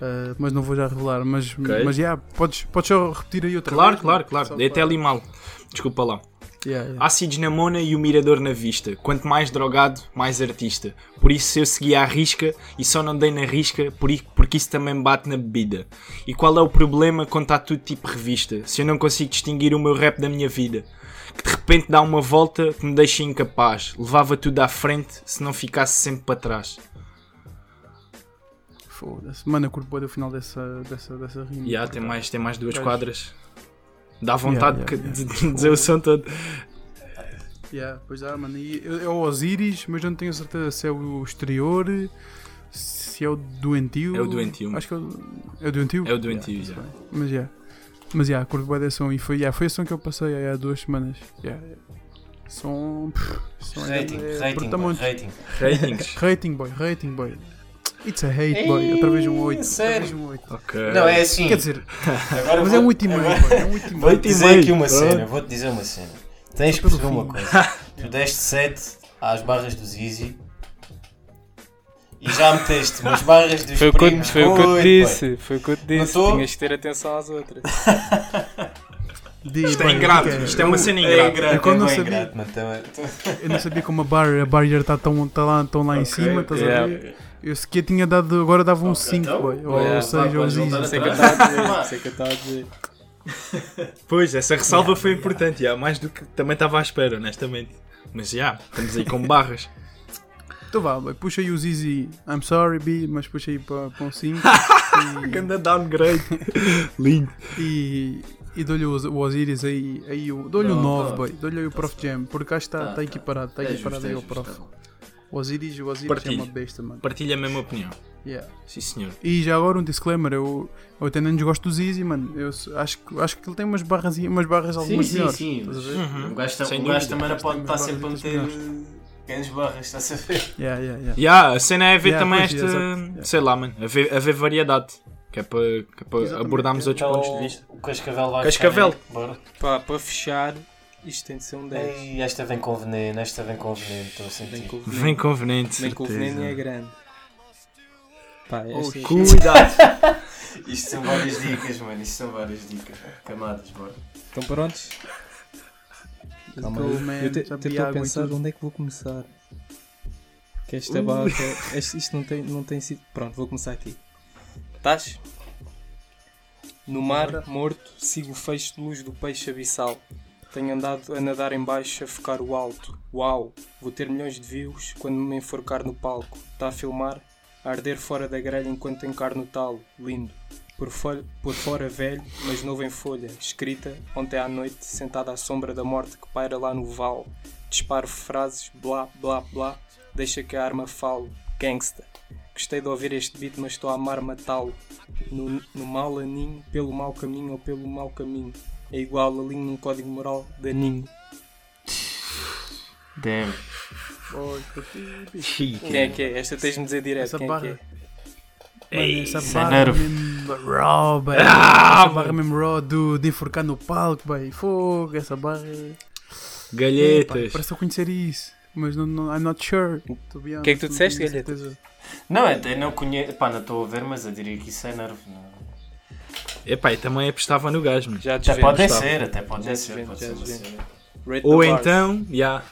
Uh, mas não vou já revelar. Mas,
Ok.
mas yeah, podes, podes só repetir aí outra
Claro,
vez,
claro,
mano,
claro.
só
Dei até
para-
ali mal. Desculpa lá.
Yeah, yeah.
Ácidos na mona e o mirador na vista. Quanto mais drogado, mais artista. Por isso eu segui à risca e só não dei na risca por i- porque isso também bate na bebida. E qual é o problema quando está tudo tipo revista? Se eu não consigo distinguir o meu rap da minha vida. Que de repente dá uma volta que me deixa incapaz. Levava tudo à frente se não ficasse sempre para trás. Ah.
Foda-se. Mano, eu curto bem do final dessa, dessa, dessa rima.
E há, tem mais, tem mais duas
Pois.
quadras. Dá vontade
yeah,
que-
yeah.
de- de dizer o som todo.
Yeah, pois há, mano. E é é o Osiris, mas eu não tenho certeza se é o exterior, se é o doentio.
É o doentio, mano.
Acho que é o, é o doentio.
É o doentio,
Yeah,
já.
tá-se bem. Mas yeah. Mas yeah, curto bué desse som. E foi, yeah, foi esse som que eu passei yeah, há duas semanas. Yeah, yeah. Som. Pff, som é-
Rating,
é
rating,
brutamonte.
mano, rating.
Ratings.
Rating, boy, rating, boy. It's a hate, boy. Outra vez um 8. Outra
sério?
vez um 8.
Ok.
Não, é assim.
Quer dizer,
agora
mas é
vou-
um 8,5,
agora-
boy. É um 8,5.
Vou-te dizer
meio,
aqui uma
pronto.
cena, vou-te dizer uma cena. Tens que
pelo
perceber uma
fim.
coisa. Tu deste 7 às barras do Zizi e já meteste umas barras dos
Foi o que, eu-
primos.
foi o que eu te
Oi, pai.
disse, foi o que eu te disse.
tô-
Tinhas que ter atenção às outras.
Diz,
Isto é
boy,
ingrato,
fica-
isto é uma cena
É
ingrata.
ingrato,
Eu quando
é
não
bem
sabia.
ingrato, mano. Então, é-
Eu não sabia como a, bar, a barrier está tão, tá lá, tão lá em cima, estás a ver? Eu sequer tinha dado, agora dava um 5,
então,
boy.
é,
Ou
vá,
6, ou
podes voltar
10.
Sei que eu
atrás.
estava a dizer, sei que eu estava a dizer.
Pois, essa ressalva foi importante, já, mais do que também estava à espera, honestamente. Mas já, estamos aí com barras.
Então vá, boy, puxa aí o Zizi. I'm sorry, B, mas puxa aí para um 5.
Ganda downgrade. Lindo.
e, e dou-lhe o, Os- o Osiris aí, aí o- dou-lhe o
Não,
9,
tá.
boy. Dou-lhe aí o
Tá
Prof
certo.
Jam, porque cá está,
Tá,
está
tá.
equiparado, está
É justo,
equiparado aí
é
ao
justo,
Prof.
tá bom.
O Osiris, o Osiris
Partilho.
é uma besta, mano.
Partilho a mesma opinião.
Yeah.
Sim, senhor.
E já agora um disclaimer, eu, eu até nem desgosto do Zizi, mano. Eu s- acho, que- acho que ele tem umas barras, umas barras
Sim,
algumas
sim,
melhores.
sim.
estás a
mas
ver?
Uhum.
O gajo, ta-
Sem
o
dúvida.
gajo também não pode
Tem
estar
umas
sempre a
barras
meter grandes barras, está a saber?
Yeah, yeah, yeah.
Yeah, a cena é haver
Yeah,
também
pois,
esta.
exato. Yeah.
Sei lá, mano. Haver, haver variedade. Que é para, que é para
Exatamente.
abordarmos outros
Então,
pontos de vista.
o Cascavel vai
Cascavel.
ficar, né? Bora.
Pá, para fechar, isto tem de ser um 10.
Ei, esta vem com veneno, esta vem com veneno, estou a
Bem
sentir.
conveniente.
É Vem conveniente.
Bem conveniente e é
certeza.
grande. Pá, esta-
Cuidado.
Isto são várias dicas, mano, isto são várias dicas. Camadas, bora.
Estão prontos? Calma
Go,
aí.
man,
eu te-
já
até
bebi
estou a
água e
pensar de
tudo.
onde é que vou começar. Que esta barra.
Uh.
este- isto não tem, não tem sido. Pronto, vou começar aqui. Estás? No mar morto, sigo o feixe de luz do peixe abissal. Tenho andado a nadar em baixo, a focar o alto. Uau! Vou ter milhões de views quando me enforcar no palco. Está a filmar? A arder fora da grelha enquanto encarno o talo. Lindo. Por, fol- por fora velho, mas novo em folha. Escrita ontem à noite, sentada à sombra da morte que paira lá no val. Disparo frases, blá, blá, blá. Deixa que a arma fale. Gangsta. Gostei de ouvir este beat, mas estou a amar matá-lo. No, no mal aninho, pelo mau caminho ou pelo mau caminho. É igual alinho num código moral daninho.
Damn.
Boy, curti, bicho.
Quem é que é? Esta tens de me dizer direto.
Essa
Quem é que
barra.
é?
Mano, essa
sem
barra
nervo.
mesmo raw, boy. essa barra mesmo raw do, de enforcar no palco, boy. Fogo, essa barra. é- Epá,
Galhetas.
Parece eu conhecer isso, mas não, não, I'm not sure. O
O que é que tu disseste, Galheta?
Não, eu eu não conheço, pá, não estou a ver, mas eu diria que isso é nervo. Não.
Epá, e também apostava no gajo, mano.
Já
Até
desvemos.
pode
Gustavo.
ser, até pode
Já
ser,
desvemos,
pode
já
ser uma
desvemos.
cena.
Rate the
Ou
bars.
então, já.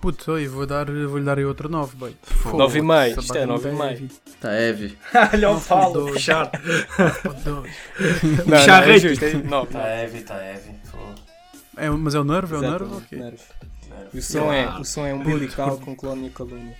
Puto, olha, vou dar, vou-lhe dar aí outro 9, boy.
Nove e meio.
Essa
Isto
barra
é
não
nove e
tem
meio.
Tá heavy.
Está heavy.
Olha
o Paulo,
puxar.
Puto, dois.
Não,
Já
não, é
rate.
justo, é justo. Nove,
Está
nove.
Tá, heavy, está heavy. Fogo.
É, mas é o nervo, é o
Exato,
nervo? Ok.
nervo.
Nervo.
E o som é, o som é umbilical com colónia e calúnia.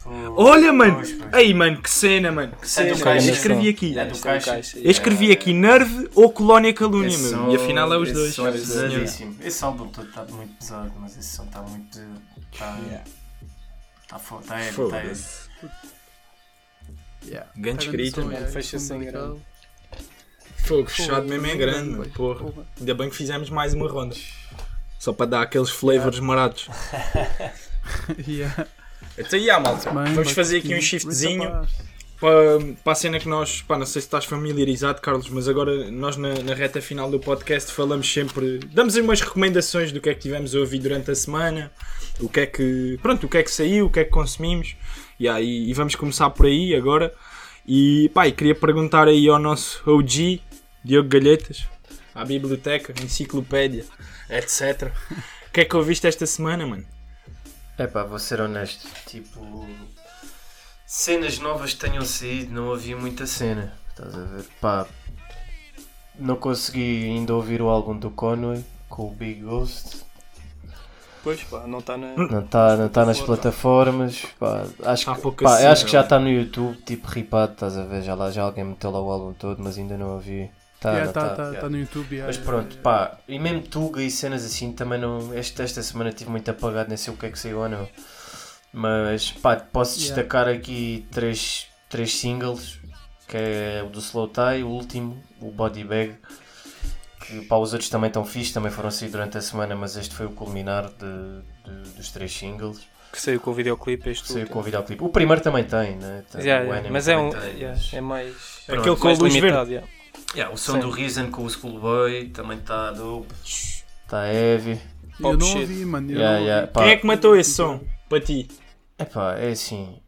Fogo.
Olha, mano.
Pois, pois.
Ei, mano, que cena, mano. Que cena.
É do
Eu
caixa.
escrevi aqui.
É
Eu
do
Isto é um
caixa.
caixa, yeah.
escrevi aqui Nerve ou Colónia Calúnia,
Esse
meu.
som-
E afinal é os
esse
dois.
som é
Sim, senhor.
pesadíssimo. Esse álbum todo está muito pesado, mas esse som está muito pesado. Está
Yeah.
tá fo- tá heavy, está heavy.
Foda-se.
Yeah.
Grande
Tá grande
escrita,
som,
mano.
yeah,
Fecha
som
sem
musical.
grande.
Fogo, fechado mesmo é grande,
Fogo.
mano. Porra. Ainda bem que fizemos mais uma ronda. Só para dar aqueles flavors marados.
Yeah.
Então, yeah, malta.
Bem,
Vamos
boy,
fazer aqui um
curti.
shiftzinho.
Rapaz.
para, para a cena que nós, pá, não sei se estás familiarizado, Carlos, mas agora nós na, na reta final do podcast falamos sempre, damos aí umas recomendações do que é que tivemos a ouvir durante a semana, o que é que, pronto, o que é que saiu, o que é que consumimos, e aí e vamos começar por aí agora. E pá, e queria perguntar aí ao nosso OG, Diogo Galhetas, à biblioteca, enciclopédia, etc. O que é que ouviste esta semana, mano?
Epá, vou ser honesto. Tipo, cenas novas que tenham saído, não havia muita cena. Estás a ver? Pá, não consegui ainda ouvir o álbum do Conway com o Big Ghost.
Pois pá, não está na.
Não está não tá nas plataformas. Pá, acho,
Há
que,
pouca
pá,
cena,
acho que já
mano.
está no YouTube, tipo ripado, estás a ver? Já lá já alguém meteu lá o álbum todo, mas ainda não ouvi. Tá,
Yeah,
não
tá,
tá,
tá,
yeah.
tá no YouTube. yeah,
Mas
yeah,
pronto,
yeah.
pá, e mesmo Tuga e cenas assim também não. Este, esta semana estive muito apagado, nem sei o que é que saiu ou não. Mas pá, posso
Yeah.
destacar aqui três, três singles, que é o do Slow Tie, o último, o Body Bag, que pá, os outros também estão fixe, também foram sair durante a semana, mas este foi o culminar de- de- dos três singles.
Que saiu com o videoclipe este
Saiu com
último.
o videoclipe. O primeiro também tem, né? Tem,
Yeah,
o
yeah,
Enemy
Mas é
também
um.
tem,
yeah,
mas-
é mais.
Pronto.
Aquele com a
mais
luz verde.
limitado. yeah.
Yeah, o som
Sim.
do Reason com o Schoolboy também está dope. Está Tá heavy.
Eu
Pop
não
shit.
ouvi, mano. eu
Yeah,
não
yeah,
ouvi.
pá.
Quem é que matou esse som? Para ti.
Epá, é assim.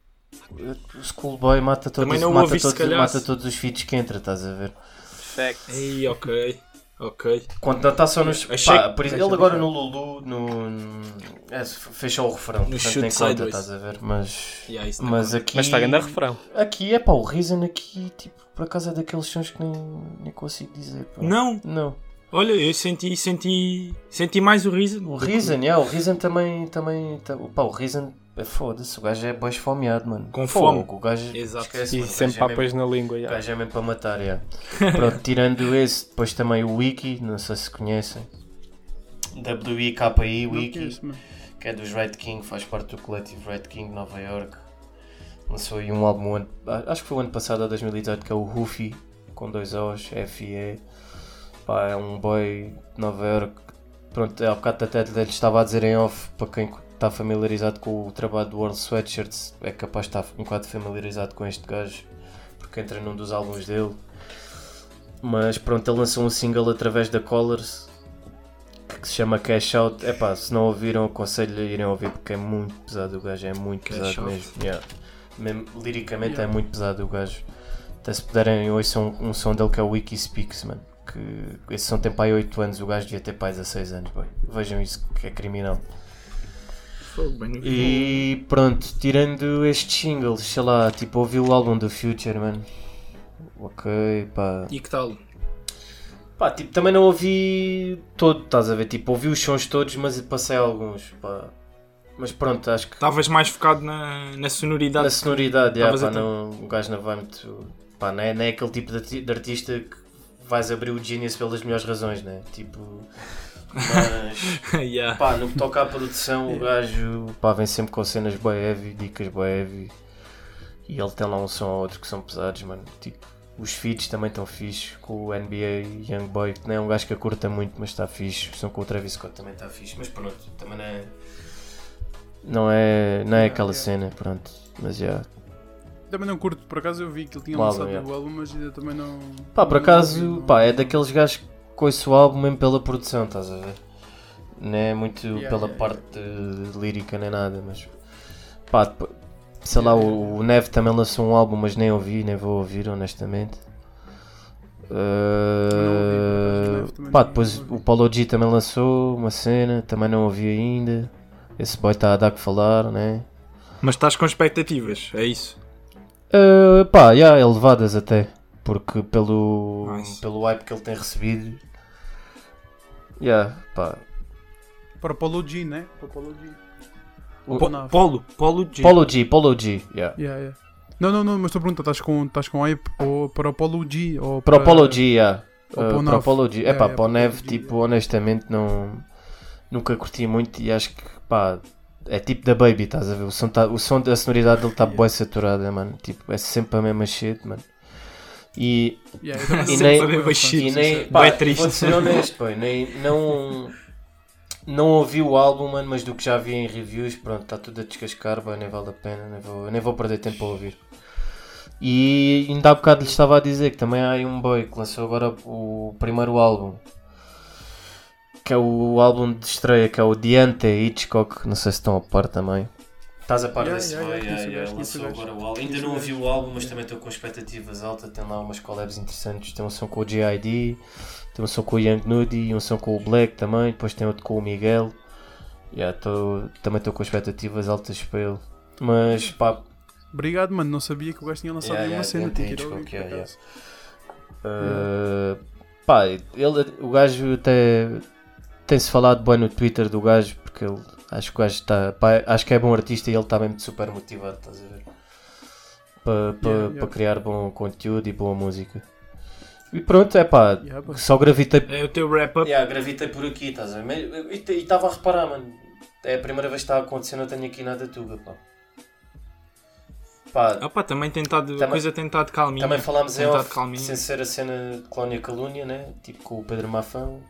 O Schoolboy mata todos,
Também não o
mata
ouviste, se
todos,
calhar.
mata todos os feeds que entra, estás a ver?
Facts.
Ei, ok, ok.
Quando não está só nos.
Achei
pá,
que-
por isso- ele agora no Lulu no, é, fechou o refrão, portanto
chute
nem conta,
sideways.
estás a ver? Mas,
Yeah, isso não é
mas
conta.
aqui.
Mas está grande refrão.
Aqui é pá, o Reason aqui, tipo, por acaso é daqueles sons que nem, nem consigo dizer. pá.
Não,
Não.
Olha, eu senti, senti, senti mais o riso.
O Reason, é, o Reason também, também, ta- tá, pá, o Reason É, Foda-se, o gajo é bem esfomeado, mano.
Com fome.
Fogo, O gajo
Exato.
esquece,
E
mano, o
sempre
gajo é mesmo-
papas na língua.
o
já.
gajo é mesmo para matar, já. Pronto, tirando esse, depois também o Wiki, não sei se conhecem. WIKI,
Não
Wiki.
conheço, mano.
que é dos Red King, faz parte do coletivo Red King Nova York. Lançou aí um álbum, ano- a- acho que foi o ano passado, ou 2018, que é o Rufi, com dois O's, F-E. Pá, é um boy de Nova York. Pronto, há bocado até lhe estava a dizer em off, para quem está familiarizado com o trabalho do World Sweatshirts, é capaz de estar um bocado familiarizado com este gajo, porque entra num dos álbuns dele. Mas pronto, ele lançou um single através da Colors, que se chama Cash Out. É pá, se não ouviram, aconselho a irem ouvir porque é muito pesado o gajo, é muito pesado mesmo. Yeah. Mesmo, liricamente é muito pesado o gajo. Até se puderem, ouçam um, um som dele que é o Wiki Speaks, mano. Que esse som tem pai 8 anos, o gajo devia ter pai 16 anos, boy. Vejam isso que é criminal. E pronto, tirando estes singles, sei lá, tipo, ouvi o álbum do Future, mano. Ok, pá.
E que tal?
Pá, tipo, também não ouvi todo, estás a ver? Tipo, ouvi os sons todos, mas passei alguns, pá. Mas pronto, acho que
Estavas mais focado na, na sonoridade.
na sonoridade, já,
Estavas
pá,
atento.
não, o gajo não vai muito. Pá, não é, não é aquele tipo de, arti- de artista que vais abrir o Genius pelas melhores razões, né? Tipo. Mas,
Yeah.
pá, no que toca à produção, o gajo, pá, vem sempre com cenas boy heavy, dicas boy heavy. E ele tem lá um som ou outro que são pesados, mano. Tipo, os feats também estão fixe. Com o NBA Young Boy, que não é um gajo que a curta muito, mas está fixe. O som com o Travis Scott também está fixe. Mas pronto, também não é. Não é, não é aquela cena, pronto. Mas já.
Também não curto, por acaso eu vi que ele tinha
O álbum,
lançado
yeah.
o álbum, mas ainda também não.
Pá, por
não
acaso,
ouvi, não.
pá, é daqueles gajos que coiça o álbum mesmo pela produção, estás a ver? Não é muito
Yeah,
pela
yeah,
parte eh, lírica nem nada, mas pá, depo- sei lá, o, o Neve também lançou um álbum, mas nem ouvi, nem vou ouvir, honestamente. Eh,
Não ouvi, por acaso, o Neve também
pá,
não-
depois
não ouvi.
o Paulo G também lançou uma cena, também não ouvi ainda. Esse boy está a dar que falar, né?
Mas estás com expectativas, é isso.
Uh, pá, yeah, elevadas até. Porque pelo,
Nice.
pelo hype que ele tem recebido. Yeah, pá.
Para o Paulo G, né? Para o Paulo G.
O-
Para o
Po-
Nav.
Polo, Polo G.
Polo G, Polo G. Yeah.
Yeah, yeah. Não, não, não, mas estou a perguntar, estás com, estás com hype ou para o Paulo G? Ou
Para
para
o Polo G, yeah.
Eh, ou para o
Uh, para o
Nav.
Polo G. É
Yeah,
pá,
yeah,
para o
para o
Neve,
G,
tipo,
yeah.
honestamente, não, nunca curti muito e acho que, pá, é tipo da Baby, estás a ver? O som, tá, o som da sonoridade dele tá está
Yeah.
bem saturada, mano. Tipo, é sempre a mesma shit, mano. E
Yeah, eu também
E
sou
nem-
bué fã.
E nem,
Pá,
pá,
é triste.
Vou ser honesto, pá, nem, não, não ouvi o álbum, mano, mas do que já vi em reviews, pronto, está tudo a descascar, pá, nem vale a pena, nem vou, nem vou perder tempo a ouvir. E ainda há bocado lhe estava a dizer que também há aí um boy que lançou agora o primeiro álbum, que é o álbum de estreia, que é o Diante Hitchcock, não sei se estão a par também. Estás a par
Yeah,
desse Oh,
yeah,
boy?
yeah, conheço o gajo,
lançou
conheço o
agora
gajo.
o álbum. Ainda não ouvi o álbum, mas também estou com expectativas altas. Tem lá umas collabs interessantes. Tem um som com o G.I.D., tem um som com o Young Nudy, um som com o Black também. Depois tem outro com o Miguel. Yeah, tô- também estou com expectativas altas para ele. Mas pá,
Obrigado, mano, não sabia que o gajo tinha lançado
Yeah,
nenhuma
yeah,
cena.
não
Tenho que
tem
ir ouvir,
desculpa,
por
yeah,
acaso.
Uh, pá, ele, o gajo até tem-se falado bem no Twitter do gajo, porque ele, acho que o gajo está, pá, acho que é bom artista e ele está mesmo super motivado, estás a ver? Para
Yeah, yeah.
criar bom conteúdo e boa música. E pronto, é pá,
Yeah, pá.
só gravitei
É o teu wrap-up.
Yeah, gravitei por aqui, estás a ver? E- E e estava a reparar, mano. É a primeira vez que está acontecendo, eu tenho aqui nada tuga, pá. Pá,
Ah pá, também tentado,
Também-
a coisa tentado calminha.
Também falámos em
Vontade
off,
de calminha.
sem ser a cena de Colónia Calúnia, né? Tipo com o Pedro Mafão.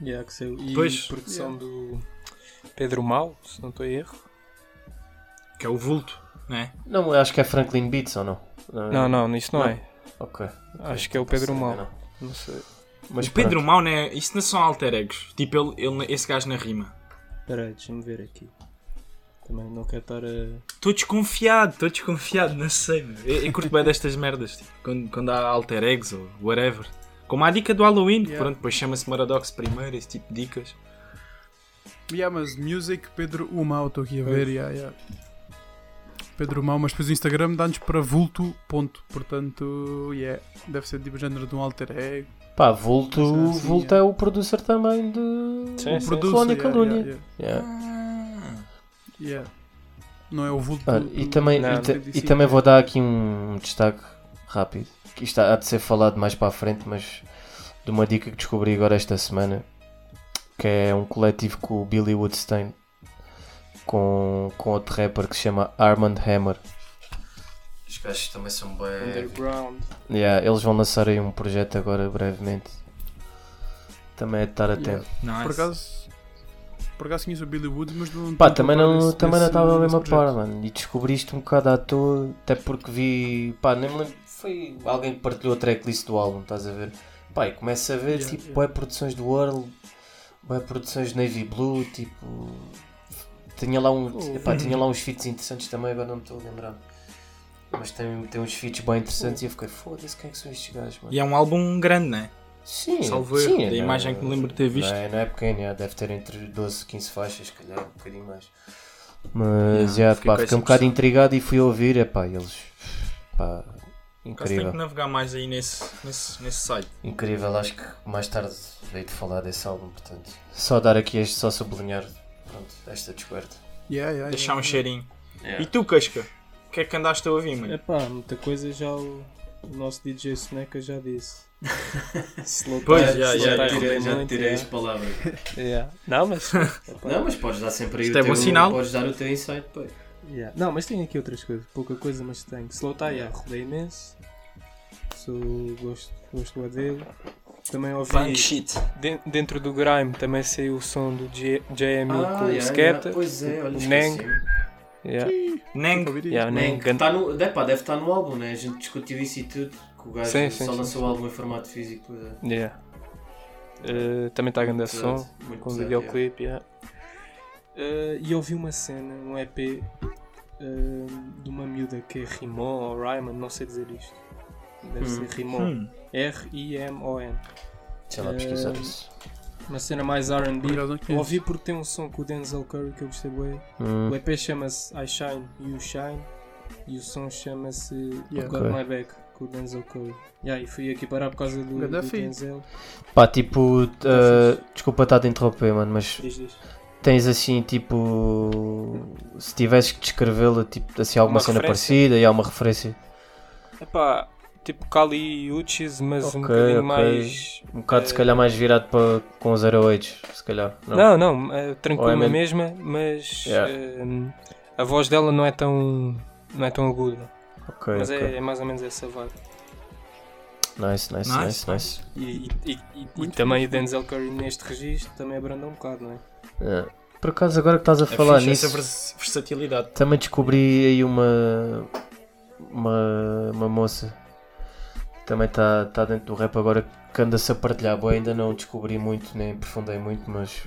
Yeah, que saiu. E
Pois.
produção do Pedro Mal, se não estou a erro.
Que é o vulto, né?
Não, eu acho que é Franklin Beats ou não?
Não, não, isto não,
Não.
é.
Ok.
Acho que é o Pedro
Não sei,
Mal.
não.
Não sei.
Mas
o Pedro
pronto.
Mau, né? Isso não são alter egos. Tipo, ele, ele- esse gajo na rima.
Espera aí, deixa-me ver aqui. Também não quero estar a.
Estou desconfiado, estou desconfiado, não sei. meu. Eu, eu curto bem destas merdas, tipo, quando, quando há alter eggs ou whatever. Como a dica do Halloween, que
Yeah.
pronto, depois chama-se Maradox primeiro, esse tipo de dicas.
Yeah, mas Music Pedro Humau, estou aqui a ver. Yeah, yeah. Pedro Humau, mas depois o Instagram dá-nos para vulto. Ponto. Portanto, yeah, deve ser tipo género de um alter ego.
Pá, Vulto,
Coisa assim,
Vulto é o producer também de.
Sim,
Um
sim. é,
producer,
Colónia
yeah,
Calúnia.
yeah, yeah,
Yeah.
yeah. não é o vulto.
Olha,
do-
Ah, e também,
Não,
e, ta-
não tem
e também vou dar aqui um destaque rápido. que Isto há de ser falado mais para a frente, mas de uma dica que descobri agora esta semana, que é um coletivo com o Billy Woodstein, com, com outro rapper que se chama Armand Hammer.
Os gajos também são
É.
é
bem.
Underground.
Yeah, eles vão lançar aí um projeto agora brevemente. Também é de estar atento.
Yeah.
Nice.
Por acaso. Por acaso conheço o Billy Wood, mas não.
Pá,
não estou a
também
par
não,
desse-
também não
desse-
estava
desse
mesmo a par,
projeto.
mano. E descobriste um bocado à toa, até porque vi. Pá, nem me lembro. Foi alguém que partilhou a tracklist do álbum, estás a ver? Pá, e começa a ver,
Yeah,
tipo,
yeah.
bué produções do Earl, bué produções Navy Blue, tipo. Tinha lá, um,
Oh.
epá, tinha lá uns feats interessantes também, agora não me estou a lembrar. Mas tem, tem uns feats bem interessantes e eu fiquei, foda-se, quem é que são estes gajos, mano?
E é um álbum grande, né?
Sim,
Salvo
sim,
erro, da
não-
imagem que me lembro de ter visto.
Não é, não é pequeno, é, deve ter entre 12 e 15 faixas, se calhar, um bocadinho mais. Mas,
Yeah, fiquei
já, pá,
com
fiquei
essa
um bocado
impressão.
intrigado e fui ouvir, é pá, eles, pá,
Caso tenho que
incrível,
navegar mais aí nesse, nesse, nesse site.
incrível, acho que mais tarde hei de falar desse álbum, portanto, só dar aqui este, só sublinhar, pronto, esta descoberta.
Yeah, yeah,
Deixar um
yeah.
cheirinho.
Yeah.
E tu, Casca? O que é que andaste a ouvir, mano?
Epá, muita coisa já o, o nosso DJ Soneca já disse. slow
Pois,
time,
já,
slow
já,
time
te
é
tirei, já te
muito,
tirei
é.
as palavras.
Yeah. Não, mas. epá,
Não, mas podes dar sempre aí
Isto
o
é
teu
bom sinal.
Podes dar o teu insight, pô.
yeah. Não, mas tem aqui outras coisas. Pouca coisa, mas tem. Slow Tie, yeah, rodei imenso. Sou, gosto, gosto lá dele. Também ouvi.
shit.
Den- dentro do Grime também saiu o som do G- JME com o
Ah, yeah,
Sketa.
yeah. Pois é, olha,
o
esqueci.
Neng. Yeah.
Nem
Nunca ouvi
Yeah, o
Nem
Neng.
que tá no, é pá, deve estar no álbum, né? A gente discutiu isso e tudo. Que o gajo
Sim, sim,
só
sim,
lançou o álbum em formato físico. pois é.
Yeah. Eh, também está a grande
Pesado,
som.
muito
com o
pesado,
videoclipe, yeah. Eh, e ouvi uma cena, um EP eh, de uma miúda que é Rimon ou Ryman, não sei dizer isto. Deve ser Rimon.
Hum.
R-I-M-O-N.
Sei lá,
Eh,
pesquisar isso.
Uma cena mais
Por
RB.
acaso não conheço.
Ouvi porque tem um som com o Denzel Curry que eu gostei bem.
Hum,
O EP chama-se I Shine, You Shine e o som chama-se
Yeah.
Got
Ok.
My Back com o Denzel Curry. Yeah, e fui aqui parar por causa do,
Ganda
do
feat.
Denzel.
pá, tipo,
Tá
eh, desculpa estar a te interromper, mano, mas
Diz, diz.
tens assim, tipo, se tivesses que descrevê-la, tipo, assim, alguma
Uma
cena
referência?
parecida e há uma referência?
Epá, tipo Kali Uchis, mas um
Ok,
bocadinho
ok.
mais.
Um bocado,
eh,
se calhar, mais virado para com os 08, se calhar. Não.
Não, não, eh, tranquila
Ou é mesmo?
mesma, mas
Yeah.
eh, a voz dela não é tão. não é tão aguda.
Ok,
mas
ok.
é, é mais ou menos essa vibe.
Nice, nice,
Nice,
nice, nice.
E, e- e- e- e também o Denzel Curry neste registro também abranda um bocado, não é?
Yeah. Eh, Por acaso, agora que estás a
É
falar
fixe essa
nisso,
vers- versatilidade.
também descobri aí uma. uma, uma moça que também está tá dentro do rap agora que anda-se a partilhar. Boa, ainda não descobri muito, nem aprofundei muito, mas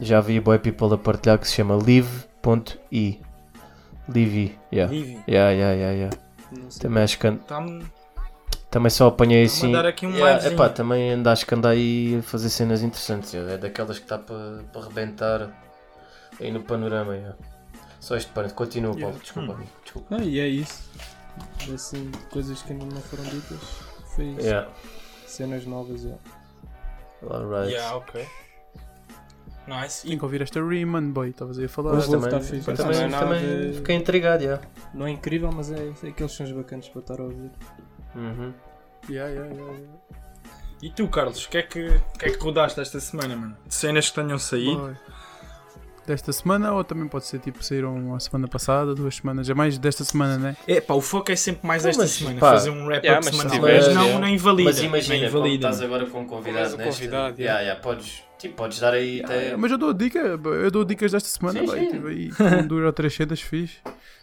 já vi Boy People a partilhar que se chama Live.i. Livy, yeah.
Livy.
Yeah, yeah, yeah, yeah.
Não sei.
Também acho que an-
Está-me
Também só apanhei
está-me
assim.
a dar aqui um
Yeah,
livezinho.
epá, tá. também anda, acho que anda aí a fazer cenas interessantes. É daquelas que está para pa rebentar aí no panorama. yeah. Só este pano. Continua, Paulo. Desculpa, amigo. Desculpa.
Ah, e é isso. Assim, coisas que ainda não foram ditas. Foi isso.
Yeah.
Cenas novas, é.
Alright.
Yeah, ok. Nice.
Tenho
E
que ouvir esta Reman Boy, estavas aí a falar.
Mas
Mas
também,
tá fixe,
mas
não
também,
é nada
também
de-
fiquei intrigado. Yeah.
Não é incrível, mas é, é aqueles sons bacanas para estar a ouvir.
Uhum.
Yeah, yeah, yeah, yeah.
E tu, Carlos, o que, é que, o que é que rodaste esta semana, mano? De cenas que tenham saído?
Boy. Desta semana, ou também pode ser tipo saíram a semana passada, duas semanas, é mais desta semana, né?
É pá, o foco é sempre mais
Não,
esta
mas,
semana.
pá,
fazer um wrap-up
yeah, mas se é.
semanal.
tiveres-
Mas não,
yeah.
não invalida.
Mas imagina,
não
como
invalida.
estás agora com um convidado
Mas o
nesta.
convidado,
yeah, yeah, podes, tipo, podes dar aí até.
Mas eu dou dica, eu dou dicas desta semana,
Sim,
vai,
sim.
tive aí com duas ou três cedas fixe.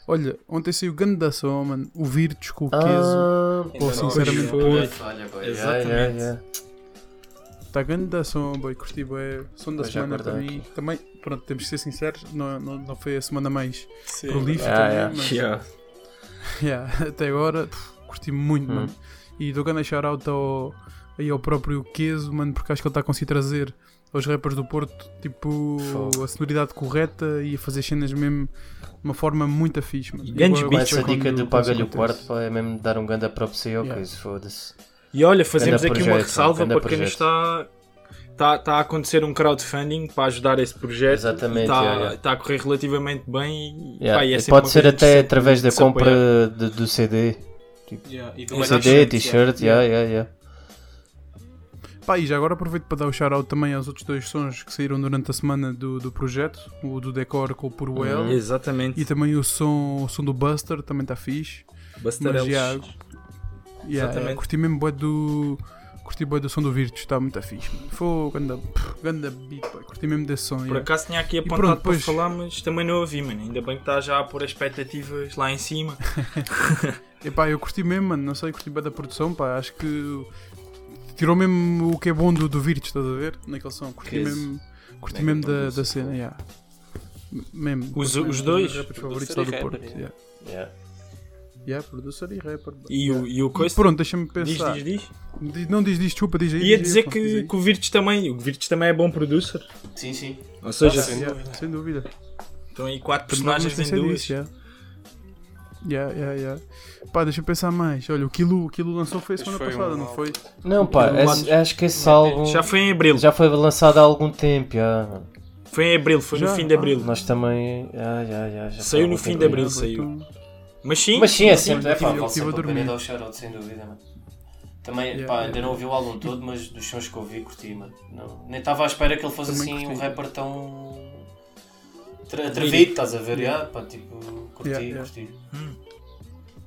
Olha, ontem saiu o grande da som, mano, o Virtus com o queso.
Ah,
Pô,
Ainda não
sinceramente,
foi.
pô,
Olha, boy.
yeah,
Exatamente.
yeah, yeah.
Está Tá grande da som, boy, curti bué. Som da
Pois já
semana para
guardei
mim. Também, pronto, temos que ser sinceros, não, não, não foi a semana mais prolífica,
Yeah,
né?
yeah.
mas
Yeah.
yeah, até agora pff, curti muito,
é. Hum.
mano. E dou grande shout-out ao, aí ao próprio Queso, mano, porque acho que ele está a conseguir trazer aos rappers do Porto, tipo,
Fogo.
a sonoridade correta e a fazer cenas mesmo de uma forma muito fixe, mano.
E grandes
Eu- eu
Com
gosto
essa
quando-
dica de
quando
paga-lhe o
isso
quarto,
acontece.
pá, é mesmo dar um ganda props aí ao
Yeah.
coisa, foda-se.
E olha, fazemos
Ganda
aqui uma
projeto,
ressalva
ganda
para quem nos está Está tá a acontecer um crowdfunding para ajudar esse projeto.
Exatamente,
Está
yeah, yeah.
tá a correr relativamente bem. E,
Yeah.
pá, e é
E
sempre uma
pode ser
coisa
até
interessante
através da
de se apoiar.
compra de- do CD.
Yeah, e do
Um CD,
Manchester City, yeah.
t-shirt, yeah, yeah, yeah.
Pá, e já agora aproveito para dar o shout-out também aos outros dois sons que saíram durante a semana do, do projeto. O do Decor com o Por
Hum.
Well.
Exatamente.
E também o som, o som do Buster, também está fixe.
Bastarelos.
Mas, yeah. Yeah,
Exatamente.
yeah, curti mesmo bué do... Curti bué do som do Virtus, está muito fixe. mano. Foi ganda, pff, ganda beat, bué. curti mesmo desse som.
Por
yeah.
acaso tinha aqui apontado
pronto,
para
depois-
falar, mas também não ouvi, mano. Ainda bem que está já a pôr as expectativas lá em cima.
Epá, eu curti mesmo, mano. Não sei, curti bem da produção, pá. Acho que tirou mesmo o que é bom do, do Virtus, estás a ver? Naquele som. Curti
Que
mesmo, curti
Mega
mesmo da,
produção.
da cena, yeah. M- Mesmo.
Os-
curti mesmo.
os
Um
dois?
dos meus rappers favoritos lá
Producer
do
e
Porto.
rapper,
Yeah.
Yeah.
Yeah, producer e rapper. bá.
E o, e o coisa.
Pronto, deixa-me
diz,
pensar.
diz, diz.
Di- Não diz, diz, desculpa, diz aí.
Ia
diz aí,
dizer
Afonso, diz
que,
aí.
que o Virtus também, o Virtus também é bom producer.
Sim, sim.
Tá
Ou seja,
Yeah, sem dúvida. Então
estão aí quatro
Não
personagens em
esquecer
duas.
disso, yeah. Yeah, yeah, yeah. Pá, deixa eu pensar mais. Olha, o Kilo, o Kilo lançou foi a
Mas
semana
foi um
passada, não
álbum.
foi?
Não, pá, esse- acho que esse álbum
é Já foi em abril.
já foi lançado há algum tempo. já.
Foi em abril, foi no
Já?
fim de abril.
Nós também. já, já, já, já foi
Saiu
há
no
algum
fim
tempo.
de abril,
Ah,
saiu.
então-
Mas sim,
Mas sim, é sempre. É,
É pá,
pá,
eu
vale
estive a
sempre a
dormir.
pena dar o shout sem dúvida, mano. Também,
Yeah,
pá,
yeah.
ainda não ouvi o álbum todo, mas dos sons que ouvi, curti, mano. Não- nem estava à espera que ele fosse
Também
assim um
curti.
rapper tão. tra- atrevido, estás a ver? Yeah. pá, tipo, curti,
Yeah, yeah.
curti.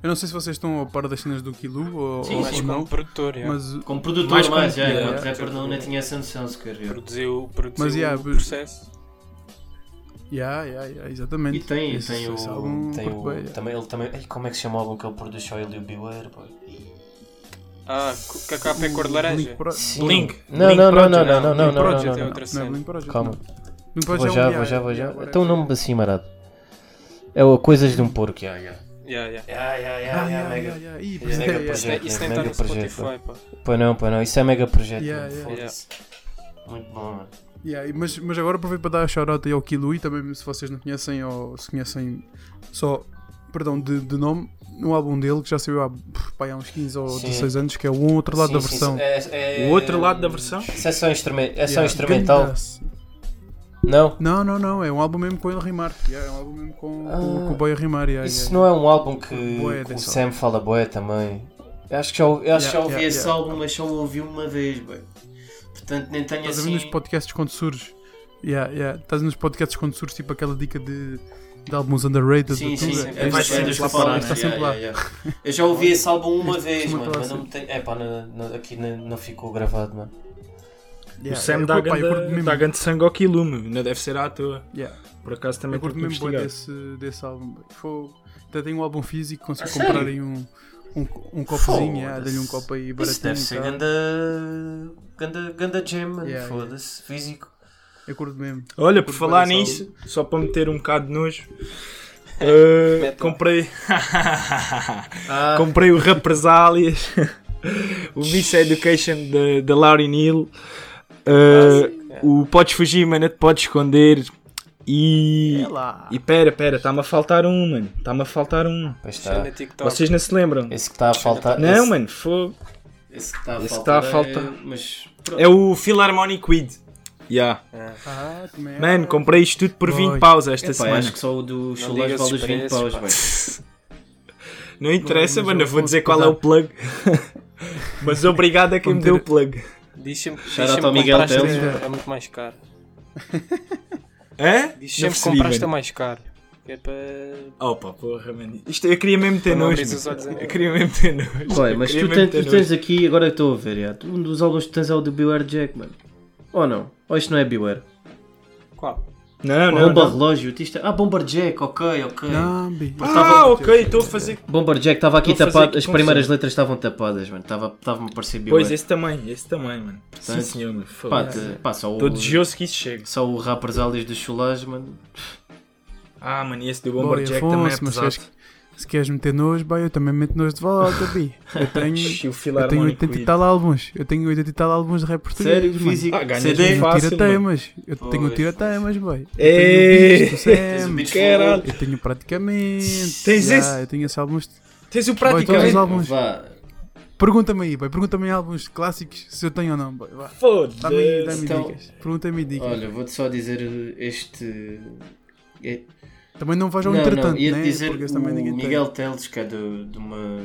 Eu não sei se vocês estão a par das cenas do Kilu ou,
Sim,
ou-
mas
ou
Mas
não,
como produtor, yeah.
mas
Como produtor,
Mais
mais,
como-
já,
yeah,
enquanto
yeah.
rapper não, nem tinha essa noção sequer. yeah.
produziu, produziu
Mas, yeah,
o
bu-
processo.
yeah, yeah, yeah, exatamente.
E tem,
Esse-
tem
esse
o.
álbum
Tem
curto
o
bué, yeah.
também, ele também. Ei, como é que se chama o álbum que ele produz só ele e o Beware? pô?
Ah, c- que a capa é cor de laranja.
Link Pro-
Sim.
Blink.
Não,
Blink
não, não,
Project.
não, não, não,
Link
não, não,
Project
não,
é
não.
outra
não,
cena.
não,
Link Project,
Calma.
não. Link Project
Vou
é um
já,
yeah,
vou já, vou já.
yeah, whatever.
Então o nome assim, marado. É o Coisas de um Porco.
Yeah, yeah.
Yeah, yeah.
Yeah, yeah,
Ah, yeah,
yeah, yeah, mega.
yeah, yeah. Ih,
Mega
pois é,
Isso,
yeah.
projeto.
nem-
Projeto,
isso nem está
né?
no
Mega projeto.
Spotify, pá.
Pois não, pois não. Isso é mega projeto.
Yeah,
mano,
yeah,
foda-se.
Muito bom, mano.
Yeah, e- mas, mas agora aproveito para dar shout-out aí ao Kilu e também se vocês não conhecem ou se conhecem só, perdão, de, de nome, um álbum dele que já saiu há, pff, pá, há uns 15 ou
Sim.
16 anos, que é o Um outro lado
Sim,
da
sim,
versão.
sim. É- é-
O outro lado da versão?
Isso é só, instrumen- é só
Yeah,
instrumental.
ganda-
Não?
Não, não, não, é um álbum mesmo com ele rimar. Yeah, é um álbum mesmo com, com-
Ah,
com o boy a rimar. Yeah,
Isso
yeah.
não é um álbum que,
Bué
que o
desse
Sam fala boé também. Eu Acho que já, ouvi- eu acho
Yeah,
que já
ouvi
ouvi.
yeah,
esse
yeah.
álbum, mas só o ouvi uma vez, bem. Portanto, nem
é
tenho
Estás a ver
assim.
nos podcasts quando surge? Yeah, yeah. Estás nos podcasts quando surge, tipo aquela dica de, de álbuns underrated.
Sim,
de
sim,
tudo,
sim.
é,
É
é,
mais
isso, é,
cenas que
lá
falam.
para- está
yeah,
sempre lá.
né? yeah, yeah. Eu já ouvi esse álbum uma
Este
vez,
costuma
mano,
falar
mas
assim.
não me tem. É pá, não, não- aqui não, não ficou gravado, mano.
Yeah,
o Sam
eu-
dá
pá, eu curto
ganda,
mesmo.
dá ganda sangue ao Kilume, ainda deve ser à toa.
Yeah.
Por acaso também
Eu
estou a
curto mesmo bué
investigar.
desse, desse álbum. Foi... Até tenho um álbum físico, consigo comprar aí um, um, co- um copozinho. Yeah,
Foda-se.
Dei-lhe um copo aí baratinho.
Isso deve ser
tá?
ganda. ganda, ganda gem, mano.
Yeah, yeah.
Foda-se. Físico.
Eu curto mesmo.
Olha, por
Curto
falar
bué desse
nisso, só para meter um bocado de nojo, eh,
Mete lá.
comprei.
Ah,
comprei o Represálias, o Vice Education da- da Laurie Neal, eh, o Podes Fugir, mas não te podes esconder. E. E pera, pera, está-me a faltar um, mano. Está-me a faltar um.
pois
Está
Tá.
está.
na TikTok.
Vocês não se lembram?
Esse que está a faltar.
Não,
esse-
mano, foi.
Esse que está a
Esse que
falta.
tá à falta.
é- Mas.
É o Philharmonic Weed. Yeah.
Ah, também é.
Mano, comprei isto tudo por 20
Pois.
paus esta
Epá,
semana.
acho que só o do Chulás
digas
vale os
os
20
preços,
paus, bem.
Não interessa,
Mas
mano,
eu
eu vou
vou
dizer qual é o
escutar.
plug. Mas obrigado a quem me deu o plug.
Diz-me diz
Shout out ao Miguel
compraste
Teles.
a- é muito mais caro. Diz
Hã? Não
sempre que
percebi,
compraste a
mano.
mais caro. Que é para.
Opa, porra, mano. Isto eu queria mesmo ter
Para não
nojo.
abrir os
mano.
olhos a
Eu queria mesmo ter nojo.
Olha,
Eu
mas
queria mesmo
tu, tens,
ter
tu
nojo.
tens aqui, agora que estou a ver, já, um dos álbuns que tens é o do Beware Jack, mano. Ou não? Ou isto não é Beware?
Qual?
Não, não,
Bomba
não.
relógio, isto é... Ah, Bomber Jack, ok, ok.
Não, bi.
Ah, ok, estou a fazer.
Bomber Jack estava aqui
Vou fazer
tapado,
aqui
as primeiras
confusão.
letras estavam tapadas, mano. Estava-me a parecer Beware.
Pois, esse também, esse também, mano. Sim,
Portanto,
senhor, um mano.
Pá,
Foda-se.
te- pá, só Então, o,
Estou desejoso que isso chegue.
só o rappers alias do Chulás, mano.
Ah, mano, e esse do
Bom,
Bomberjack também é
Afonso, mas
pesado.
queres, se queres meter nojo, bah, eu também meto nojo de volta, bi. Eu tenho...
Ixi, o
Eu tenho
Philharmonic
80 e
Weed.
tal álbuns. Eu tenho 80 e tal álbuns de rap português. mano.
Ah, ganhas
CD.
Eu
Fácil,
tenho tira-temas. Eu tenho
Pois,
tira-temas, boy. Eu
Ei!
tenho o bicho do
Tens o é
Sam.
Beats
Caralho.
Eu tenho praticamente.
Tens
Ya,
esse?
Eu tenho esses álbuns.
Tens o
então.
Boy, todos os
praticamente.
álbuns.
Vá.
Pergunta-me aí, boy. Pergunta-me em álbuns clássicos se eu tenho ou não, boy. Vá. Dá-me aí- dá-me
Então-
dicas. Pergunta-me dicas.
Olha, vou-te só dizer este. é-
Também não vais
Não,
ao
não,
entretanto,
ia
né?
dizer
Porque esse
o
também ninguém tem.
Miguel Teles, que é de, de uma,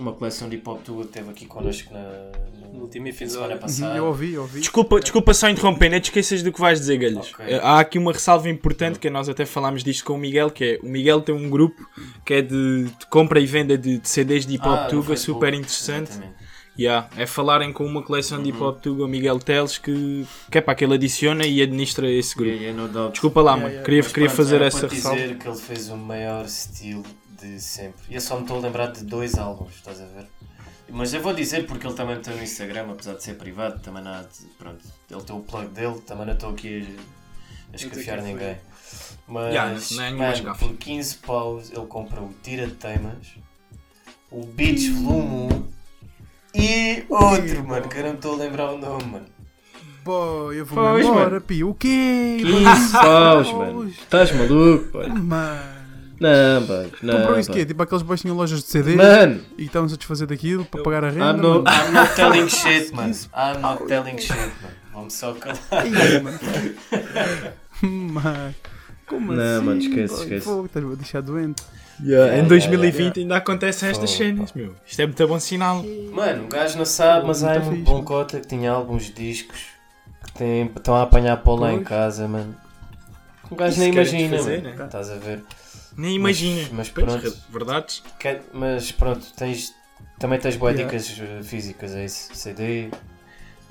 uma coleção de hip hop tour, esteve aqui connosco na,
No último
fim de
episódio.
semana
Uhum,
passada.
Eu ouvi, eu ouvi.
Desculpa, desculpa só interromper, não te esqueças do que vais dizer, Galhos.
Ok.
Eh, Há aqui uma ressalva importante que nós até falámos disto com o Miguel, que é o Miguel tem um grupo que é de, de compra e venda de, de CDs de hip hop
Ah, no
Tuga,
Facebook,
super interessante.
exatamente. Uhum.
Yeah, é falarem com uma coleção de hip hop Tuga, o Miguel Teles, que, que é para que ele adiciona e administra esse grupo.
Yeah, yeah, no doubt.
Desculpa lá, mano, queria,
Mas
queria
pronto,
fazer
era
essa
para
ressalva.
dizer que ele fez o maior estilo de sempre. E eu só me estou a lembrar de dois álbuns, estás a ver? Mas eu vou dizer porque ele também tem um Instagram, apesar de ser privado, também não há de, pronto, ele tem o plug dele, também não estou aqui a, a escafiar ninguém. Mas,
Yeah, não é nenhuma
mano,
esgafa.
por 15 paus ele compra o Tira de Temas, o Beach Volume 1 e outro, mano, que eu não me estou a lembrar o nome, mano.
Pô, eu vou
Pois,
embora, pio. O quê?
15 paus, mano.
Paus.
Estás maluco, pá?
Mano.
Não, mano. Não,
Comprou isso
pá.
quê? Tipo aqueles boys que tinham lojas de CD
Mano, Ah,
e estavam-se a desfazer daquilo para pagar a renda.
I'm not,
mano.
I'm not telling shit, mano. I'm not telling shit, mano. Vamos só calar.
Ai, mano. Mano, Como
Não,
assim?
mano, esquece,
boy?
esquece.
Fogo, Estás-me a deixar doente.
em
yeah,
2020
yeah.
ainda acontecem estas
Oh,
cenas, meu. Isto é muito bom sinal.
Mano, o gajo não sabe, mas
Muito
há um
Tá fixe,
bom
mano.
cota que tinha alguns discos que tem, estão a apanhar pó lá em
Pois. Tá.
casa, mano. O gajo
Isso
nem
querem
imagina,
fazer,
mano.
né?
Estás a ver?
Nem imagina.
mas
Pois,
pronto.
Verdades?
Que- Mas pronto, tens, também tens boas
Yeah.
dicas eh, físicas, é isso? CD.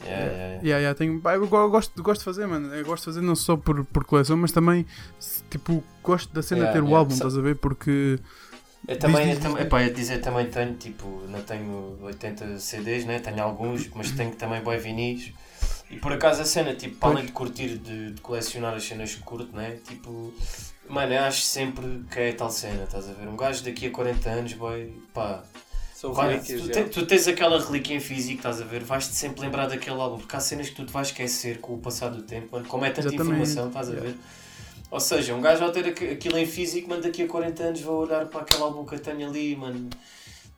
Yeah, yeah, yeah.
Yeah, yeah, tenho... pá, eu go- gosto, gosto de fazer, mano. Eu gosto de fazer não só por, por coleção, mas também, se- tipo, gosto da cena de
Yeah,
ter o
yeah,
álbum,
sa-
estás a ver? Porque.
Eu também,
Diz, diz,
eu também,
diz.
epá, eu ia dizer, também tenho, tipo, não tenho 80 CDs, né? tenho alguns, mas tenho também boi vinis. E por acaso a cena, tipo, para além de curtir, de, de colecionar as cenas que curto, né? Tipo, mano, eu acho sempre que é tal cena, estás a ver? Um gajo daqui a 40 anos, boy, pá,
Então
São
vai-
relíquias,
tu,
já.
te- tu tens aquela relíquia em físico, estás a ver? Vais-te sempre lembrar daquele álbum, porque há cenas que tu te vais esquecer com o passar do tempo, mano, como é tanta
Exatamente.
informação, estás a
Yeah.
ver? Ou seja, um gajo ao ter aqu- aquilo em físico, mano, daqui a 40 anos vou olhar para aquele álbum que eu tenho ali, mano.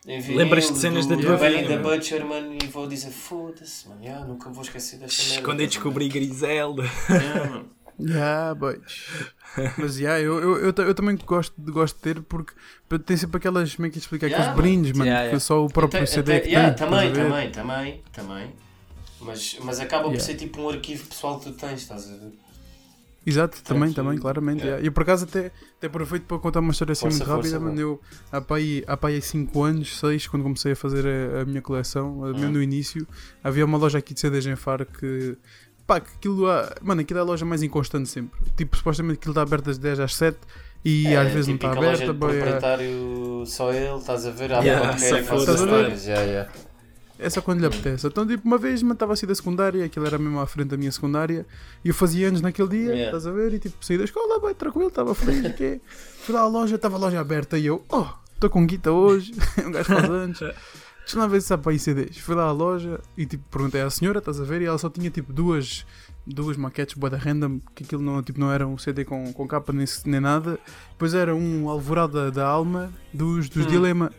em vinil,
Lembras-te de cenas
do,
da tua
do Benny
vida,
the
mano.
Butcher, mano, e vou dizer foda-se, mano, yeah, nunca vou esquecer desta merda.
Quando eu descobri Griselda.
Yeah, mano.
Yeah, boy. Mas yeah, eu, eu, eu, ta- eu também gosto, de- gosto de ter porque tem sempre aquelas, como é que eu explico, aqueles
Yeah,
brindes, mano,
Yeah,
que
yeah.
só o próprio
Até-
CD
até-
que
yeah,
tem.
também,
estás a ver?
também, também, também. Mas, mas acaba por
Yeah.
ser tipo um arquivo pessoal que tu tens, estás a ver?
Exato, também,
Portanto,
também, claramente.
yeah.
yeah. E por acaso até, até aproveito para contar uma história assim
Força,
muito rápida,
força,
mano.
mano.
Eu há para aí- há para aí 5 anos, 6, quando comecei a fazer a, a minha coleção, eh,
Uhum.
mesmo no início, havia uma loja aqui de CDs em Faro que. Pá, que aquilo há, Mano, aquilo é a loja mais inconstante sempre. Tipo, supostamente aquilo está aberto das 10 às 7 e
É,
às vezes não está
típica
aberta.
loja de
boy, é-
proprietário só ele, estás a ver? Há
Yeah,
yeah,
só
qualquer
foda-se,
fazer
mano.
histórias, yeah, yeah.
É só quando lhe apetece. Então, tipo, uma vez mano, estava assim da secundária, aquilo era mesmo à frente da minha secundária, e eu fazia anos naquele dia,
Yeah.
estás a ver? E tipo, saí da escola, bem tranquilo, estava feliz, o quê? Fui lá à loja, estava a loja aberta, e eu, oh, estou com guita hoje, um gajo faz anos. Deixa lá ver se sabe para aí CDs. Fui lá à loja e tipo, perguntei à senhora, estás a ver? E ela só tinha tipo duas, duas maquetes boa da random, que aquilo não, tipo, não era um CD com, com capa nem, nem nada. Depois era um Alvorada da Alma dos, dos
Hum.
Dilema.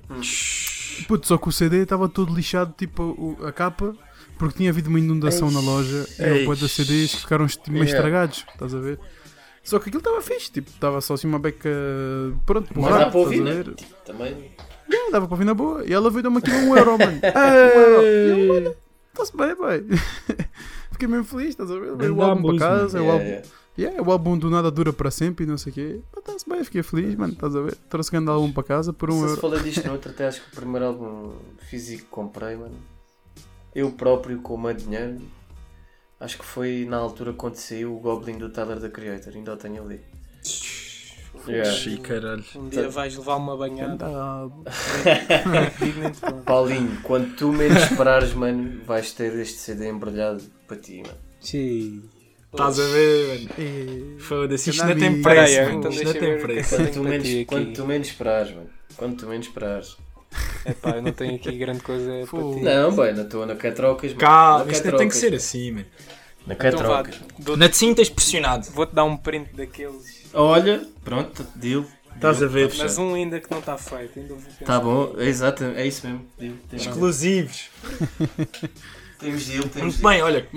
Puto, só que o CD estava todo lixado, tipo o- a capa, porque tinha havido uma inundação na loja e era bué de CDs que ficaram tipo, meio estragados, estás a ver? Só que aquilo estava fixe, tipo, estava só assim uma beca. Pronto,
Mas
porrada,
dá para ouvir,
estás a
né?
ver?
Tipo, também.
É, dava para vir na boa. E ela veio dar-me aqui um euro, mano. Ei! E eu, olha, está-se bem, pai. Fiquei mesmo feliz, estás a ver? Veio o
Ganda
álbum para
música.
casa, é o
Yeah,
álbum.
yeah.
Yeah, o álbum do nada dura para sempre e não sei o quê. Está-se bem, fiquei feliz, mano, estás a ver? Trouxe grande álbum para casa por um
Não sei se
euro.
falei disto no outro, até acho que o primeiro álbum físico que comprei, mano. Eu próprio com o meu dinheiro. Acho que foi na altura quando saiu o Goblin do Tyler da Creator, ainda o tenho ali. Yeah.
Ih, caralho.
Um dia
Tá.
vais levar uma banhada.
Grande álbum.
Digno-te, pronto.
Paulinho, quando tu menos esperares, mano, vais ter este CD embrulhado para ti, mano.
Estás a ver, mano?
E-
Foda-se, isto
Anda
não tem
mim.
a
preço,
Peraí,
mano.
então deixa
Isto não
eu
tem
ver o que é
preço.
Quando
tenho
tu
para
menos,
ti aqui.
quando tu menos esperares, mano. Quando tu menos esperares.
Epá, eu não tenho aqui grande coisa para
Fogo.
ti.
Não, bem, na tua, não quer trocas, mano.
Calma,
Não
isto
quer
não tem que
trocas,
ser
mano.
assim, mano.
Não quer
Então vá,
trocas.
dou-
Não te sintas pressionado.
vou-te dar um print daqueles.
Olha, pronto, deal.
Estás a ver,
Mas
fechado.
um ainda que não está feito, ainda vou pensar.
Tá bom, é exato, é isso mesmo. Deal, Temos
Exclusivos.
temos deal, temos
Muito
deal.
bem, olha.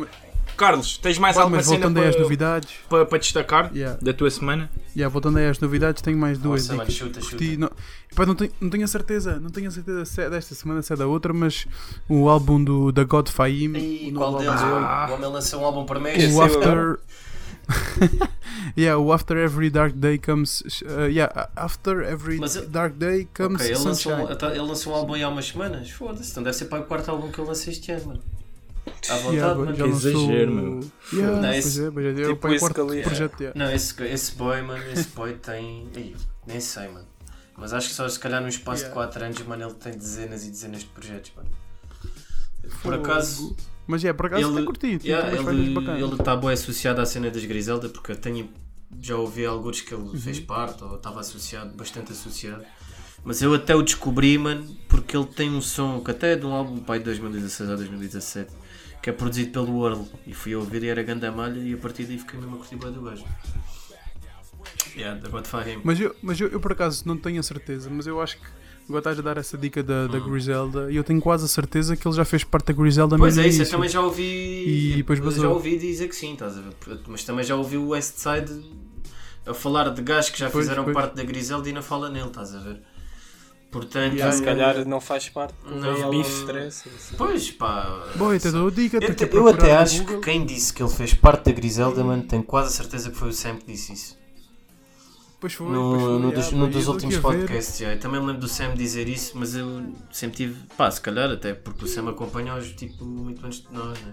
Carlos, tens mais
Pá,
alguma
mas
cena
voltando aí às
para,
novidades.
para, para destacar
Yeah.
da tua semana?
Yeah, voltando aí às novidades, tenho mais duas
Nossa, mano,
dicas.
chuta,
Curti, não, Epá, não, tenho, não tenho a certeza, não tenho a certeza se é desta semana, se é da outra, mas o álbum do, da God Fahim,
E
o novo
qual
álbum
deles?
dele,
O
Ah.
homem lançou um álbum para mês.
o
Esse é o
After. yeah, o After Every Dark Day Comes. uh, yeah, After Every
Mas eu-
Dark Day Comes
Ok, ele lançou, um,
Sunshine.
então, ele lançou um álbum aí há umas semanas. Foda-se, então deve ser para o quarto álbum que ele lançou este ano, mano. À vontade,
Yeah,
mano.
já
que
lançou
exagero,
o-
meu.
Yeah,
Não,
pois
esse-
é, pois é, é,
tipo
o pai
esse
quarto
que ali é.
projeto, yeah.
Não, esse, esse boy, mano, esse boy tem. Ih, nem sei, mano. Mas acho que só se calhar num espaço
Yeah.
de 4 anos, mano, ele tem dezenas e dezenas de projetos, mano. Por acaso,
Mas é, por acaso está curtido.
yeah,
tem umas
ele,
coisas bacanas.
ele está bem associado à cena das Griselda, porque eu tenho, já ouvi alguns que ele fez
Uhum.
parte, ou estava associado, bastante associado. Mas eu até o descobri, mano, porque ele tem um som que até é de um álbum pai de 2016 ou 2017, que é produzido pelo World. E fui ouvir e era Gandamalha, e a partir daí fiquei mesmo a curtir bué do gajo. Yeah, da Godfather Him.
Mas, eu, mas eu, eu, por acaso não tenho a certeza, mas eu acho que agora estás a dar essa dica da,
Hum.
da Griselda e eu tenho quase a certeza que ele já fez parte da Griselda
Pois
mesmo
é, isso eu
nisso.
também já
E
ouvi.
depois
eu já
vazou.
ouvi dizer que sim, estás a ver? Mas também já ouvi o Westside a falar de gajos que já
Pois,
fizeram
pois.
parte da Griselda e não fala nele, estás a ver? Portanto,
Ah, se calhar não faz parte,
Não,
não,
bife.
um stress. assim.
pois pá.
Boy, te dou a dica,
Eu,
tens então, que
te- eu
procurar
até
no
acho que
Google.
quem disse que ele fez parte da Griselda, mano, tenho quase a certeza que foi o Sam que disse isso.
Pois foi,
No,
pois foi,
no
yeah,
dos,
pá,
num
eu
dos
dou aqui
últimos
a ver.
podcasts, já. Eu também me lembro do Sam dizer isso, mas eu sempre tive. Pá, se calhar até porque o Sam acompanhou-os tipo muito antes de nós, né?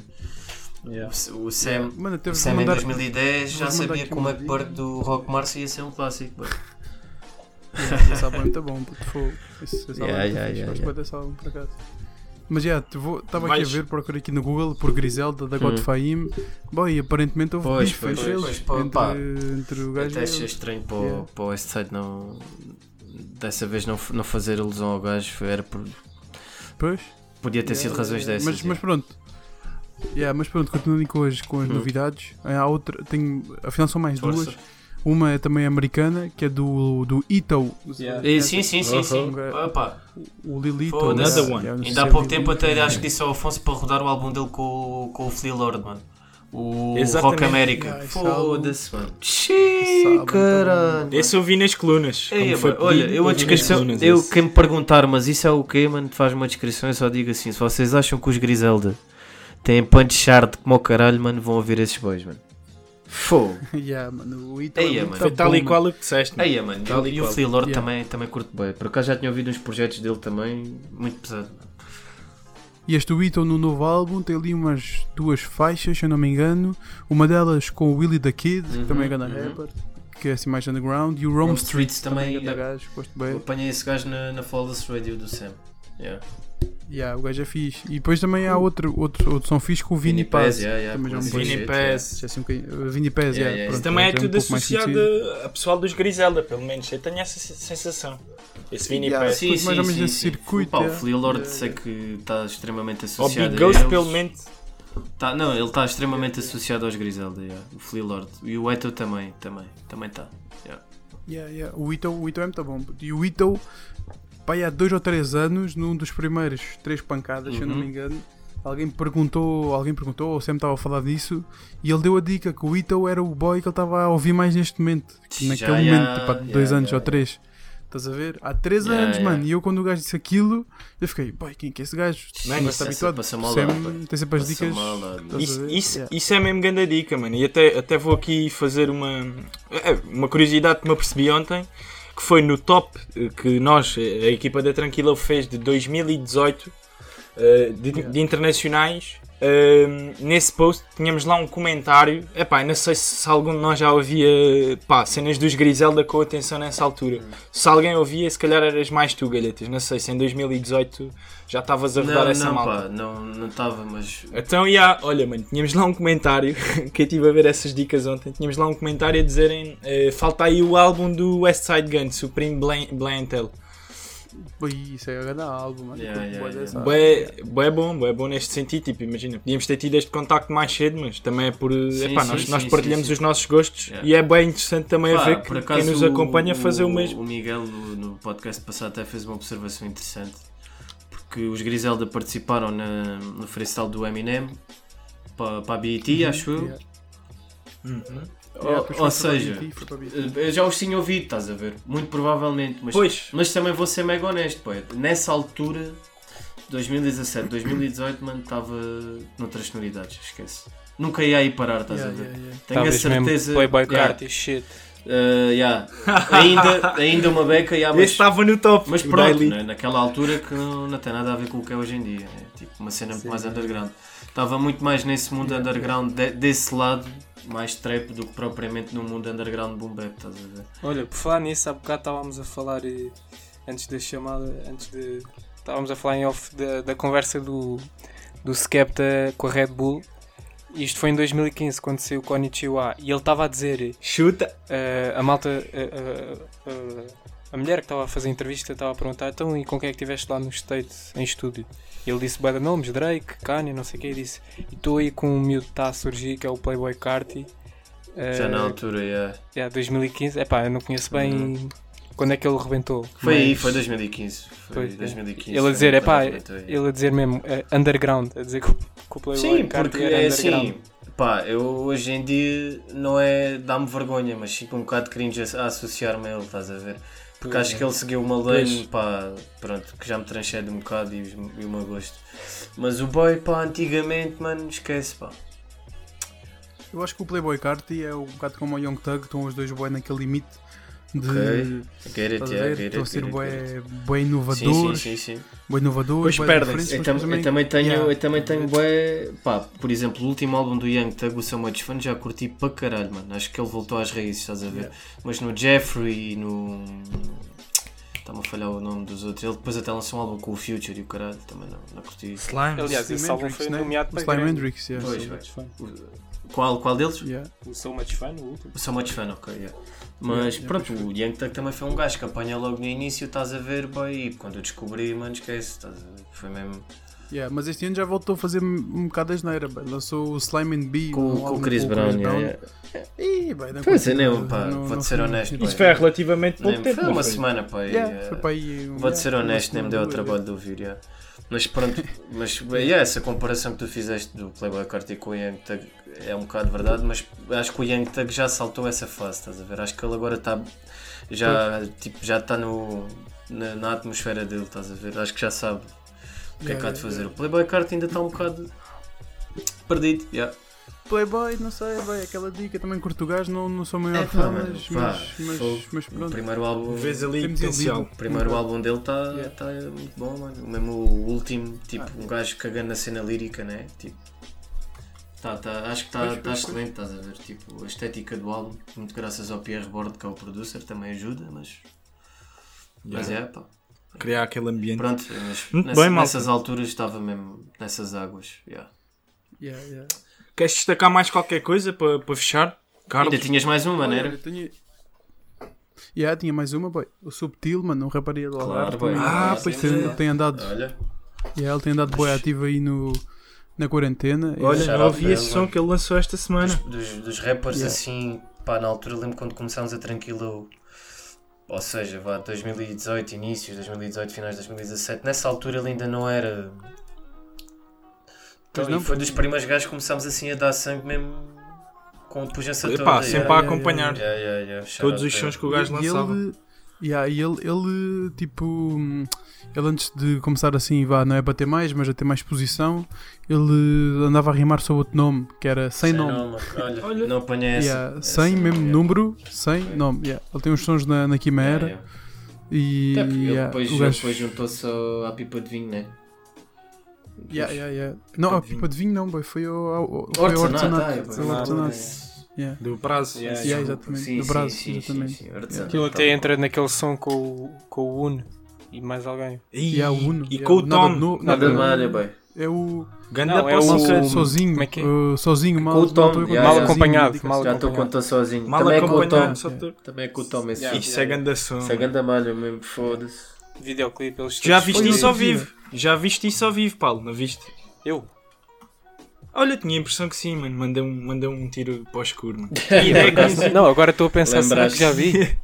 Yeah.
O, o Sam.
Mano, até
O
vos
Sam em
mandar...
2010
vou
já
mandar
sabia
aqui
como
uma
é que parte
dica.
do Rock Marcia ia ser um clássico. bué.
Yeah, esse álbum é muito bom, puto, fogo. Esse, esse álbum é
Yeah,
muito
yeah,
fixe,
yeah,
gosto
yeah.
bué desse álbum, por acaso. Mas já, estava aqui a
Vais-
ver, procurei aqui no Google por Griselda da Godfaim. Boy, aparentemente houve
Hum. Pois,
bife
pois,
entre
pois,
eles,
pois, pá.
entre, entre o gajo
Até
e
achei
ele.
estranho para, o
Yeah.
para o Westside não. Dessa vez não, f- não fazer ilusão ao gajo. foi- Era por,
Pois.
podia ter sido razões dessas.
Mas,
yeah.
mas pronto. Yeah, mas pronto, continuando com as, com as
Hum.
novidades. Ah, Há outra, tenho, afinal são mais
Força.
duas. Uma é também americana, que é do, do Ito. Não sei
Yeah.
se
E,
conhece.
sim, sim, sim, sim.
Uhum.
Opa,
O Lilito.
Pô, another
one.
ainda há pouco tempo até acho que disse ao Afonso para rodar o álbum dele com, o- com o Flea Lord, mano. O
Exatamente.
Rock América.
Yeah, esse álbum-
Foda-se, mano.
então, álbum
Xiii,
tá
caralho.
Esse eu vi nas colunas.
Ei,
como foi
mano, É, olha,
pedido,
eu
vi
a
nas
descrição.
colunas
é Eu,
esse.
quem me perguntar, mas isso é o quê, mano? Faz uma descrição, eu só digo assim: se vocês acham que os Griselda têm punch-hard como o caralho, mano, vão ouvir esses boys, mano. Fogo.
Yeah, mano, o Ito
Ei,
é
mano,
muito
Foi
bom,
tal e
mano.
qual o que disseste. mano.
Aí, é, mano,
Tal e
e, o
qual.
Flea Lord
Yeah.
também, também curto bem. Por acaso já tinha ouvido uns projetos dele também, muito pesado.
E este Ito no novo álbum tem ali umas duas faixas, se eu não me engano. Uma delas com o Willie da Kid, que também é grande
uhum.
rapper, que é assim mais underground. E o Rome Street,
Streets
também
também.
é grande
yeah. Uhum.
gajo, gosto
Eu
bem.
apanhei esse gajo na, na Flawless Radio do Sam. Yeah.
Yeah, o gajo é fixe. E depois também há outro, outro, outro som fixe com o Vini Paz.
yeah, yeah,
também já é um
com
me
esse
Vini
shit,
Paz.
Já assim um bocadinho- uh, Vini Pez,
Yeah,
yeah,
yeah,
pronto,
isso
Também é
já um
tudo
pouco mais
associado
conhecido.
a pessoal dos Griselda, pelo menos. Eu tenho essa se- sensação. Esse Vini
Yeah,
Paz.
sim. mais ou menos nesse circuito,
Pá, o
yeah.
Flea Lord
Yeah,
sei que está extremamente
Ou
associado
Oh, Big
a
Ghost,
eles.
pelo menos.
Tá, não, ele está extremamente associado aos Griselda, yeah. o Flea Lord. E o Eto também, também, também tá. está.
Yeah, yeah. O Ito, o Ito é muito bom. puto. E o Ito, pá, há dois ou três anos, num dos primeiros três pancadas, se eu não
Uhum.
me engano, alguém perguntou, alguém perguntou, ou sempre estava a falar disso, e ele deu a dica que o Ito era o boy que ele estava a ouvir mais neste momento. Que
Já,
naquele
yeah,
momento, tipo, há
yeah,
dois anos
yeah,
ou três. Estás a ver? Há três
Yeah,
anos,
yeah.
mano. E eu, quando o gajo disse aquilo, eu fiquei, boy, quem é que é esse gajo?
Mano,
Mas está
isso é-
habituado.
passa-me ao
Sempre-
lado, boy.
Tem sempre as
Passa-me
dicas.
ao lado.
estás a
Isso,
ver?
isso,
Yeah.
isso é mesmo grande dica, mano. E até, até vou aqui fazer uma, é, uma curiosidade que me apercebi ontem, que foi no top eh, que nós, eh, a equipa da Tranquila, fez de 2018 eh, de, de internacionais. Ehm, nesse post tínhamos lá um comentário. Epá, eu não sei se, se algum de nós já ouvia pá, cenas dos Griselda com atenção nessa altura.
Uhum.
Se alguém ouvia, se calhar eras mais tu, galhetas. Não sei se em 2018 já estavas a rodar
Não,
essa
não,
malta.
pá, não não estava, mas
Então, já, olha, mano, tínhamos lá um comentário que eu estive a ver essas dicas ontem. Tínhamos lá um comentário a dizerem: eh, falta aí o álbum do West Side Gun, Supreme Blan- Blantel.
Ui, isso é a grande álbum, mano. Tipo,
Yeah,
Curto
yeah,
bué dessa.
Bué, bué bom, bué bom neste sentido, tipo, imagina, podíamos ter tido este contacto mais cedo, mas também é por, epá,
sim,
nós,
sim,
nós
sim,
partilhamos
sim.
os nossos gostos
Yeah.
e é bem interessante também
Pá,
a ver que
por acaso,
quem nos acompanha
o-
fazer o mesmo.
O Miguel, o- no podcast passado, até fez uma observação interessante. Porque os Griselda participaram na, no freestyle do Eminem para a BET,
Uhum.
acho eu.
yeah.
oh, Ou-
Yeah, depois
ou
foi para o
seja,
BT, foi para o BT.
Eh, Eu já os tinha ouvido, estás a ver? Muito provavelmente. Mas,
Pois.
mas também vou ser mega honesto, pô. Nessa altura, 2017, 2018, mano, estava noutras sonoridades, esquece. Nunca ia aí parar, estás
Yeah,
a ver?
yeah, yeah.
Tenho a
Talvez
certeza.
mesmo Playboy
Yeah.
Card e shit.
Uh, yeah. ainda, ainda uma beca, yeah,
Este
mas,
estava no top,
mas
o
pronto,
Daily.
né? naquela altura que não, não tem nada a ver com o que é hoje em dia. É tipo uma cena muito mais underground. Estava muito mais nesse mundo underground, de- desse lado, mais trap do que propriamente no mundo underground boom bap, estás a ver?
Olha, por falar nisso, há bocado estávamos a falar eh, antes da chamada, antes de. Estávamos a falar em off da, da conversa do, do Skepta com a Red Bull. Isto foi em 2015, quando saiu o Konichiwa. E ele estava a dizer:
Chuta.
eh, a malta. eh, eh, eh, a mulher que estava a fazer a entrevista estava a perguntar: então e com quem é que estiveste lá no State, em estúdio? Ele disse: Bada nomes, Drake, Kanye, não sei o quê. E disse: e estou aí com um miúdo que está a surgir, que é o Playboy Carti. eh,
Já na altura, yeah.
Yeah, 2015, epá, eu não conheço bem quando é que ele rebentou.
Foi aí,
mas
foi 2015. Foi
Pois, é.
2015.
Ele a
foi
dizer,
quando
epá,
arrebentou aí.
ele a dizer mesmo, eh, underground, a dizer que o, que o Playboy
Sim,
Carti
porque
era
é
underground.
assim, pá, eu hoje em dia não é dá-me vergonha, mas fico um bocado cringe a a associar-me a ele, estás a ver? Porque
é.
acho que ele seguiu uma lane, pá, pronto, que já me tranchei de um bocado e, os- e o meu gosto. Mas o boy, pá, antigamente, mano, esquece, pá.
Eu acho que o Playboy Carti é um bocado como o Young Thug, estão os dois bué naquele limite de.
Ok.
estás
Get it,
a
yeah,
ver?
get
Estão a
it,
ser
get it, get it.
bué, bué
Sim, sim,
inovadores,
sim, sim.
bué inovadores,
Pois
bué
perdem-se.
diferentes,
Eu,
mas
tam-
depois
eu também tenho,
Yeah.
eu também tenho bué, pá, por exemplo, o último álbum do Young Thug, o So Much Fun, já curti para caralho, mano. Acho que ele voltou às raízes, estás a ver? Mas no Jeffrey e no. Está-me a falhar o nome dos outros. Ele depois até lançou um álbum com o Future e o caralho, também não, não curti.
Slime.
Aliás, esse
Slime
álbum
Hendrix,
foi
né?
nomeado para
Slime
Grammy.
Hendrix, yeah.
Pois,
So
bem.
much fun.
Qual, qual deles?
Yeah.
O Sou Much Fan, o último.
O So Much Fun, ok, yeah. Mas
Yeah,
pronto, o Young Thug também foi um gajo que apanha logo no início, estás a ver, boy, e quando eu descobri, mano, esquece, estás a ver? Foi mesmo.
Yeah, mas este ano já voltou a fazer um um bocado a asneira, bem. lançou o Slime and Bee
Com, com o Chris Brown, yeah, yeah.
Ih, bem, não
Pois é,
consigo-
não, pá,
não-
vou-te
não
ser
fui-
honesto,
não fui-
Isso foi há relativamente pouco
Nem-
tempo.
Foi uma
não foi?
semana, pá. e,
Yeah,
eh,
foi para aí. um-
Vou-te ser
yeah, uma
honesto, nem me deu o
semana, duas,
trabalho de ouvir, yeah. Mas pronto, mas eh, yeah, essa comparação que tu fizeste do Playboy Carti com o Young Thug é um bocado verdade, mas acho que o Young Thug já saltou essa fase, estás a ver? Acho que ele agora está já, tipo, já está no, na, na atmosfera dele, estás a ver? Acho que já sabe o que é que há de fazer. O Playboy Carti ainda está um bocado perdido, yeah.
Playboy, não sei, bem, aquela dica também curto o gajo, não, não sou o maior
É,
fã,
pá, mano,
mas,
pá,
mas, mas,
fogo.
mas
O
pronto.
primeiro álbum.
Vês ali
Temos
potencial.
ido.
O primeiro álbum dele está
Yeah. Ah.
muito bom, mano. Mesmo o último, tipo, um gajo cagando na cena lírica, né? Tipo, tá, tá, acho que está tá excelente, estás a ver? Tipo, a estética do álbum, muito graças ao Pierre Borde, que é o producer, também ajuda, mas. Mas é, pá.
Criar aquele ambiente.
Pronto, mas
Muito
nessa-
bem, malta.
nessas alturas estava mesmo nessas águas. yeah.
Yeah, yeah.
Queres destacar mais qualquer coisa para, para fechar? Carlos?
Ainda tinhas mais uma, não
Olha,
era?
eu tinha... Yeah, tinha mais uma, boy. O Subtil, mano, o raparia do
Claro,
Algarve.
boy.
também.
Ah,
pois
sim,
tem,
sim.
tem andado.
Olha,
Yeah, ele tem andado boy ativo aí no, na quarentena. E-
Olha,
Shout
não
out
ouvi
para
esse
ele,
som
mano.
que ele lançou esta semana.
dos, dos rappers
Yeah.
assim, pá, na altura lembro quando começámos a Tranquilo, ou seja, vá, 2018, inícios, 2018, finais de 2017, nessa altura ele ainda não era. Então,
Pois não,
e foi
pois
dos
não.
primeiros gajos que começámos assim a dar sangue mesmo com a pujança toda.
Epá, sempre a
yeah,
acompanhar
yeah, yeah, yeah. Shout
todos
out
os
a
sons
ele.
que o gajo
e
lançava.
ele, yeah, e ele, ele, tipo, hum, ele antes de começar assim, vá, não é bater mais, mas a ter mais posição, ele andava a rimar sobre outro nome, que era sem,
Sem
nome.
nome, Olha,
Olha.
não apanhei essa. é
Yeah,
Essa
sem
não,
mesmo
yeah.
número, sem nome. yeah. Ele tem uns sons na, na Quimera
Yeah, yeah.
e
É. Até porque ele
yeah,
depois,
o
ele
gajo-
depois juntou-se ao- à pipa de vinho, né?
Yeah, yeah, yeah.
Tipo
Não, a pipa de vinho não, boy, foi ao, ao, foi ao
Ortsonato, ah, é, Ah,
Ortsonato. Foi ao
Ortsonato,
Ortsonato. Yeah.
Do prazo.
Yeah,
Yeah,
yeah.
exatamente.
Sim,
do
sim,
braço,
sim, sim,
exatamente.
sim, artesanato,
Aquilo
tá
até
bom.
entra naquele som com o, com o Uno e mais alguém.
E,
Yeah, é o Uno,
e
yeah,
com o
nada
Tom.
de novo,
Nada
nada de novo.
mal, é bem.
É o
Ganda
Não, é
posse.
o-
Nossa, sozinho,
como é que é?
uh, sozinho, mal,
Com o Tom,
mal,
yeah,
mal
yeah.
acompanhado, mal
Já estou com o
acompanhado.
Tom sozinho.
Mal
Também é com o Tom.
acompanhado. só
Yeah.
tu-
Também é com o Tom esse.
Yeah.
Yeah.
Isso é ganda som.
Essa é grande malha mesmo, foda-se.
videoclipe. Eles
Já
todos
viste
foram-
isso ao vivo? Já viste isso ao vivo, Paulo? Não viste?
Eu?
Olha, tinha a impressão que sim, mano. Mandei um, mandei um tiro para o escuro, mano.
Não, agora estou a pensar será que
Lembraste?
já vi.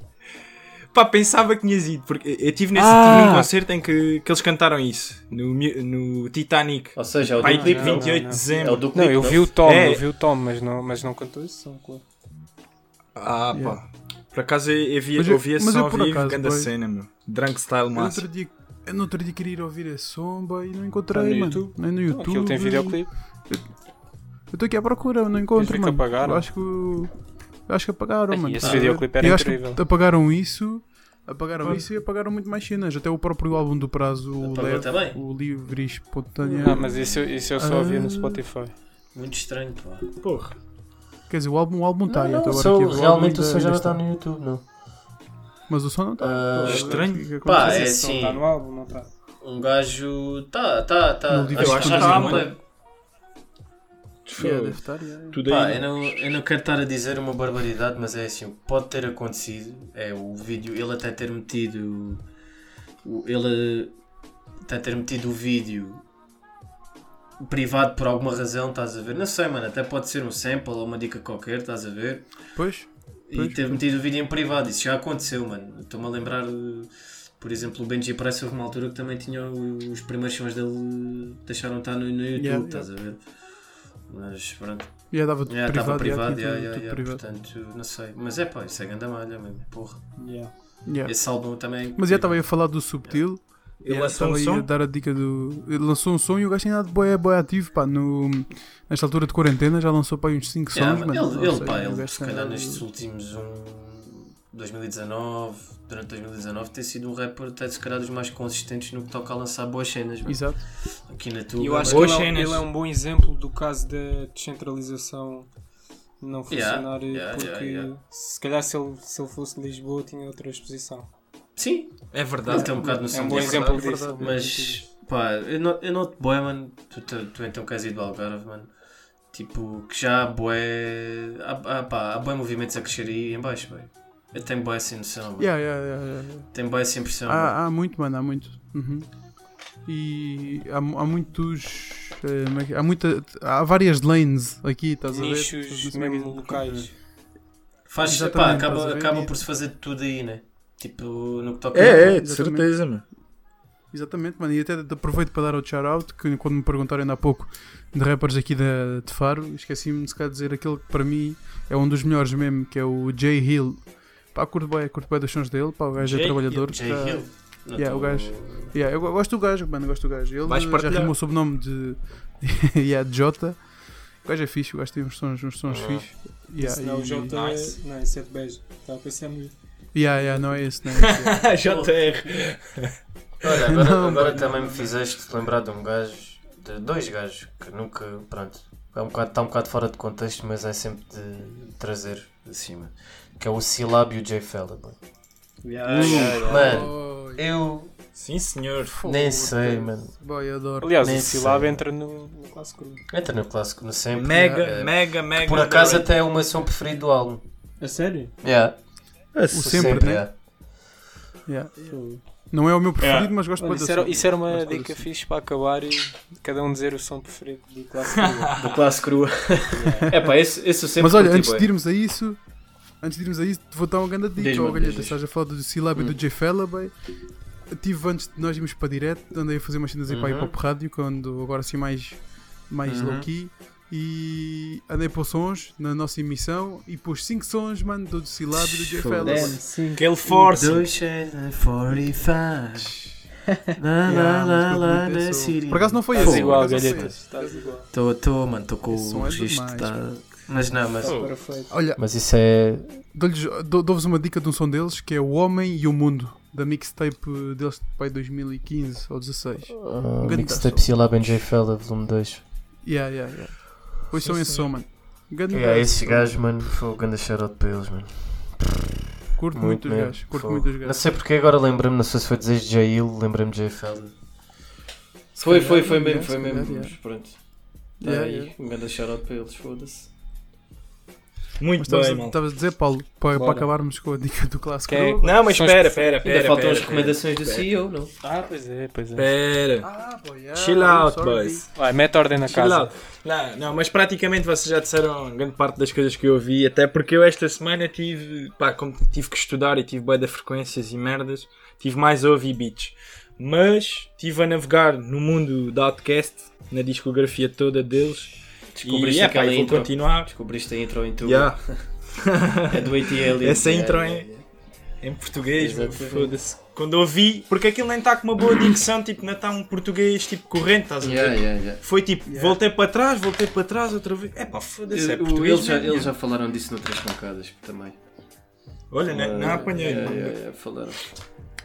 Pá, pensava que tinhas ido, porque eu tive nesse
Ah!
tive um concerto em que, que eles cantaram isso, no, mi- no Titanic.
Ou seja, é o
Pá,
do
e tipo
clipe.
28
não.
de
É o
dezembro.
do
Não,
clipe.
eu vi o Tom,
É.
eu vi o Tom, mas não, mas não cantou esse som, claro.
Ah, pá.
Yeah.
Por acaso eu, eu vi,
Mas eu-
ouvi esse
mas eu
som ao
por
vivo,
acaso,
grande
boy.
cena, meu. Drunk style
Eu no
massa.
outro dia, eu no outro dia queria ir ouvir a somba e não encontrei,
Tá no
mano.
YouTube?
Nem no
Não,
YouTube.
Aquilo tem videoclipe.
Eu estou aqui à procura, não encontro,
Eles que
mano.
apagaram.
Eu acho que. eu acho que apagaram,
Ai,
mano.
esse
Tá a ver?
videoclipe era
Eu acho
incrível.
que apagaram isso. Apagaram isso e apagaram muito mais cenas. Até o próprio álbum do prazo, o,
Ah. Apagou
Leve,
também?
o Livre e Espontânea.
Não, Ah, mas isso, eu- isso eu só ouvi
Ah.
no Spotify.
Muito estranho, pá.
Porra.
Quer dizer, o álbum, o álbum está.
Não,
aí,
não,
Tá, até
o
agora
som-
aqui, álbum
realmente o
ainda-
som já
ainda
não
está.
está no YouTube, não.
Mas o som não tá. está.
Ah,
Estranho.
Pá, é
Esse som
assim.
Tá no álbum, não tá?
Um gajo. Tá, tá, tá.
Eu acho
que tá,
não
mano.
leva. assim,
Yeah, deve tá. estar, yeah.
Tudo
Pá,
aí.
eu não, eu não quero estar a dizer uma barbaridade, mas é assim, o que pode ter acontecido é o vídeo, ele até ter metido. o- Ele até ter metido o vídeo privado por alguma razão, estás a ver? Não sei, mano, até pode ser um sample ou uma dica qualquer, estás a ver?
Pois,
E
Pois,
ter
pois.
metido o vídeo em privado, isso já aconteceu, mano. Estou-me a lembrar, eh, por exemplo, o Benji Price houve uma altura que também tinha o- os primeiros sons dele deixaram estar no, no YouTube,
Yeah,
estás a ver? Mas pronto,
já estava tudo
já estava
privado. já
privado,
tinha
já,
tudo-
já,
tudo
já,
privado.
portanto, não sei. Mas é pá, isso é ganda malha mesmo, porra.
Yeah.
Esse álbum também.
Mas já estava aí a falar do Subtil.
Ele
já
lançou
estava
um
aí
som?
a dar a dica do. Ele lançou um som e o gajo tem dado boé, boé ativo, pá. No... Nesta altura de quarentena já lançou para aí uns 5 sons,
Yeah,
mano.
ele,
Ou
ele,
seja,
pá,
o
ele
gajo tá-
se
tem
calhar
dado-
nestes últimos um 2019, durante 2019, tem sido um rapper até se calhar dos mais consistentes no que toca a lançar boas cenas, mano.
Exato.
Aqui na tua.
E eu acho que
Boas
ele, é um-
cenas.
ele é um bom exemplo do caso da descentralização não
Yeah,
funcionar,
yeah,
porque
yeah, yeah.
se calhar se ele, se ele fosse de Lisboa tinha outra exposição.
Sim,
É
ele
verdade.
tem um bocado no
É um
som
bom
disso.
exemplo
verdade,
disso.
Mas, pá, eu não eu noto boé, mano. Tu, tu, tu então queres ir do Algarve, mano. Tipo, que já há boé. Há, há, pá, há boé movimentos a crescer aí em baixo, velho. Eu tenho boé essa noção, mano.
Yeah, Ah, yeah, yeah, yeah, yeah.
Tenho boé essa impressão, mano.
Há, há muito, mano, há muito. Uhum. E há, mu- há muitos. eh, como é que- Há, muita, há várias lanes aqui, estás a ver?
nichos
Não sei
mesmo
como é que-
locais.
Faz, pá,
exatamente, estás
acaba,
a ver?
acaba
E-
por se fazer de tudo aí, né? Tipo, no que toca.
É, é, de
Exatamente.
certeza, mano.
Exatamente, mano. E até aproveito para dar outro shout-out, que quando me perguntaram ainda há pouco de rappers aqui da, de Faro, esqueci-me de cá dizer aquele que para mim é um dos melhores mesmo, que é o Jay Hill. Pá, curto bem, curto bem dos sons dele, pá, o gajo é
Jay
trabalhador.
Jay
tá-
Hill. Não
Yeah,
tô-
o gajo. Yeah, eu go- gosto do gajo, mano, eu gosto do gajo. Ele
Vais
já
partilhar.
rimou o sobrenome de yeah, Jota. O gajo é fixe, o gajo tem uns sons, uns sons fixe. Yeah,
Se Ah. não,
e-
o Jota
Nice.
é. Não, esse é de beijo. Estava a pensar muito.
Yeah, yeah, não é esse, não é esse.
JR.
Olha, agora,
Não,
agora também me fizeste lembrar de um gajo, de dois gajos que nunca, pronto, é um bocado, está um bocado fora de contexto, mas é sempre de trazer de cima. Que é o Silab e o Jay Fella, mano. Hum, Mano,
Oh,
eu
Sim, senhor.
nem sei, mano.
boy, adoro.
Aliás,
Nem
o Silab
sei.
entra no, no clássico.
Entra no clássico, no sempre.
Mega,
é,
mega, mega.
Por acaso
underrated.
até é o meu som preferido do álbum.
A sério?
Yeah,
O sempre, né?
yeah.
Yeah. Não é o meu preferido, mas gosto muito
Olha,
da
isso, era,
sua.
isso era uma
Gosto muito
dica
da sua.
fixe para acabar e cada um dizer o som preferido do clássico.
Do clássico crua. é pá, esse, esse eu sempre
Mas olha,
curti,
antes
bué.
de irmos a isso, antes de irmos a isso, vou dar uma grande dica
Diz-me, Hum.
ao Galheta.
diz, diz.
Estás a falar do Silab e do J Fella, bem. Tive antes de nós irmos para direto, andei a fazer umas cenas aí para
Uhum.
hip hop rádio, quando agora assim mais, mais
Uhum.
low key. E andei para sons na nossa emissão e pus 5 sons, mano, do Silab e do J Fella.
Foda-se.
mano.
Aquele force.
Dois cheios de 45. Lá, lá,
Yeah,
lá,
mas
lá,
curto muito
na
esse som.
Síria.
Por acaso não foi
Estás
esse,
igual,
por acaso não foi
Galheta.
esse.
Estás igual.
Estou, estou, mano, estou com
Esse som
o
é
registro.
demais,
tá... Mas não, mas.
Perfeito.
Olha,
Mas isso é.
dou-lhes- dou- dou-vos uma dica de um som deles que é O Homem e o Mundo, da mixtape deles de pai 2015 ou 16.
Uh,
grande
Mixtape
som.
Silab and J Fella, volume 2.
Yeah, yeah, yeah. Pois são esse som, mano. Um Grande
É,
gajo,
esses
som.
gajos, mano, foi o grande shoutout para eles, mano.
Curto é muito,
Muito
os
mesmo.
gajos. Curto
Fogo.
muito os
Não
gajos.
sei porque agora lembrei-me, não sei se foi dizer de J. Hill, lembrei-me de J. Fella.
Foi,
calhar,
foi, foi
yeah,
mesmo,
se
foi
calhar,
mesmo.
yeah.
Mas pronto. Tá
Yeah,
aí,
yeah.
um grande shoutout para eles, foda-se.
Muito
Mas
bem,
estavas a-
mal.
estavas a dizer, Paulo, para, para
Bora.
acabarmos com a dica do clássico.
Que é-
Grover.
Não, mas
Só as
espera, espera,
preferências.
É,
espera.
Ainda faltam
espera,
as recomendações do CEO, não?
Ah, pois é, pois é.
Espera.
Ah, boy, yeah,
Chill
I'm
out,
sorry.
boys.
Vai, mete ordem na
Chill
casa.
out. Não, não, mas praticamente vocês já disseram grande parte das coisas que eu ouvi, até porque eu esta semana tive, pá, como tive que estudar e tive bué de frequências e merdas, tive mais a ouvir beats. Mas estive a navegar no mundo da Outcast, na discografia toda deles. e,
Descobriste
é, pá,
aquela
eu vou
intro.
continuar.
Descobriste a intro em tudo.
Yeah.
É do ATL.
Essa intro é-
é.
Em português, meu,
Exatamente.
foda-se. Quando ouvi, porque aquilo nem está com uma boa dicção, tipo, não está um português tipo corrente, estás a ver?
Yeah, yeah, yeah.
Foi tipo, voltei para trás, voltei para trás outra vez. É pá, foda-se, é
Eu-
português.
eles, já,
mesmo.
eles já falaram disso noutras pancadas também.
Olha, não, não apanhei.
Yeah,
mano.
yeah, yeah, falaram.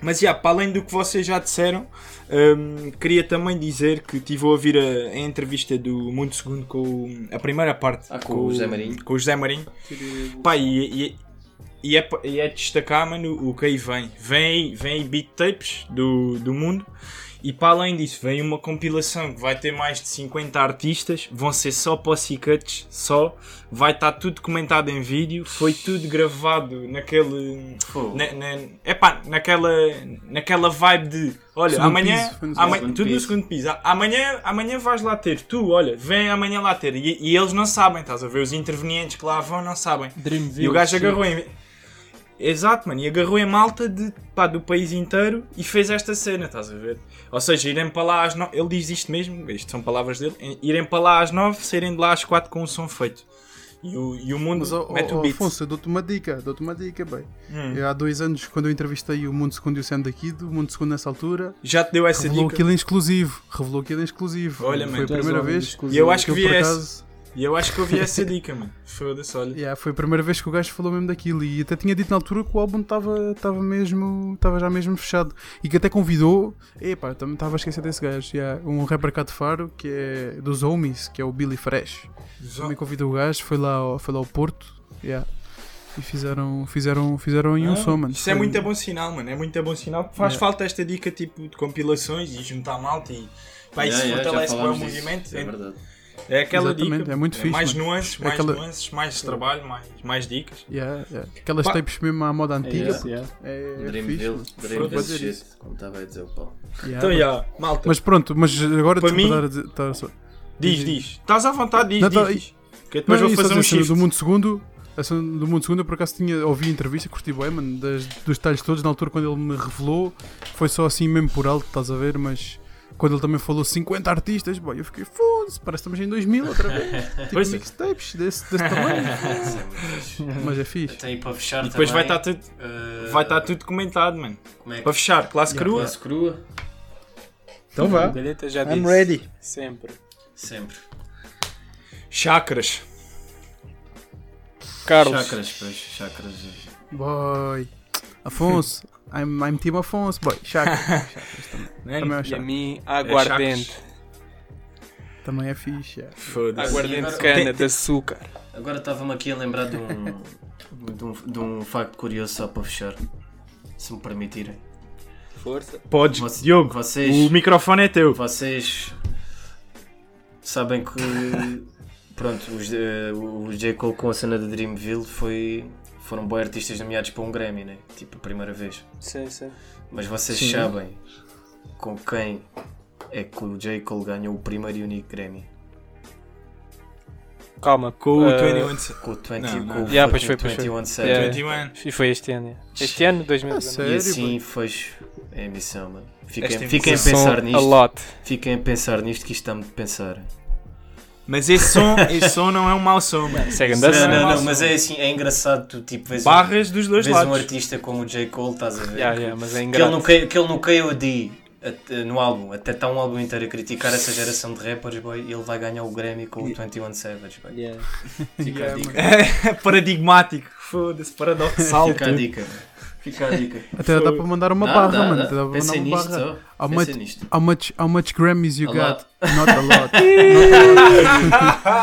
Mas já, para além do que vocês já disseram, hum, queria também dizer que estive a ouvir a, a entrevista do Mundo Segundo com o- a primeira parte.
Ah, com o José Marinho.
Com o José Marinho. Pá, e, e- e é, pa- e é de destacar, mano, o que aí vem. Vem aí, vem aí beat tapes do, do mundo. E para além disso, vem uma compilação que vai ter mais de 50 artistas, vão ser só posse cuts, só. Vai estar tudo documentado em vídeo, foi tudo gravado naquele.
Fogo.
Na, na, epá, naquela, naquela vibe de olha,
Segundo
amanhã,
piso, foi no
ama-
segundo
tudo no
piso.
segundo piso, A- amanhã, amanhã vais lá ter, tu, olha, vem amanhã lá ter, e, e eles não sabem, estás a ver? Os intervenientes que lá vão não sabem.
Dreamville.
E o gajo
sim.
agarrou em. Exato, mano, e agarrou em malta de, pá, do país inteiro e fez esta cena, estás a ver? Ou seja, irem para lá às nove. Ele diz isto mesmo, isto são palavras dele: em- irem para lá às nove, saírem de lá às quatro com o som feito. E o, e o mundo
Mas, ó, ó,
mete o
ó,
beat.
Afonso, eu dou-te uma dica, dou-te uma dica, bem.
Hum.
Eu, há dois anos, quando eu entrevistei o Mundo Segundo e o Sam daqui, do Mundo Segundo nessa altura,
Já te deu essa
revelou
dica?
aquilo em exclusivo. Revelou aquilo em exclusivo.
Olha,
foi
mano,
a
tu um
és
primeira
homem
vez.
exclusivo.
E eu acho que
eu,
vi
por
essa.
acaso,
E eu acho que ouvi essa dica, mano. Foda-se, olha.
yeah, foi a primeira vez que o gajo falou mesmo daquilo. E até tinha dito na altura que o álbum estava estava mesmo. estava já mesmo fechado. E que até convidou. Epá, eu também estava a esquecer desse gajo. yeah, um rapper cá de Faro, que é dos homies, que é o Billy Fresh. Também convidou o gajo, foi lá, ao- foi lá ao Porto. yeah, E fizeram, fizeram, fizeram em um
Ah,
som, mano.
Isso é
Foi-
muito bom sinal, mano. É muito bom sinal. Faz
Yeah.
falta esta dica tipo de compilações e juntar malta e. Pá, isso
Yeah, yeah, já
fortalece bem o
falámos disso.
movimento.
É
É,
verdade.
é aquela
Exatamente,
dica.
é muito fixe,
mais
mano.
nuances,
É
mais
aquela-
nuances, mais trabalho, mais, mais dicas.
Yeah, yeah. Aquelas
Pá.
tapes mesmo à moda antiga.
Yeah.
pô, É, é fixe,
Dreamville,
mano.
Dreamville
fazer
shit, como estava a dizer o Paulo.
Yeah,
Então,
mano.
já, malta.
Mas pronto, mas agora
Para
desculpa
mim-
dar a dizer- tá, só.
diz, diz. Estás à vontade, diz,
Não,
diz.
tá-
diz. Que eu
Não,
depois vou
isso, é
fazer um
a cena
shift.
do mundo segundo. A cena do mundo segundo, eu por acaso tinha, ouvi a entrevista, curti bem, mano, das- dos detalhes todos. Na altura, quando ele me revelou, foi só assim mesmo por alto, estás a ver, mas. Quando ele também falou 50 artistas, boy, eu fiquei foda-se, parece que estamos em 2000 outra vez. Tipo
Pois é.
mixtapes desse, desse tamanho.
Isso é muito fixe.
mas é fixe.
Tem para fechar
E depois vai estar
também,
tudo,
eh,
vai estar tudo documentado, mano.
Como é que
Para fechar, classe crua.
Classe crua,
Então
A
vá.
Galheta já
I'm
disse.
ready.
Sempre.
sempre.
Chakras.
Carlos.
Chakras, pois, chakras.
Boy. Afonso. I'm, I'm Team Afonso, boy. Chakra.
né?
também é
E a
chakra.
mim,
É
aguardente.
Também é fixe. é.
Foda-se.
aguardente de
Tem-
cana, de açúcar.
Agora estava-me aqui a lembrar de um, de, um, de um facto curioso só para fechar. Se me permitirem.
Força.
Podes,
Vocês-
Diogo,
vocês-
o microfone é teu.
Vocês sabem que pronto, os, eh, o J. Cole com a cena de Dreamville foi, foram bons artistas nomeados para um Grammy, né? tipo a primeira vez.
Sim, sim.
Mas vocês sabem com quem é que o J. Cole ganhou o primeiro e único Grammy?
Calma.
Com o
eh,
21 Sa-
Com o 20,
Não, não.
Com o
Yeah, pois foi,
fucking
pois foi.
21 Savage.
Yeah.
21.
E foi este ano. é. Este ano,
Ah,
2019.
sério,
E
boy?
assim fecho a emissão, mano.
Esta
Fiquem, fiquem a
emissão
pensar
A
nisto.
lot.
Fiquem a pensar nisto que isto está-me de pensar.
Mas esse som, esse som não é um mau som, mano.
Segue
Não,
Não,
andando.
não,
massa,
não, mas
mano.
é assim, é engraçado tu tipo vês um,
Barras dos dois
vês um
lados.
artista como o J. Cole, estás a ver?
Yeah, yeah, mas é
que, ele
engraçado.
no, K- que ele no KOD até- no álbum, até está um álbum inteiro a criticar essa geração de rappers, boy, e ele vai ganhar o Grammy com o 21 Savage, boy. Fica a dica.
É paradigmático. Foda-se, paradoxal.
Fica a dica. Fica a dica.
Até dá para mandar uma
Dá,
barra,
dá,
mano.
dá.
Até dá para mandar
Pensei
uma
nisto
barra.
só.
How
Pensei
much-
nisto.
How much, how much Grammys you
A
got?
lot.
Not a lot.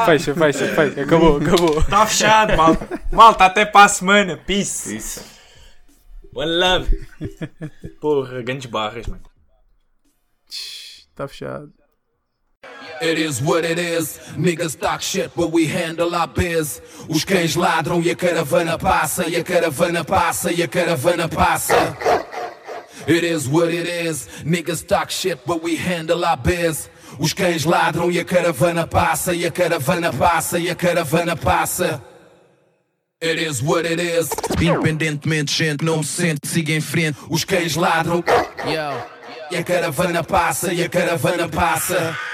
Fecha, fecha, fecha. Acabou, acabou.
Está Tá fechado, malta. Malta, até para a semana. Peace.
Isso.
One love. Porra, grandes barras, mano.
Tá fechado.
Yeah,
It is what it is. Niggas talk shit, but we handle our biz. Os cães ladram e a caravana passa, e a caravana passa, e a caravana passa. It is what it is. Niggas talk shit, but we handle our biz. Os cães ladram e a caravana passa, e a caravana passa, e a caravana passa. It is what it is. Independentemente, gente, não me sente, siga em frente. Os cães ladram. E a caravana passa, e a caravana passa.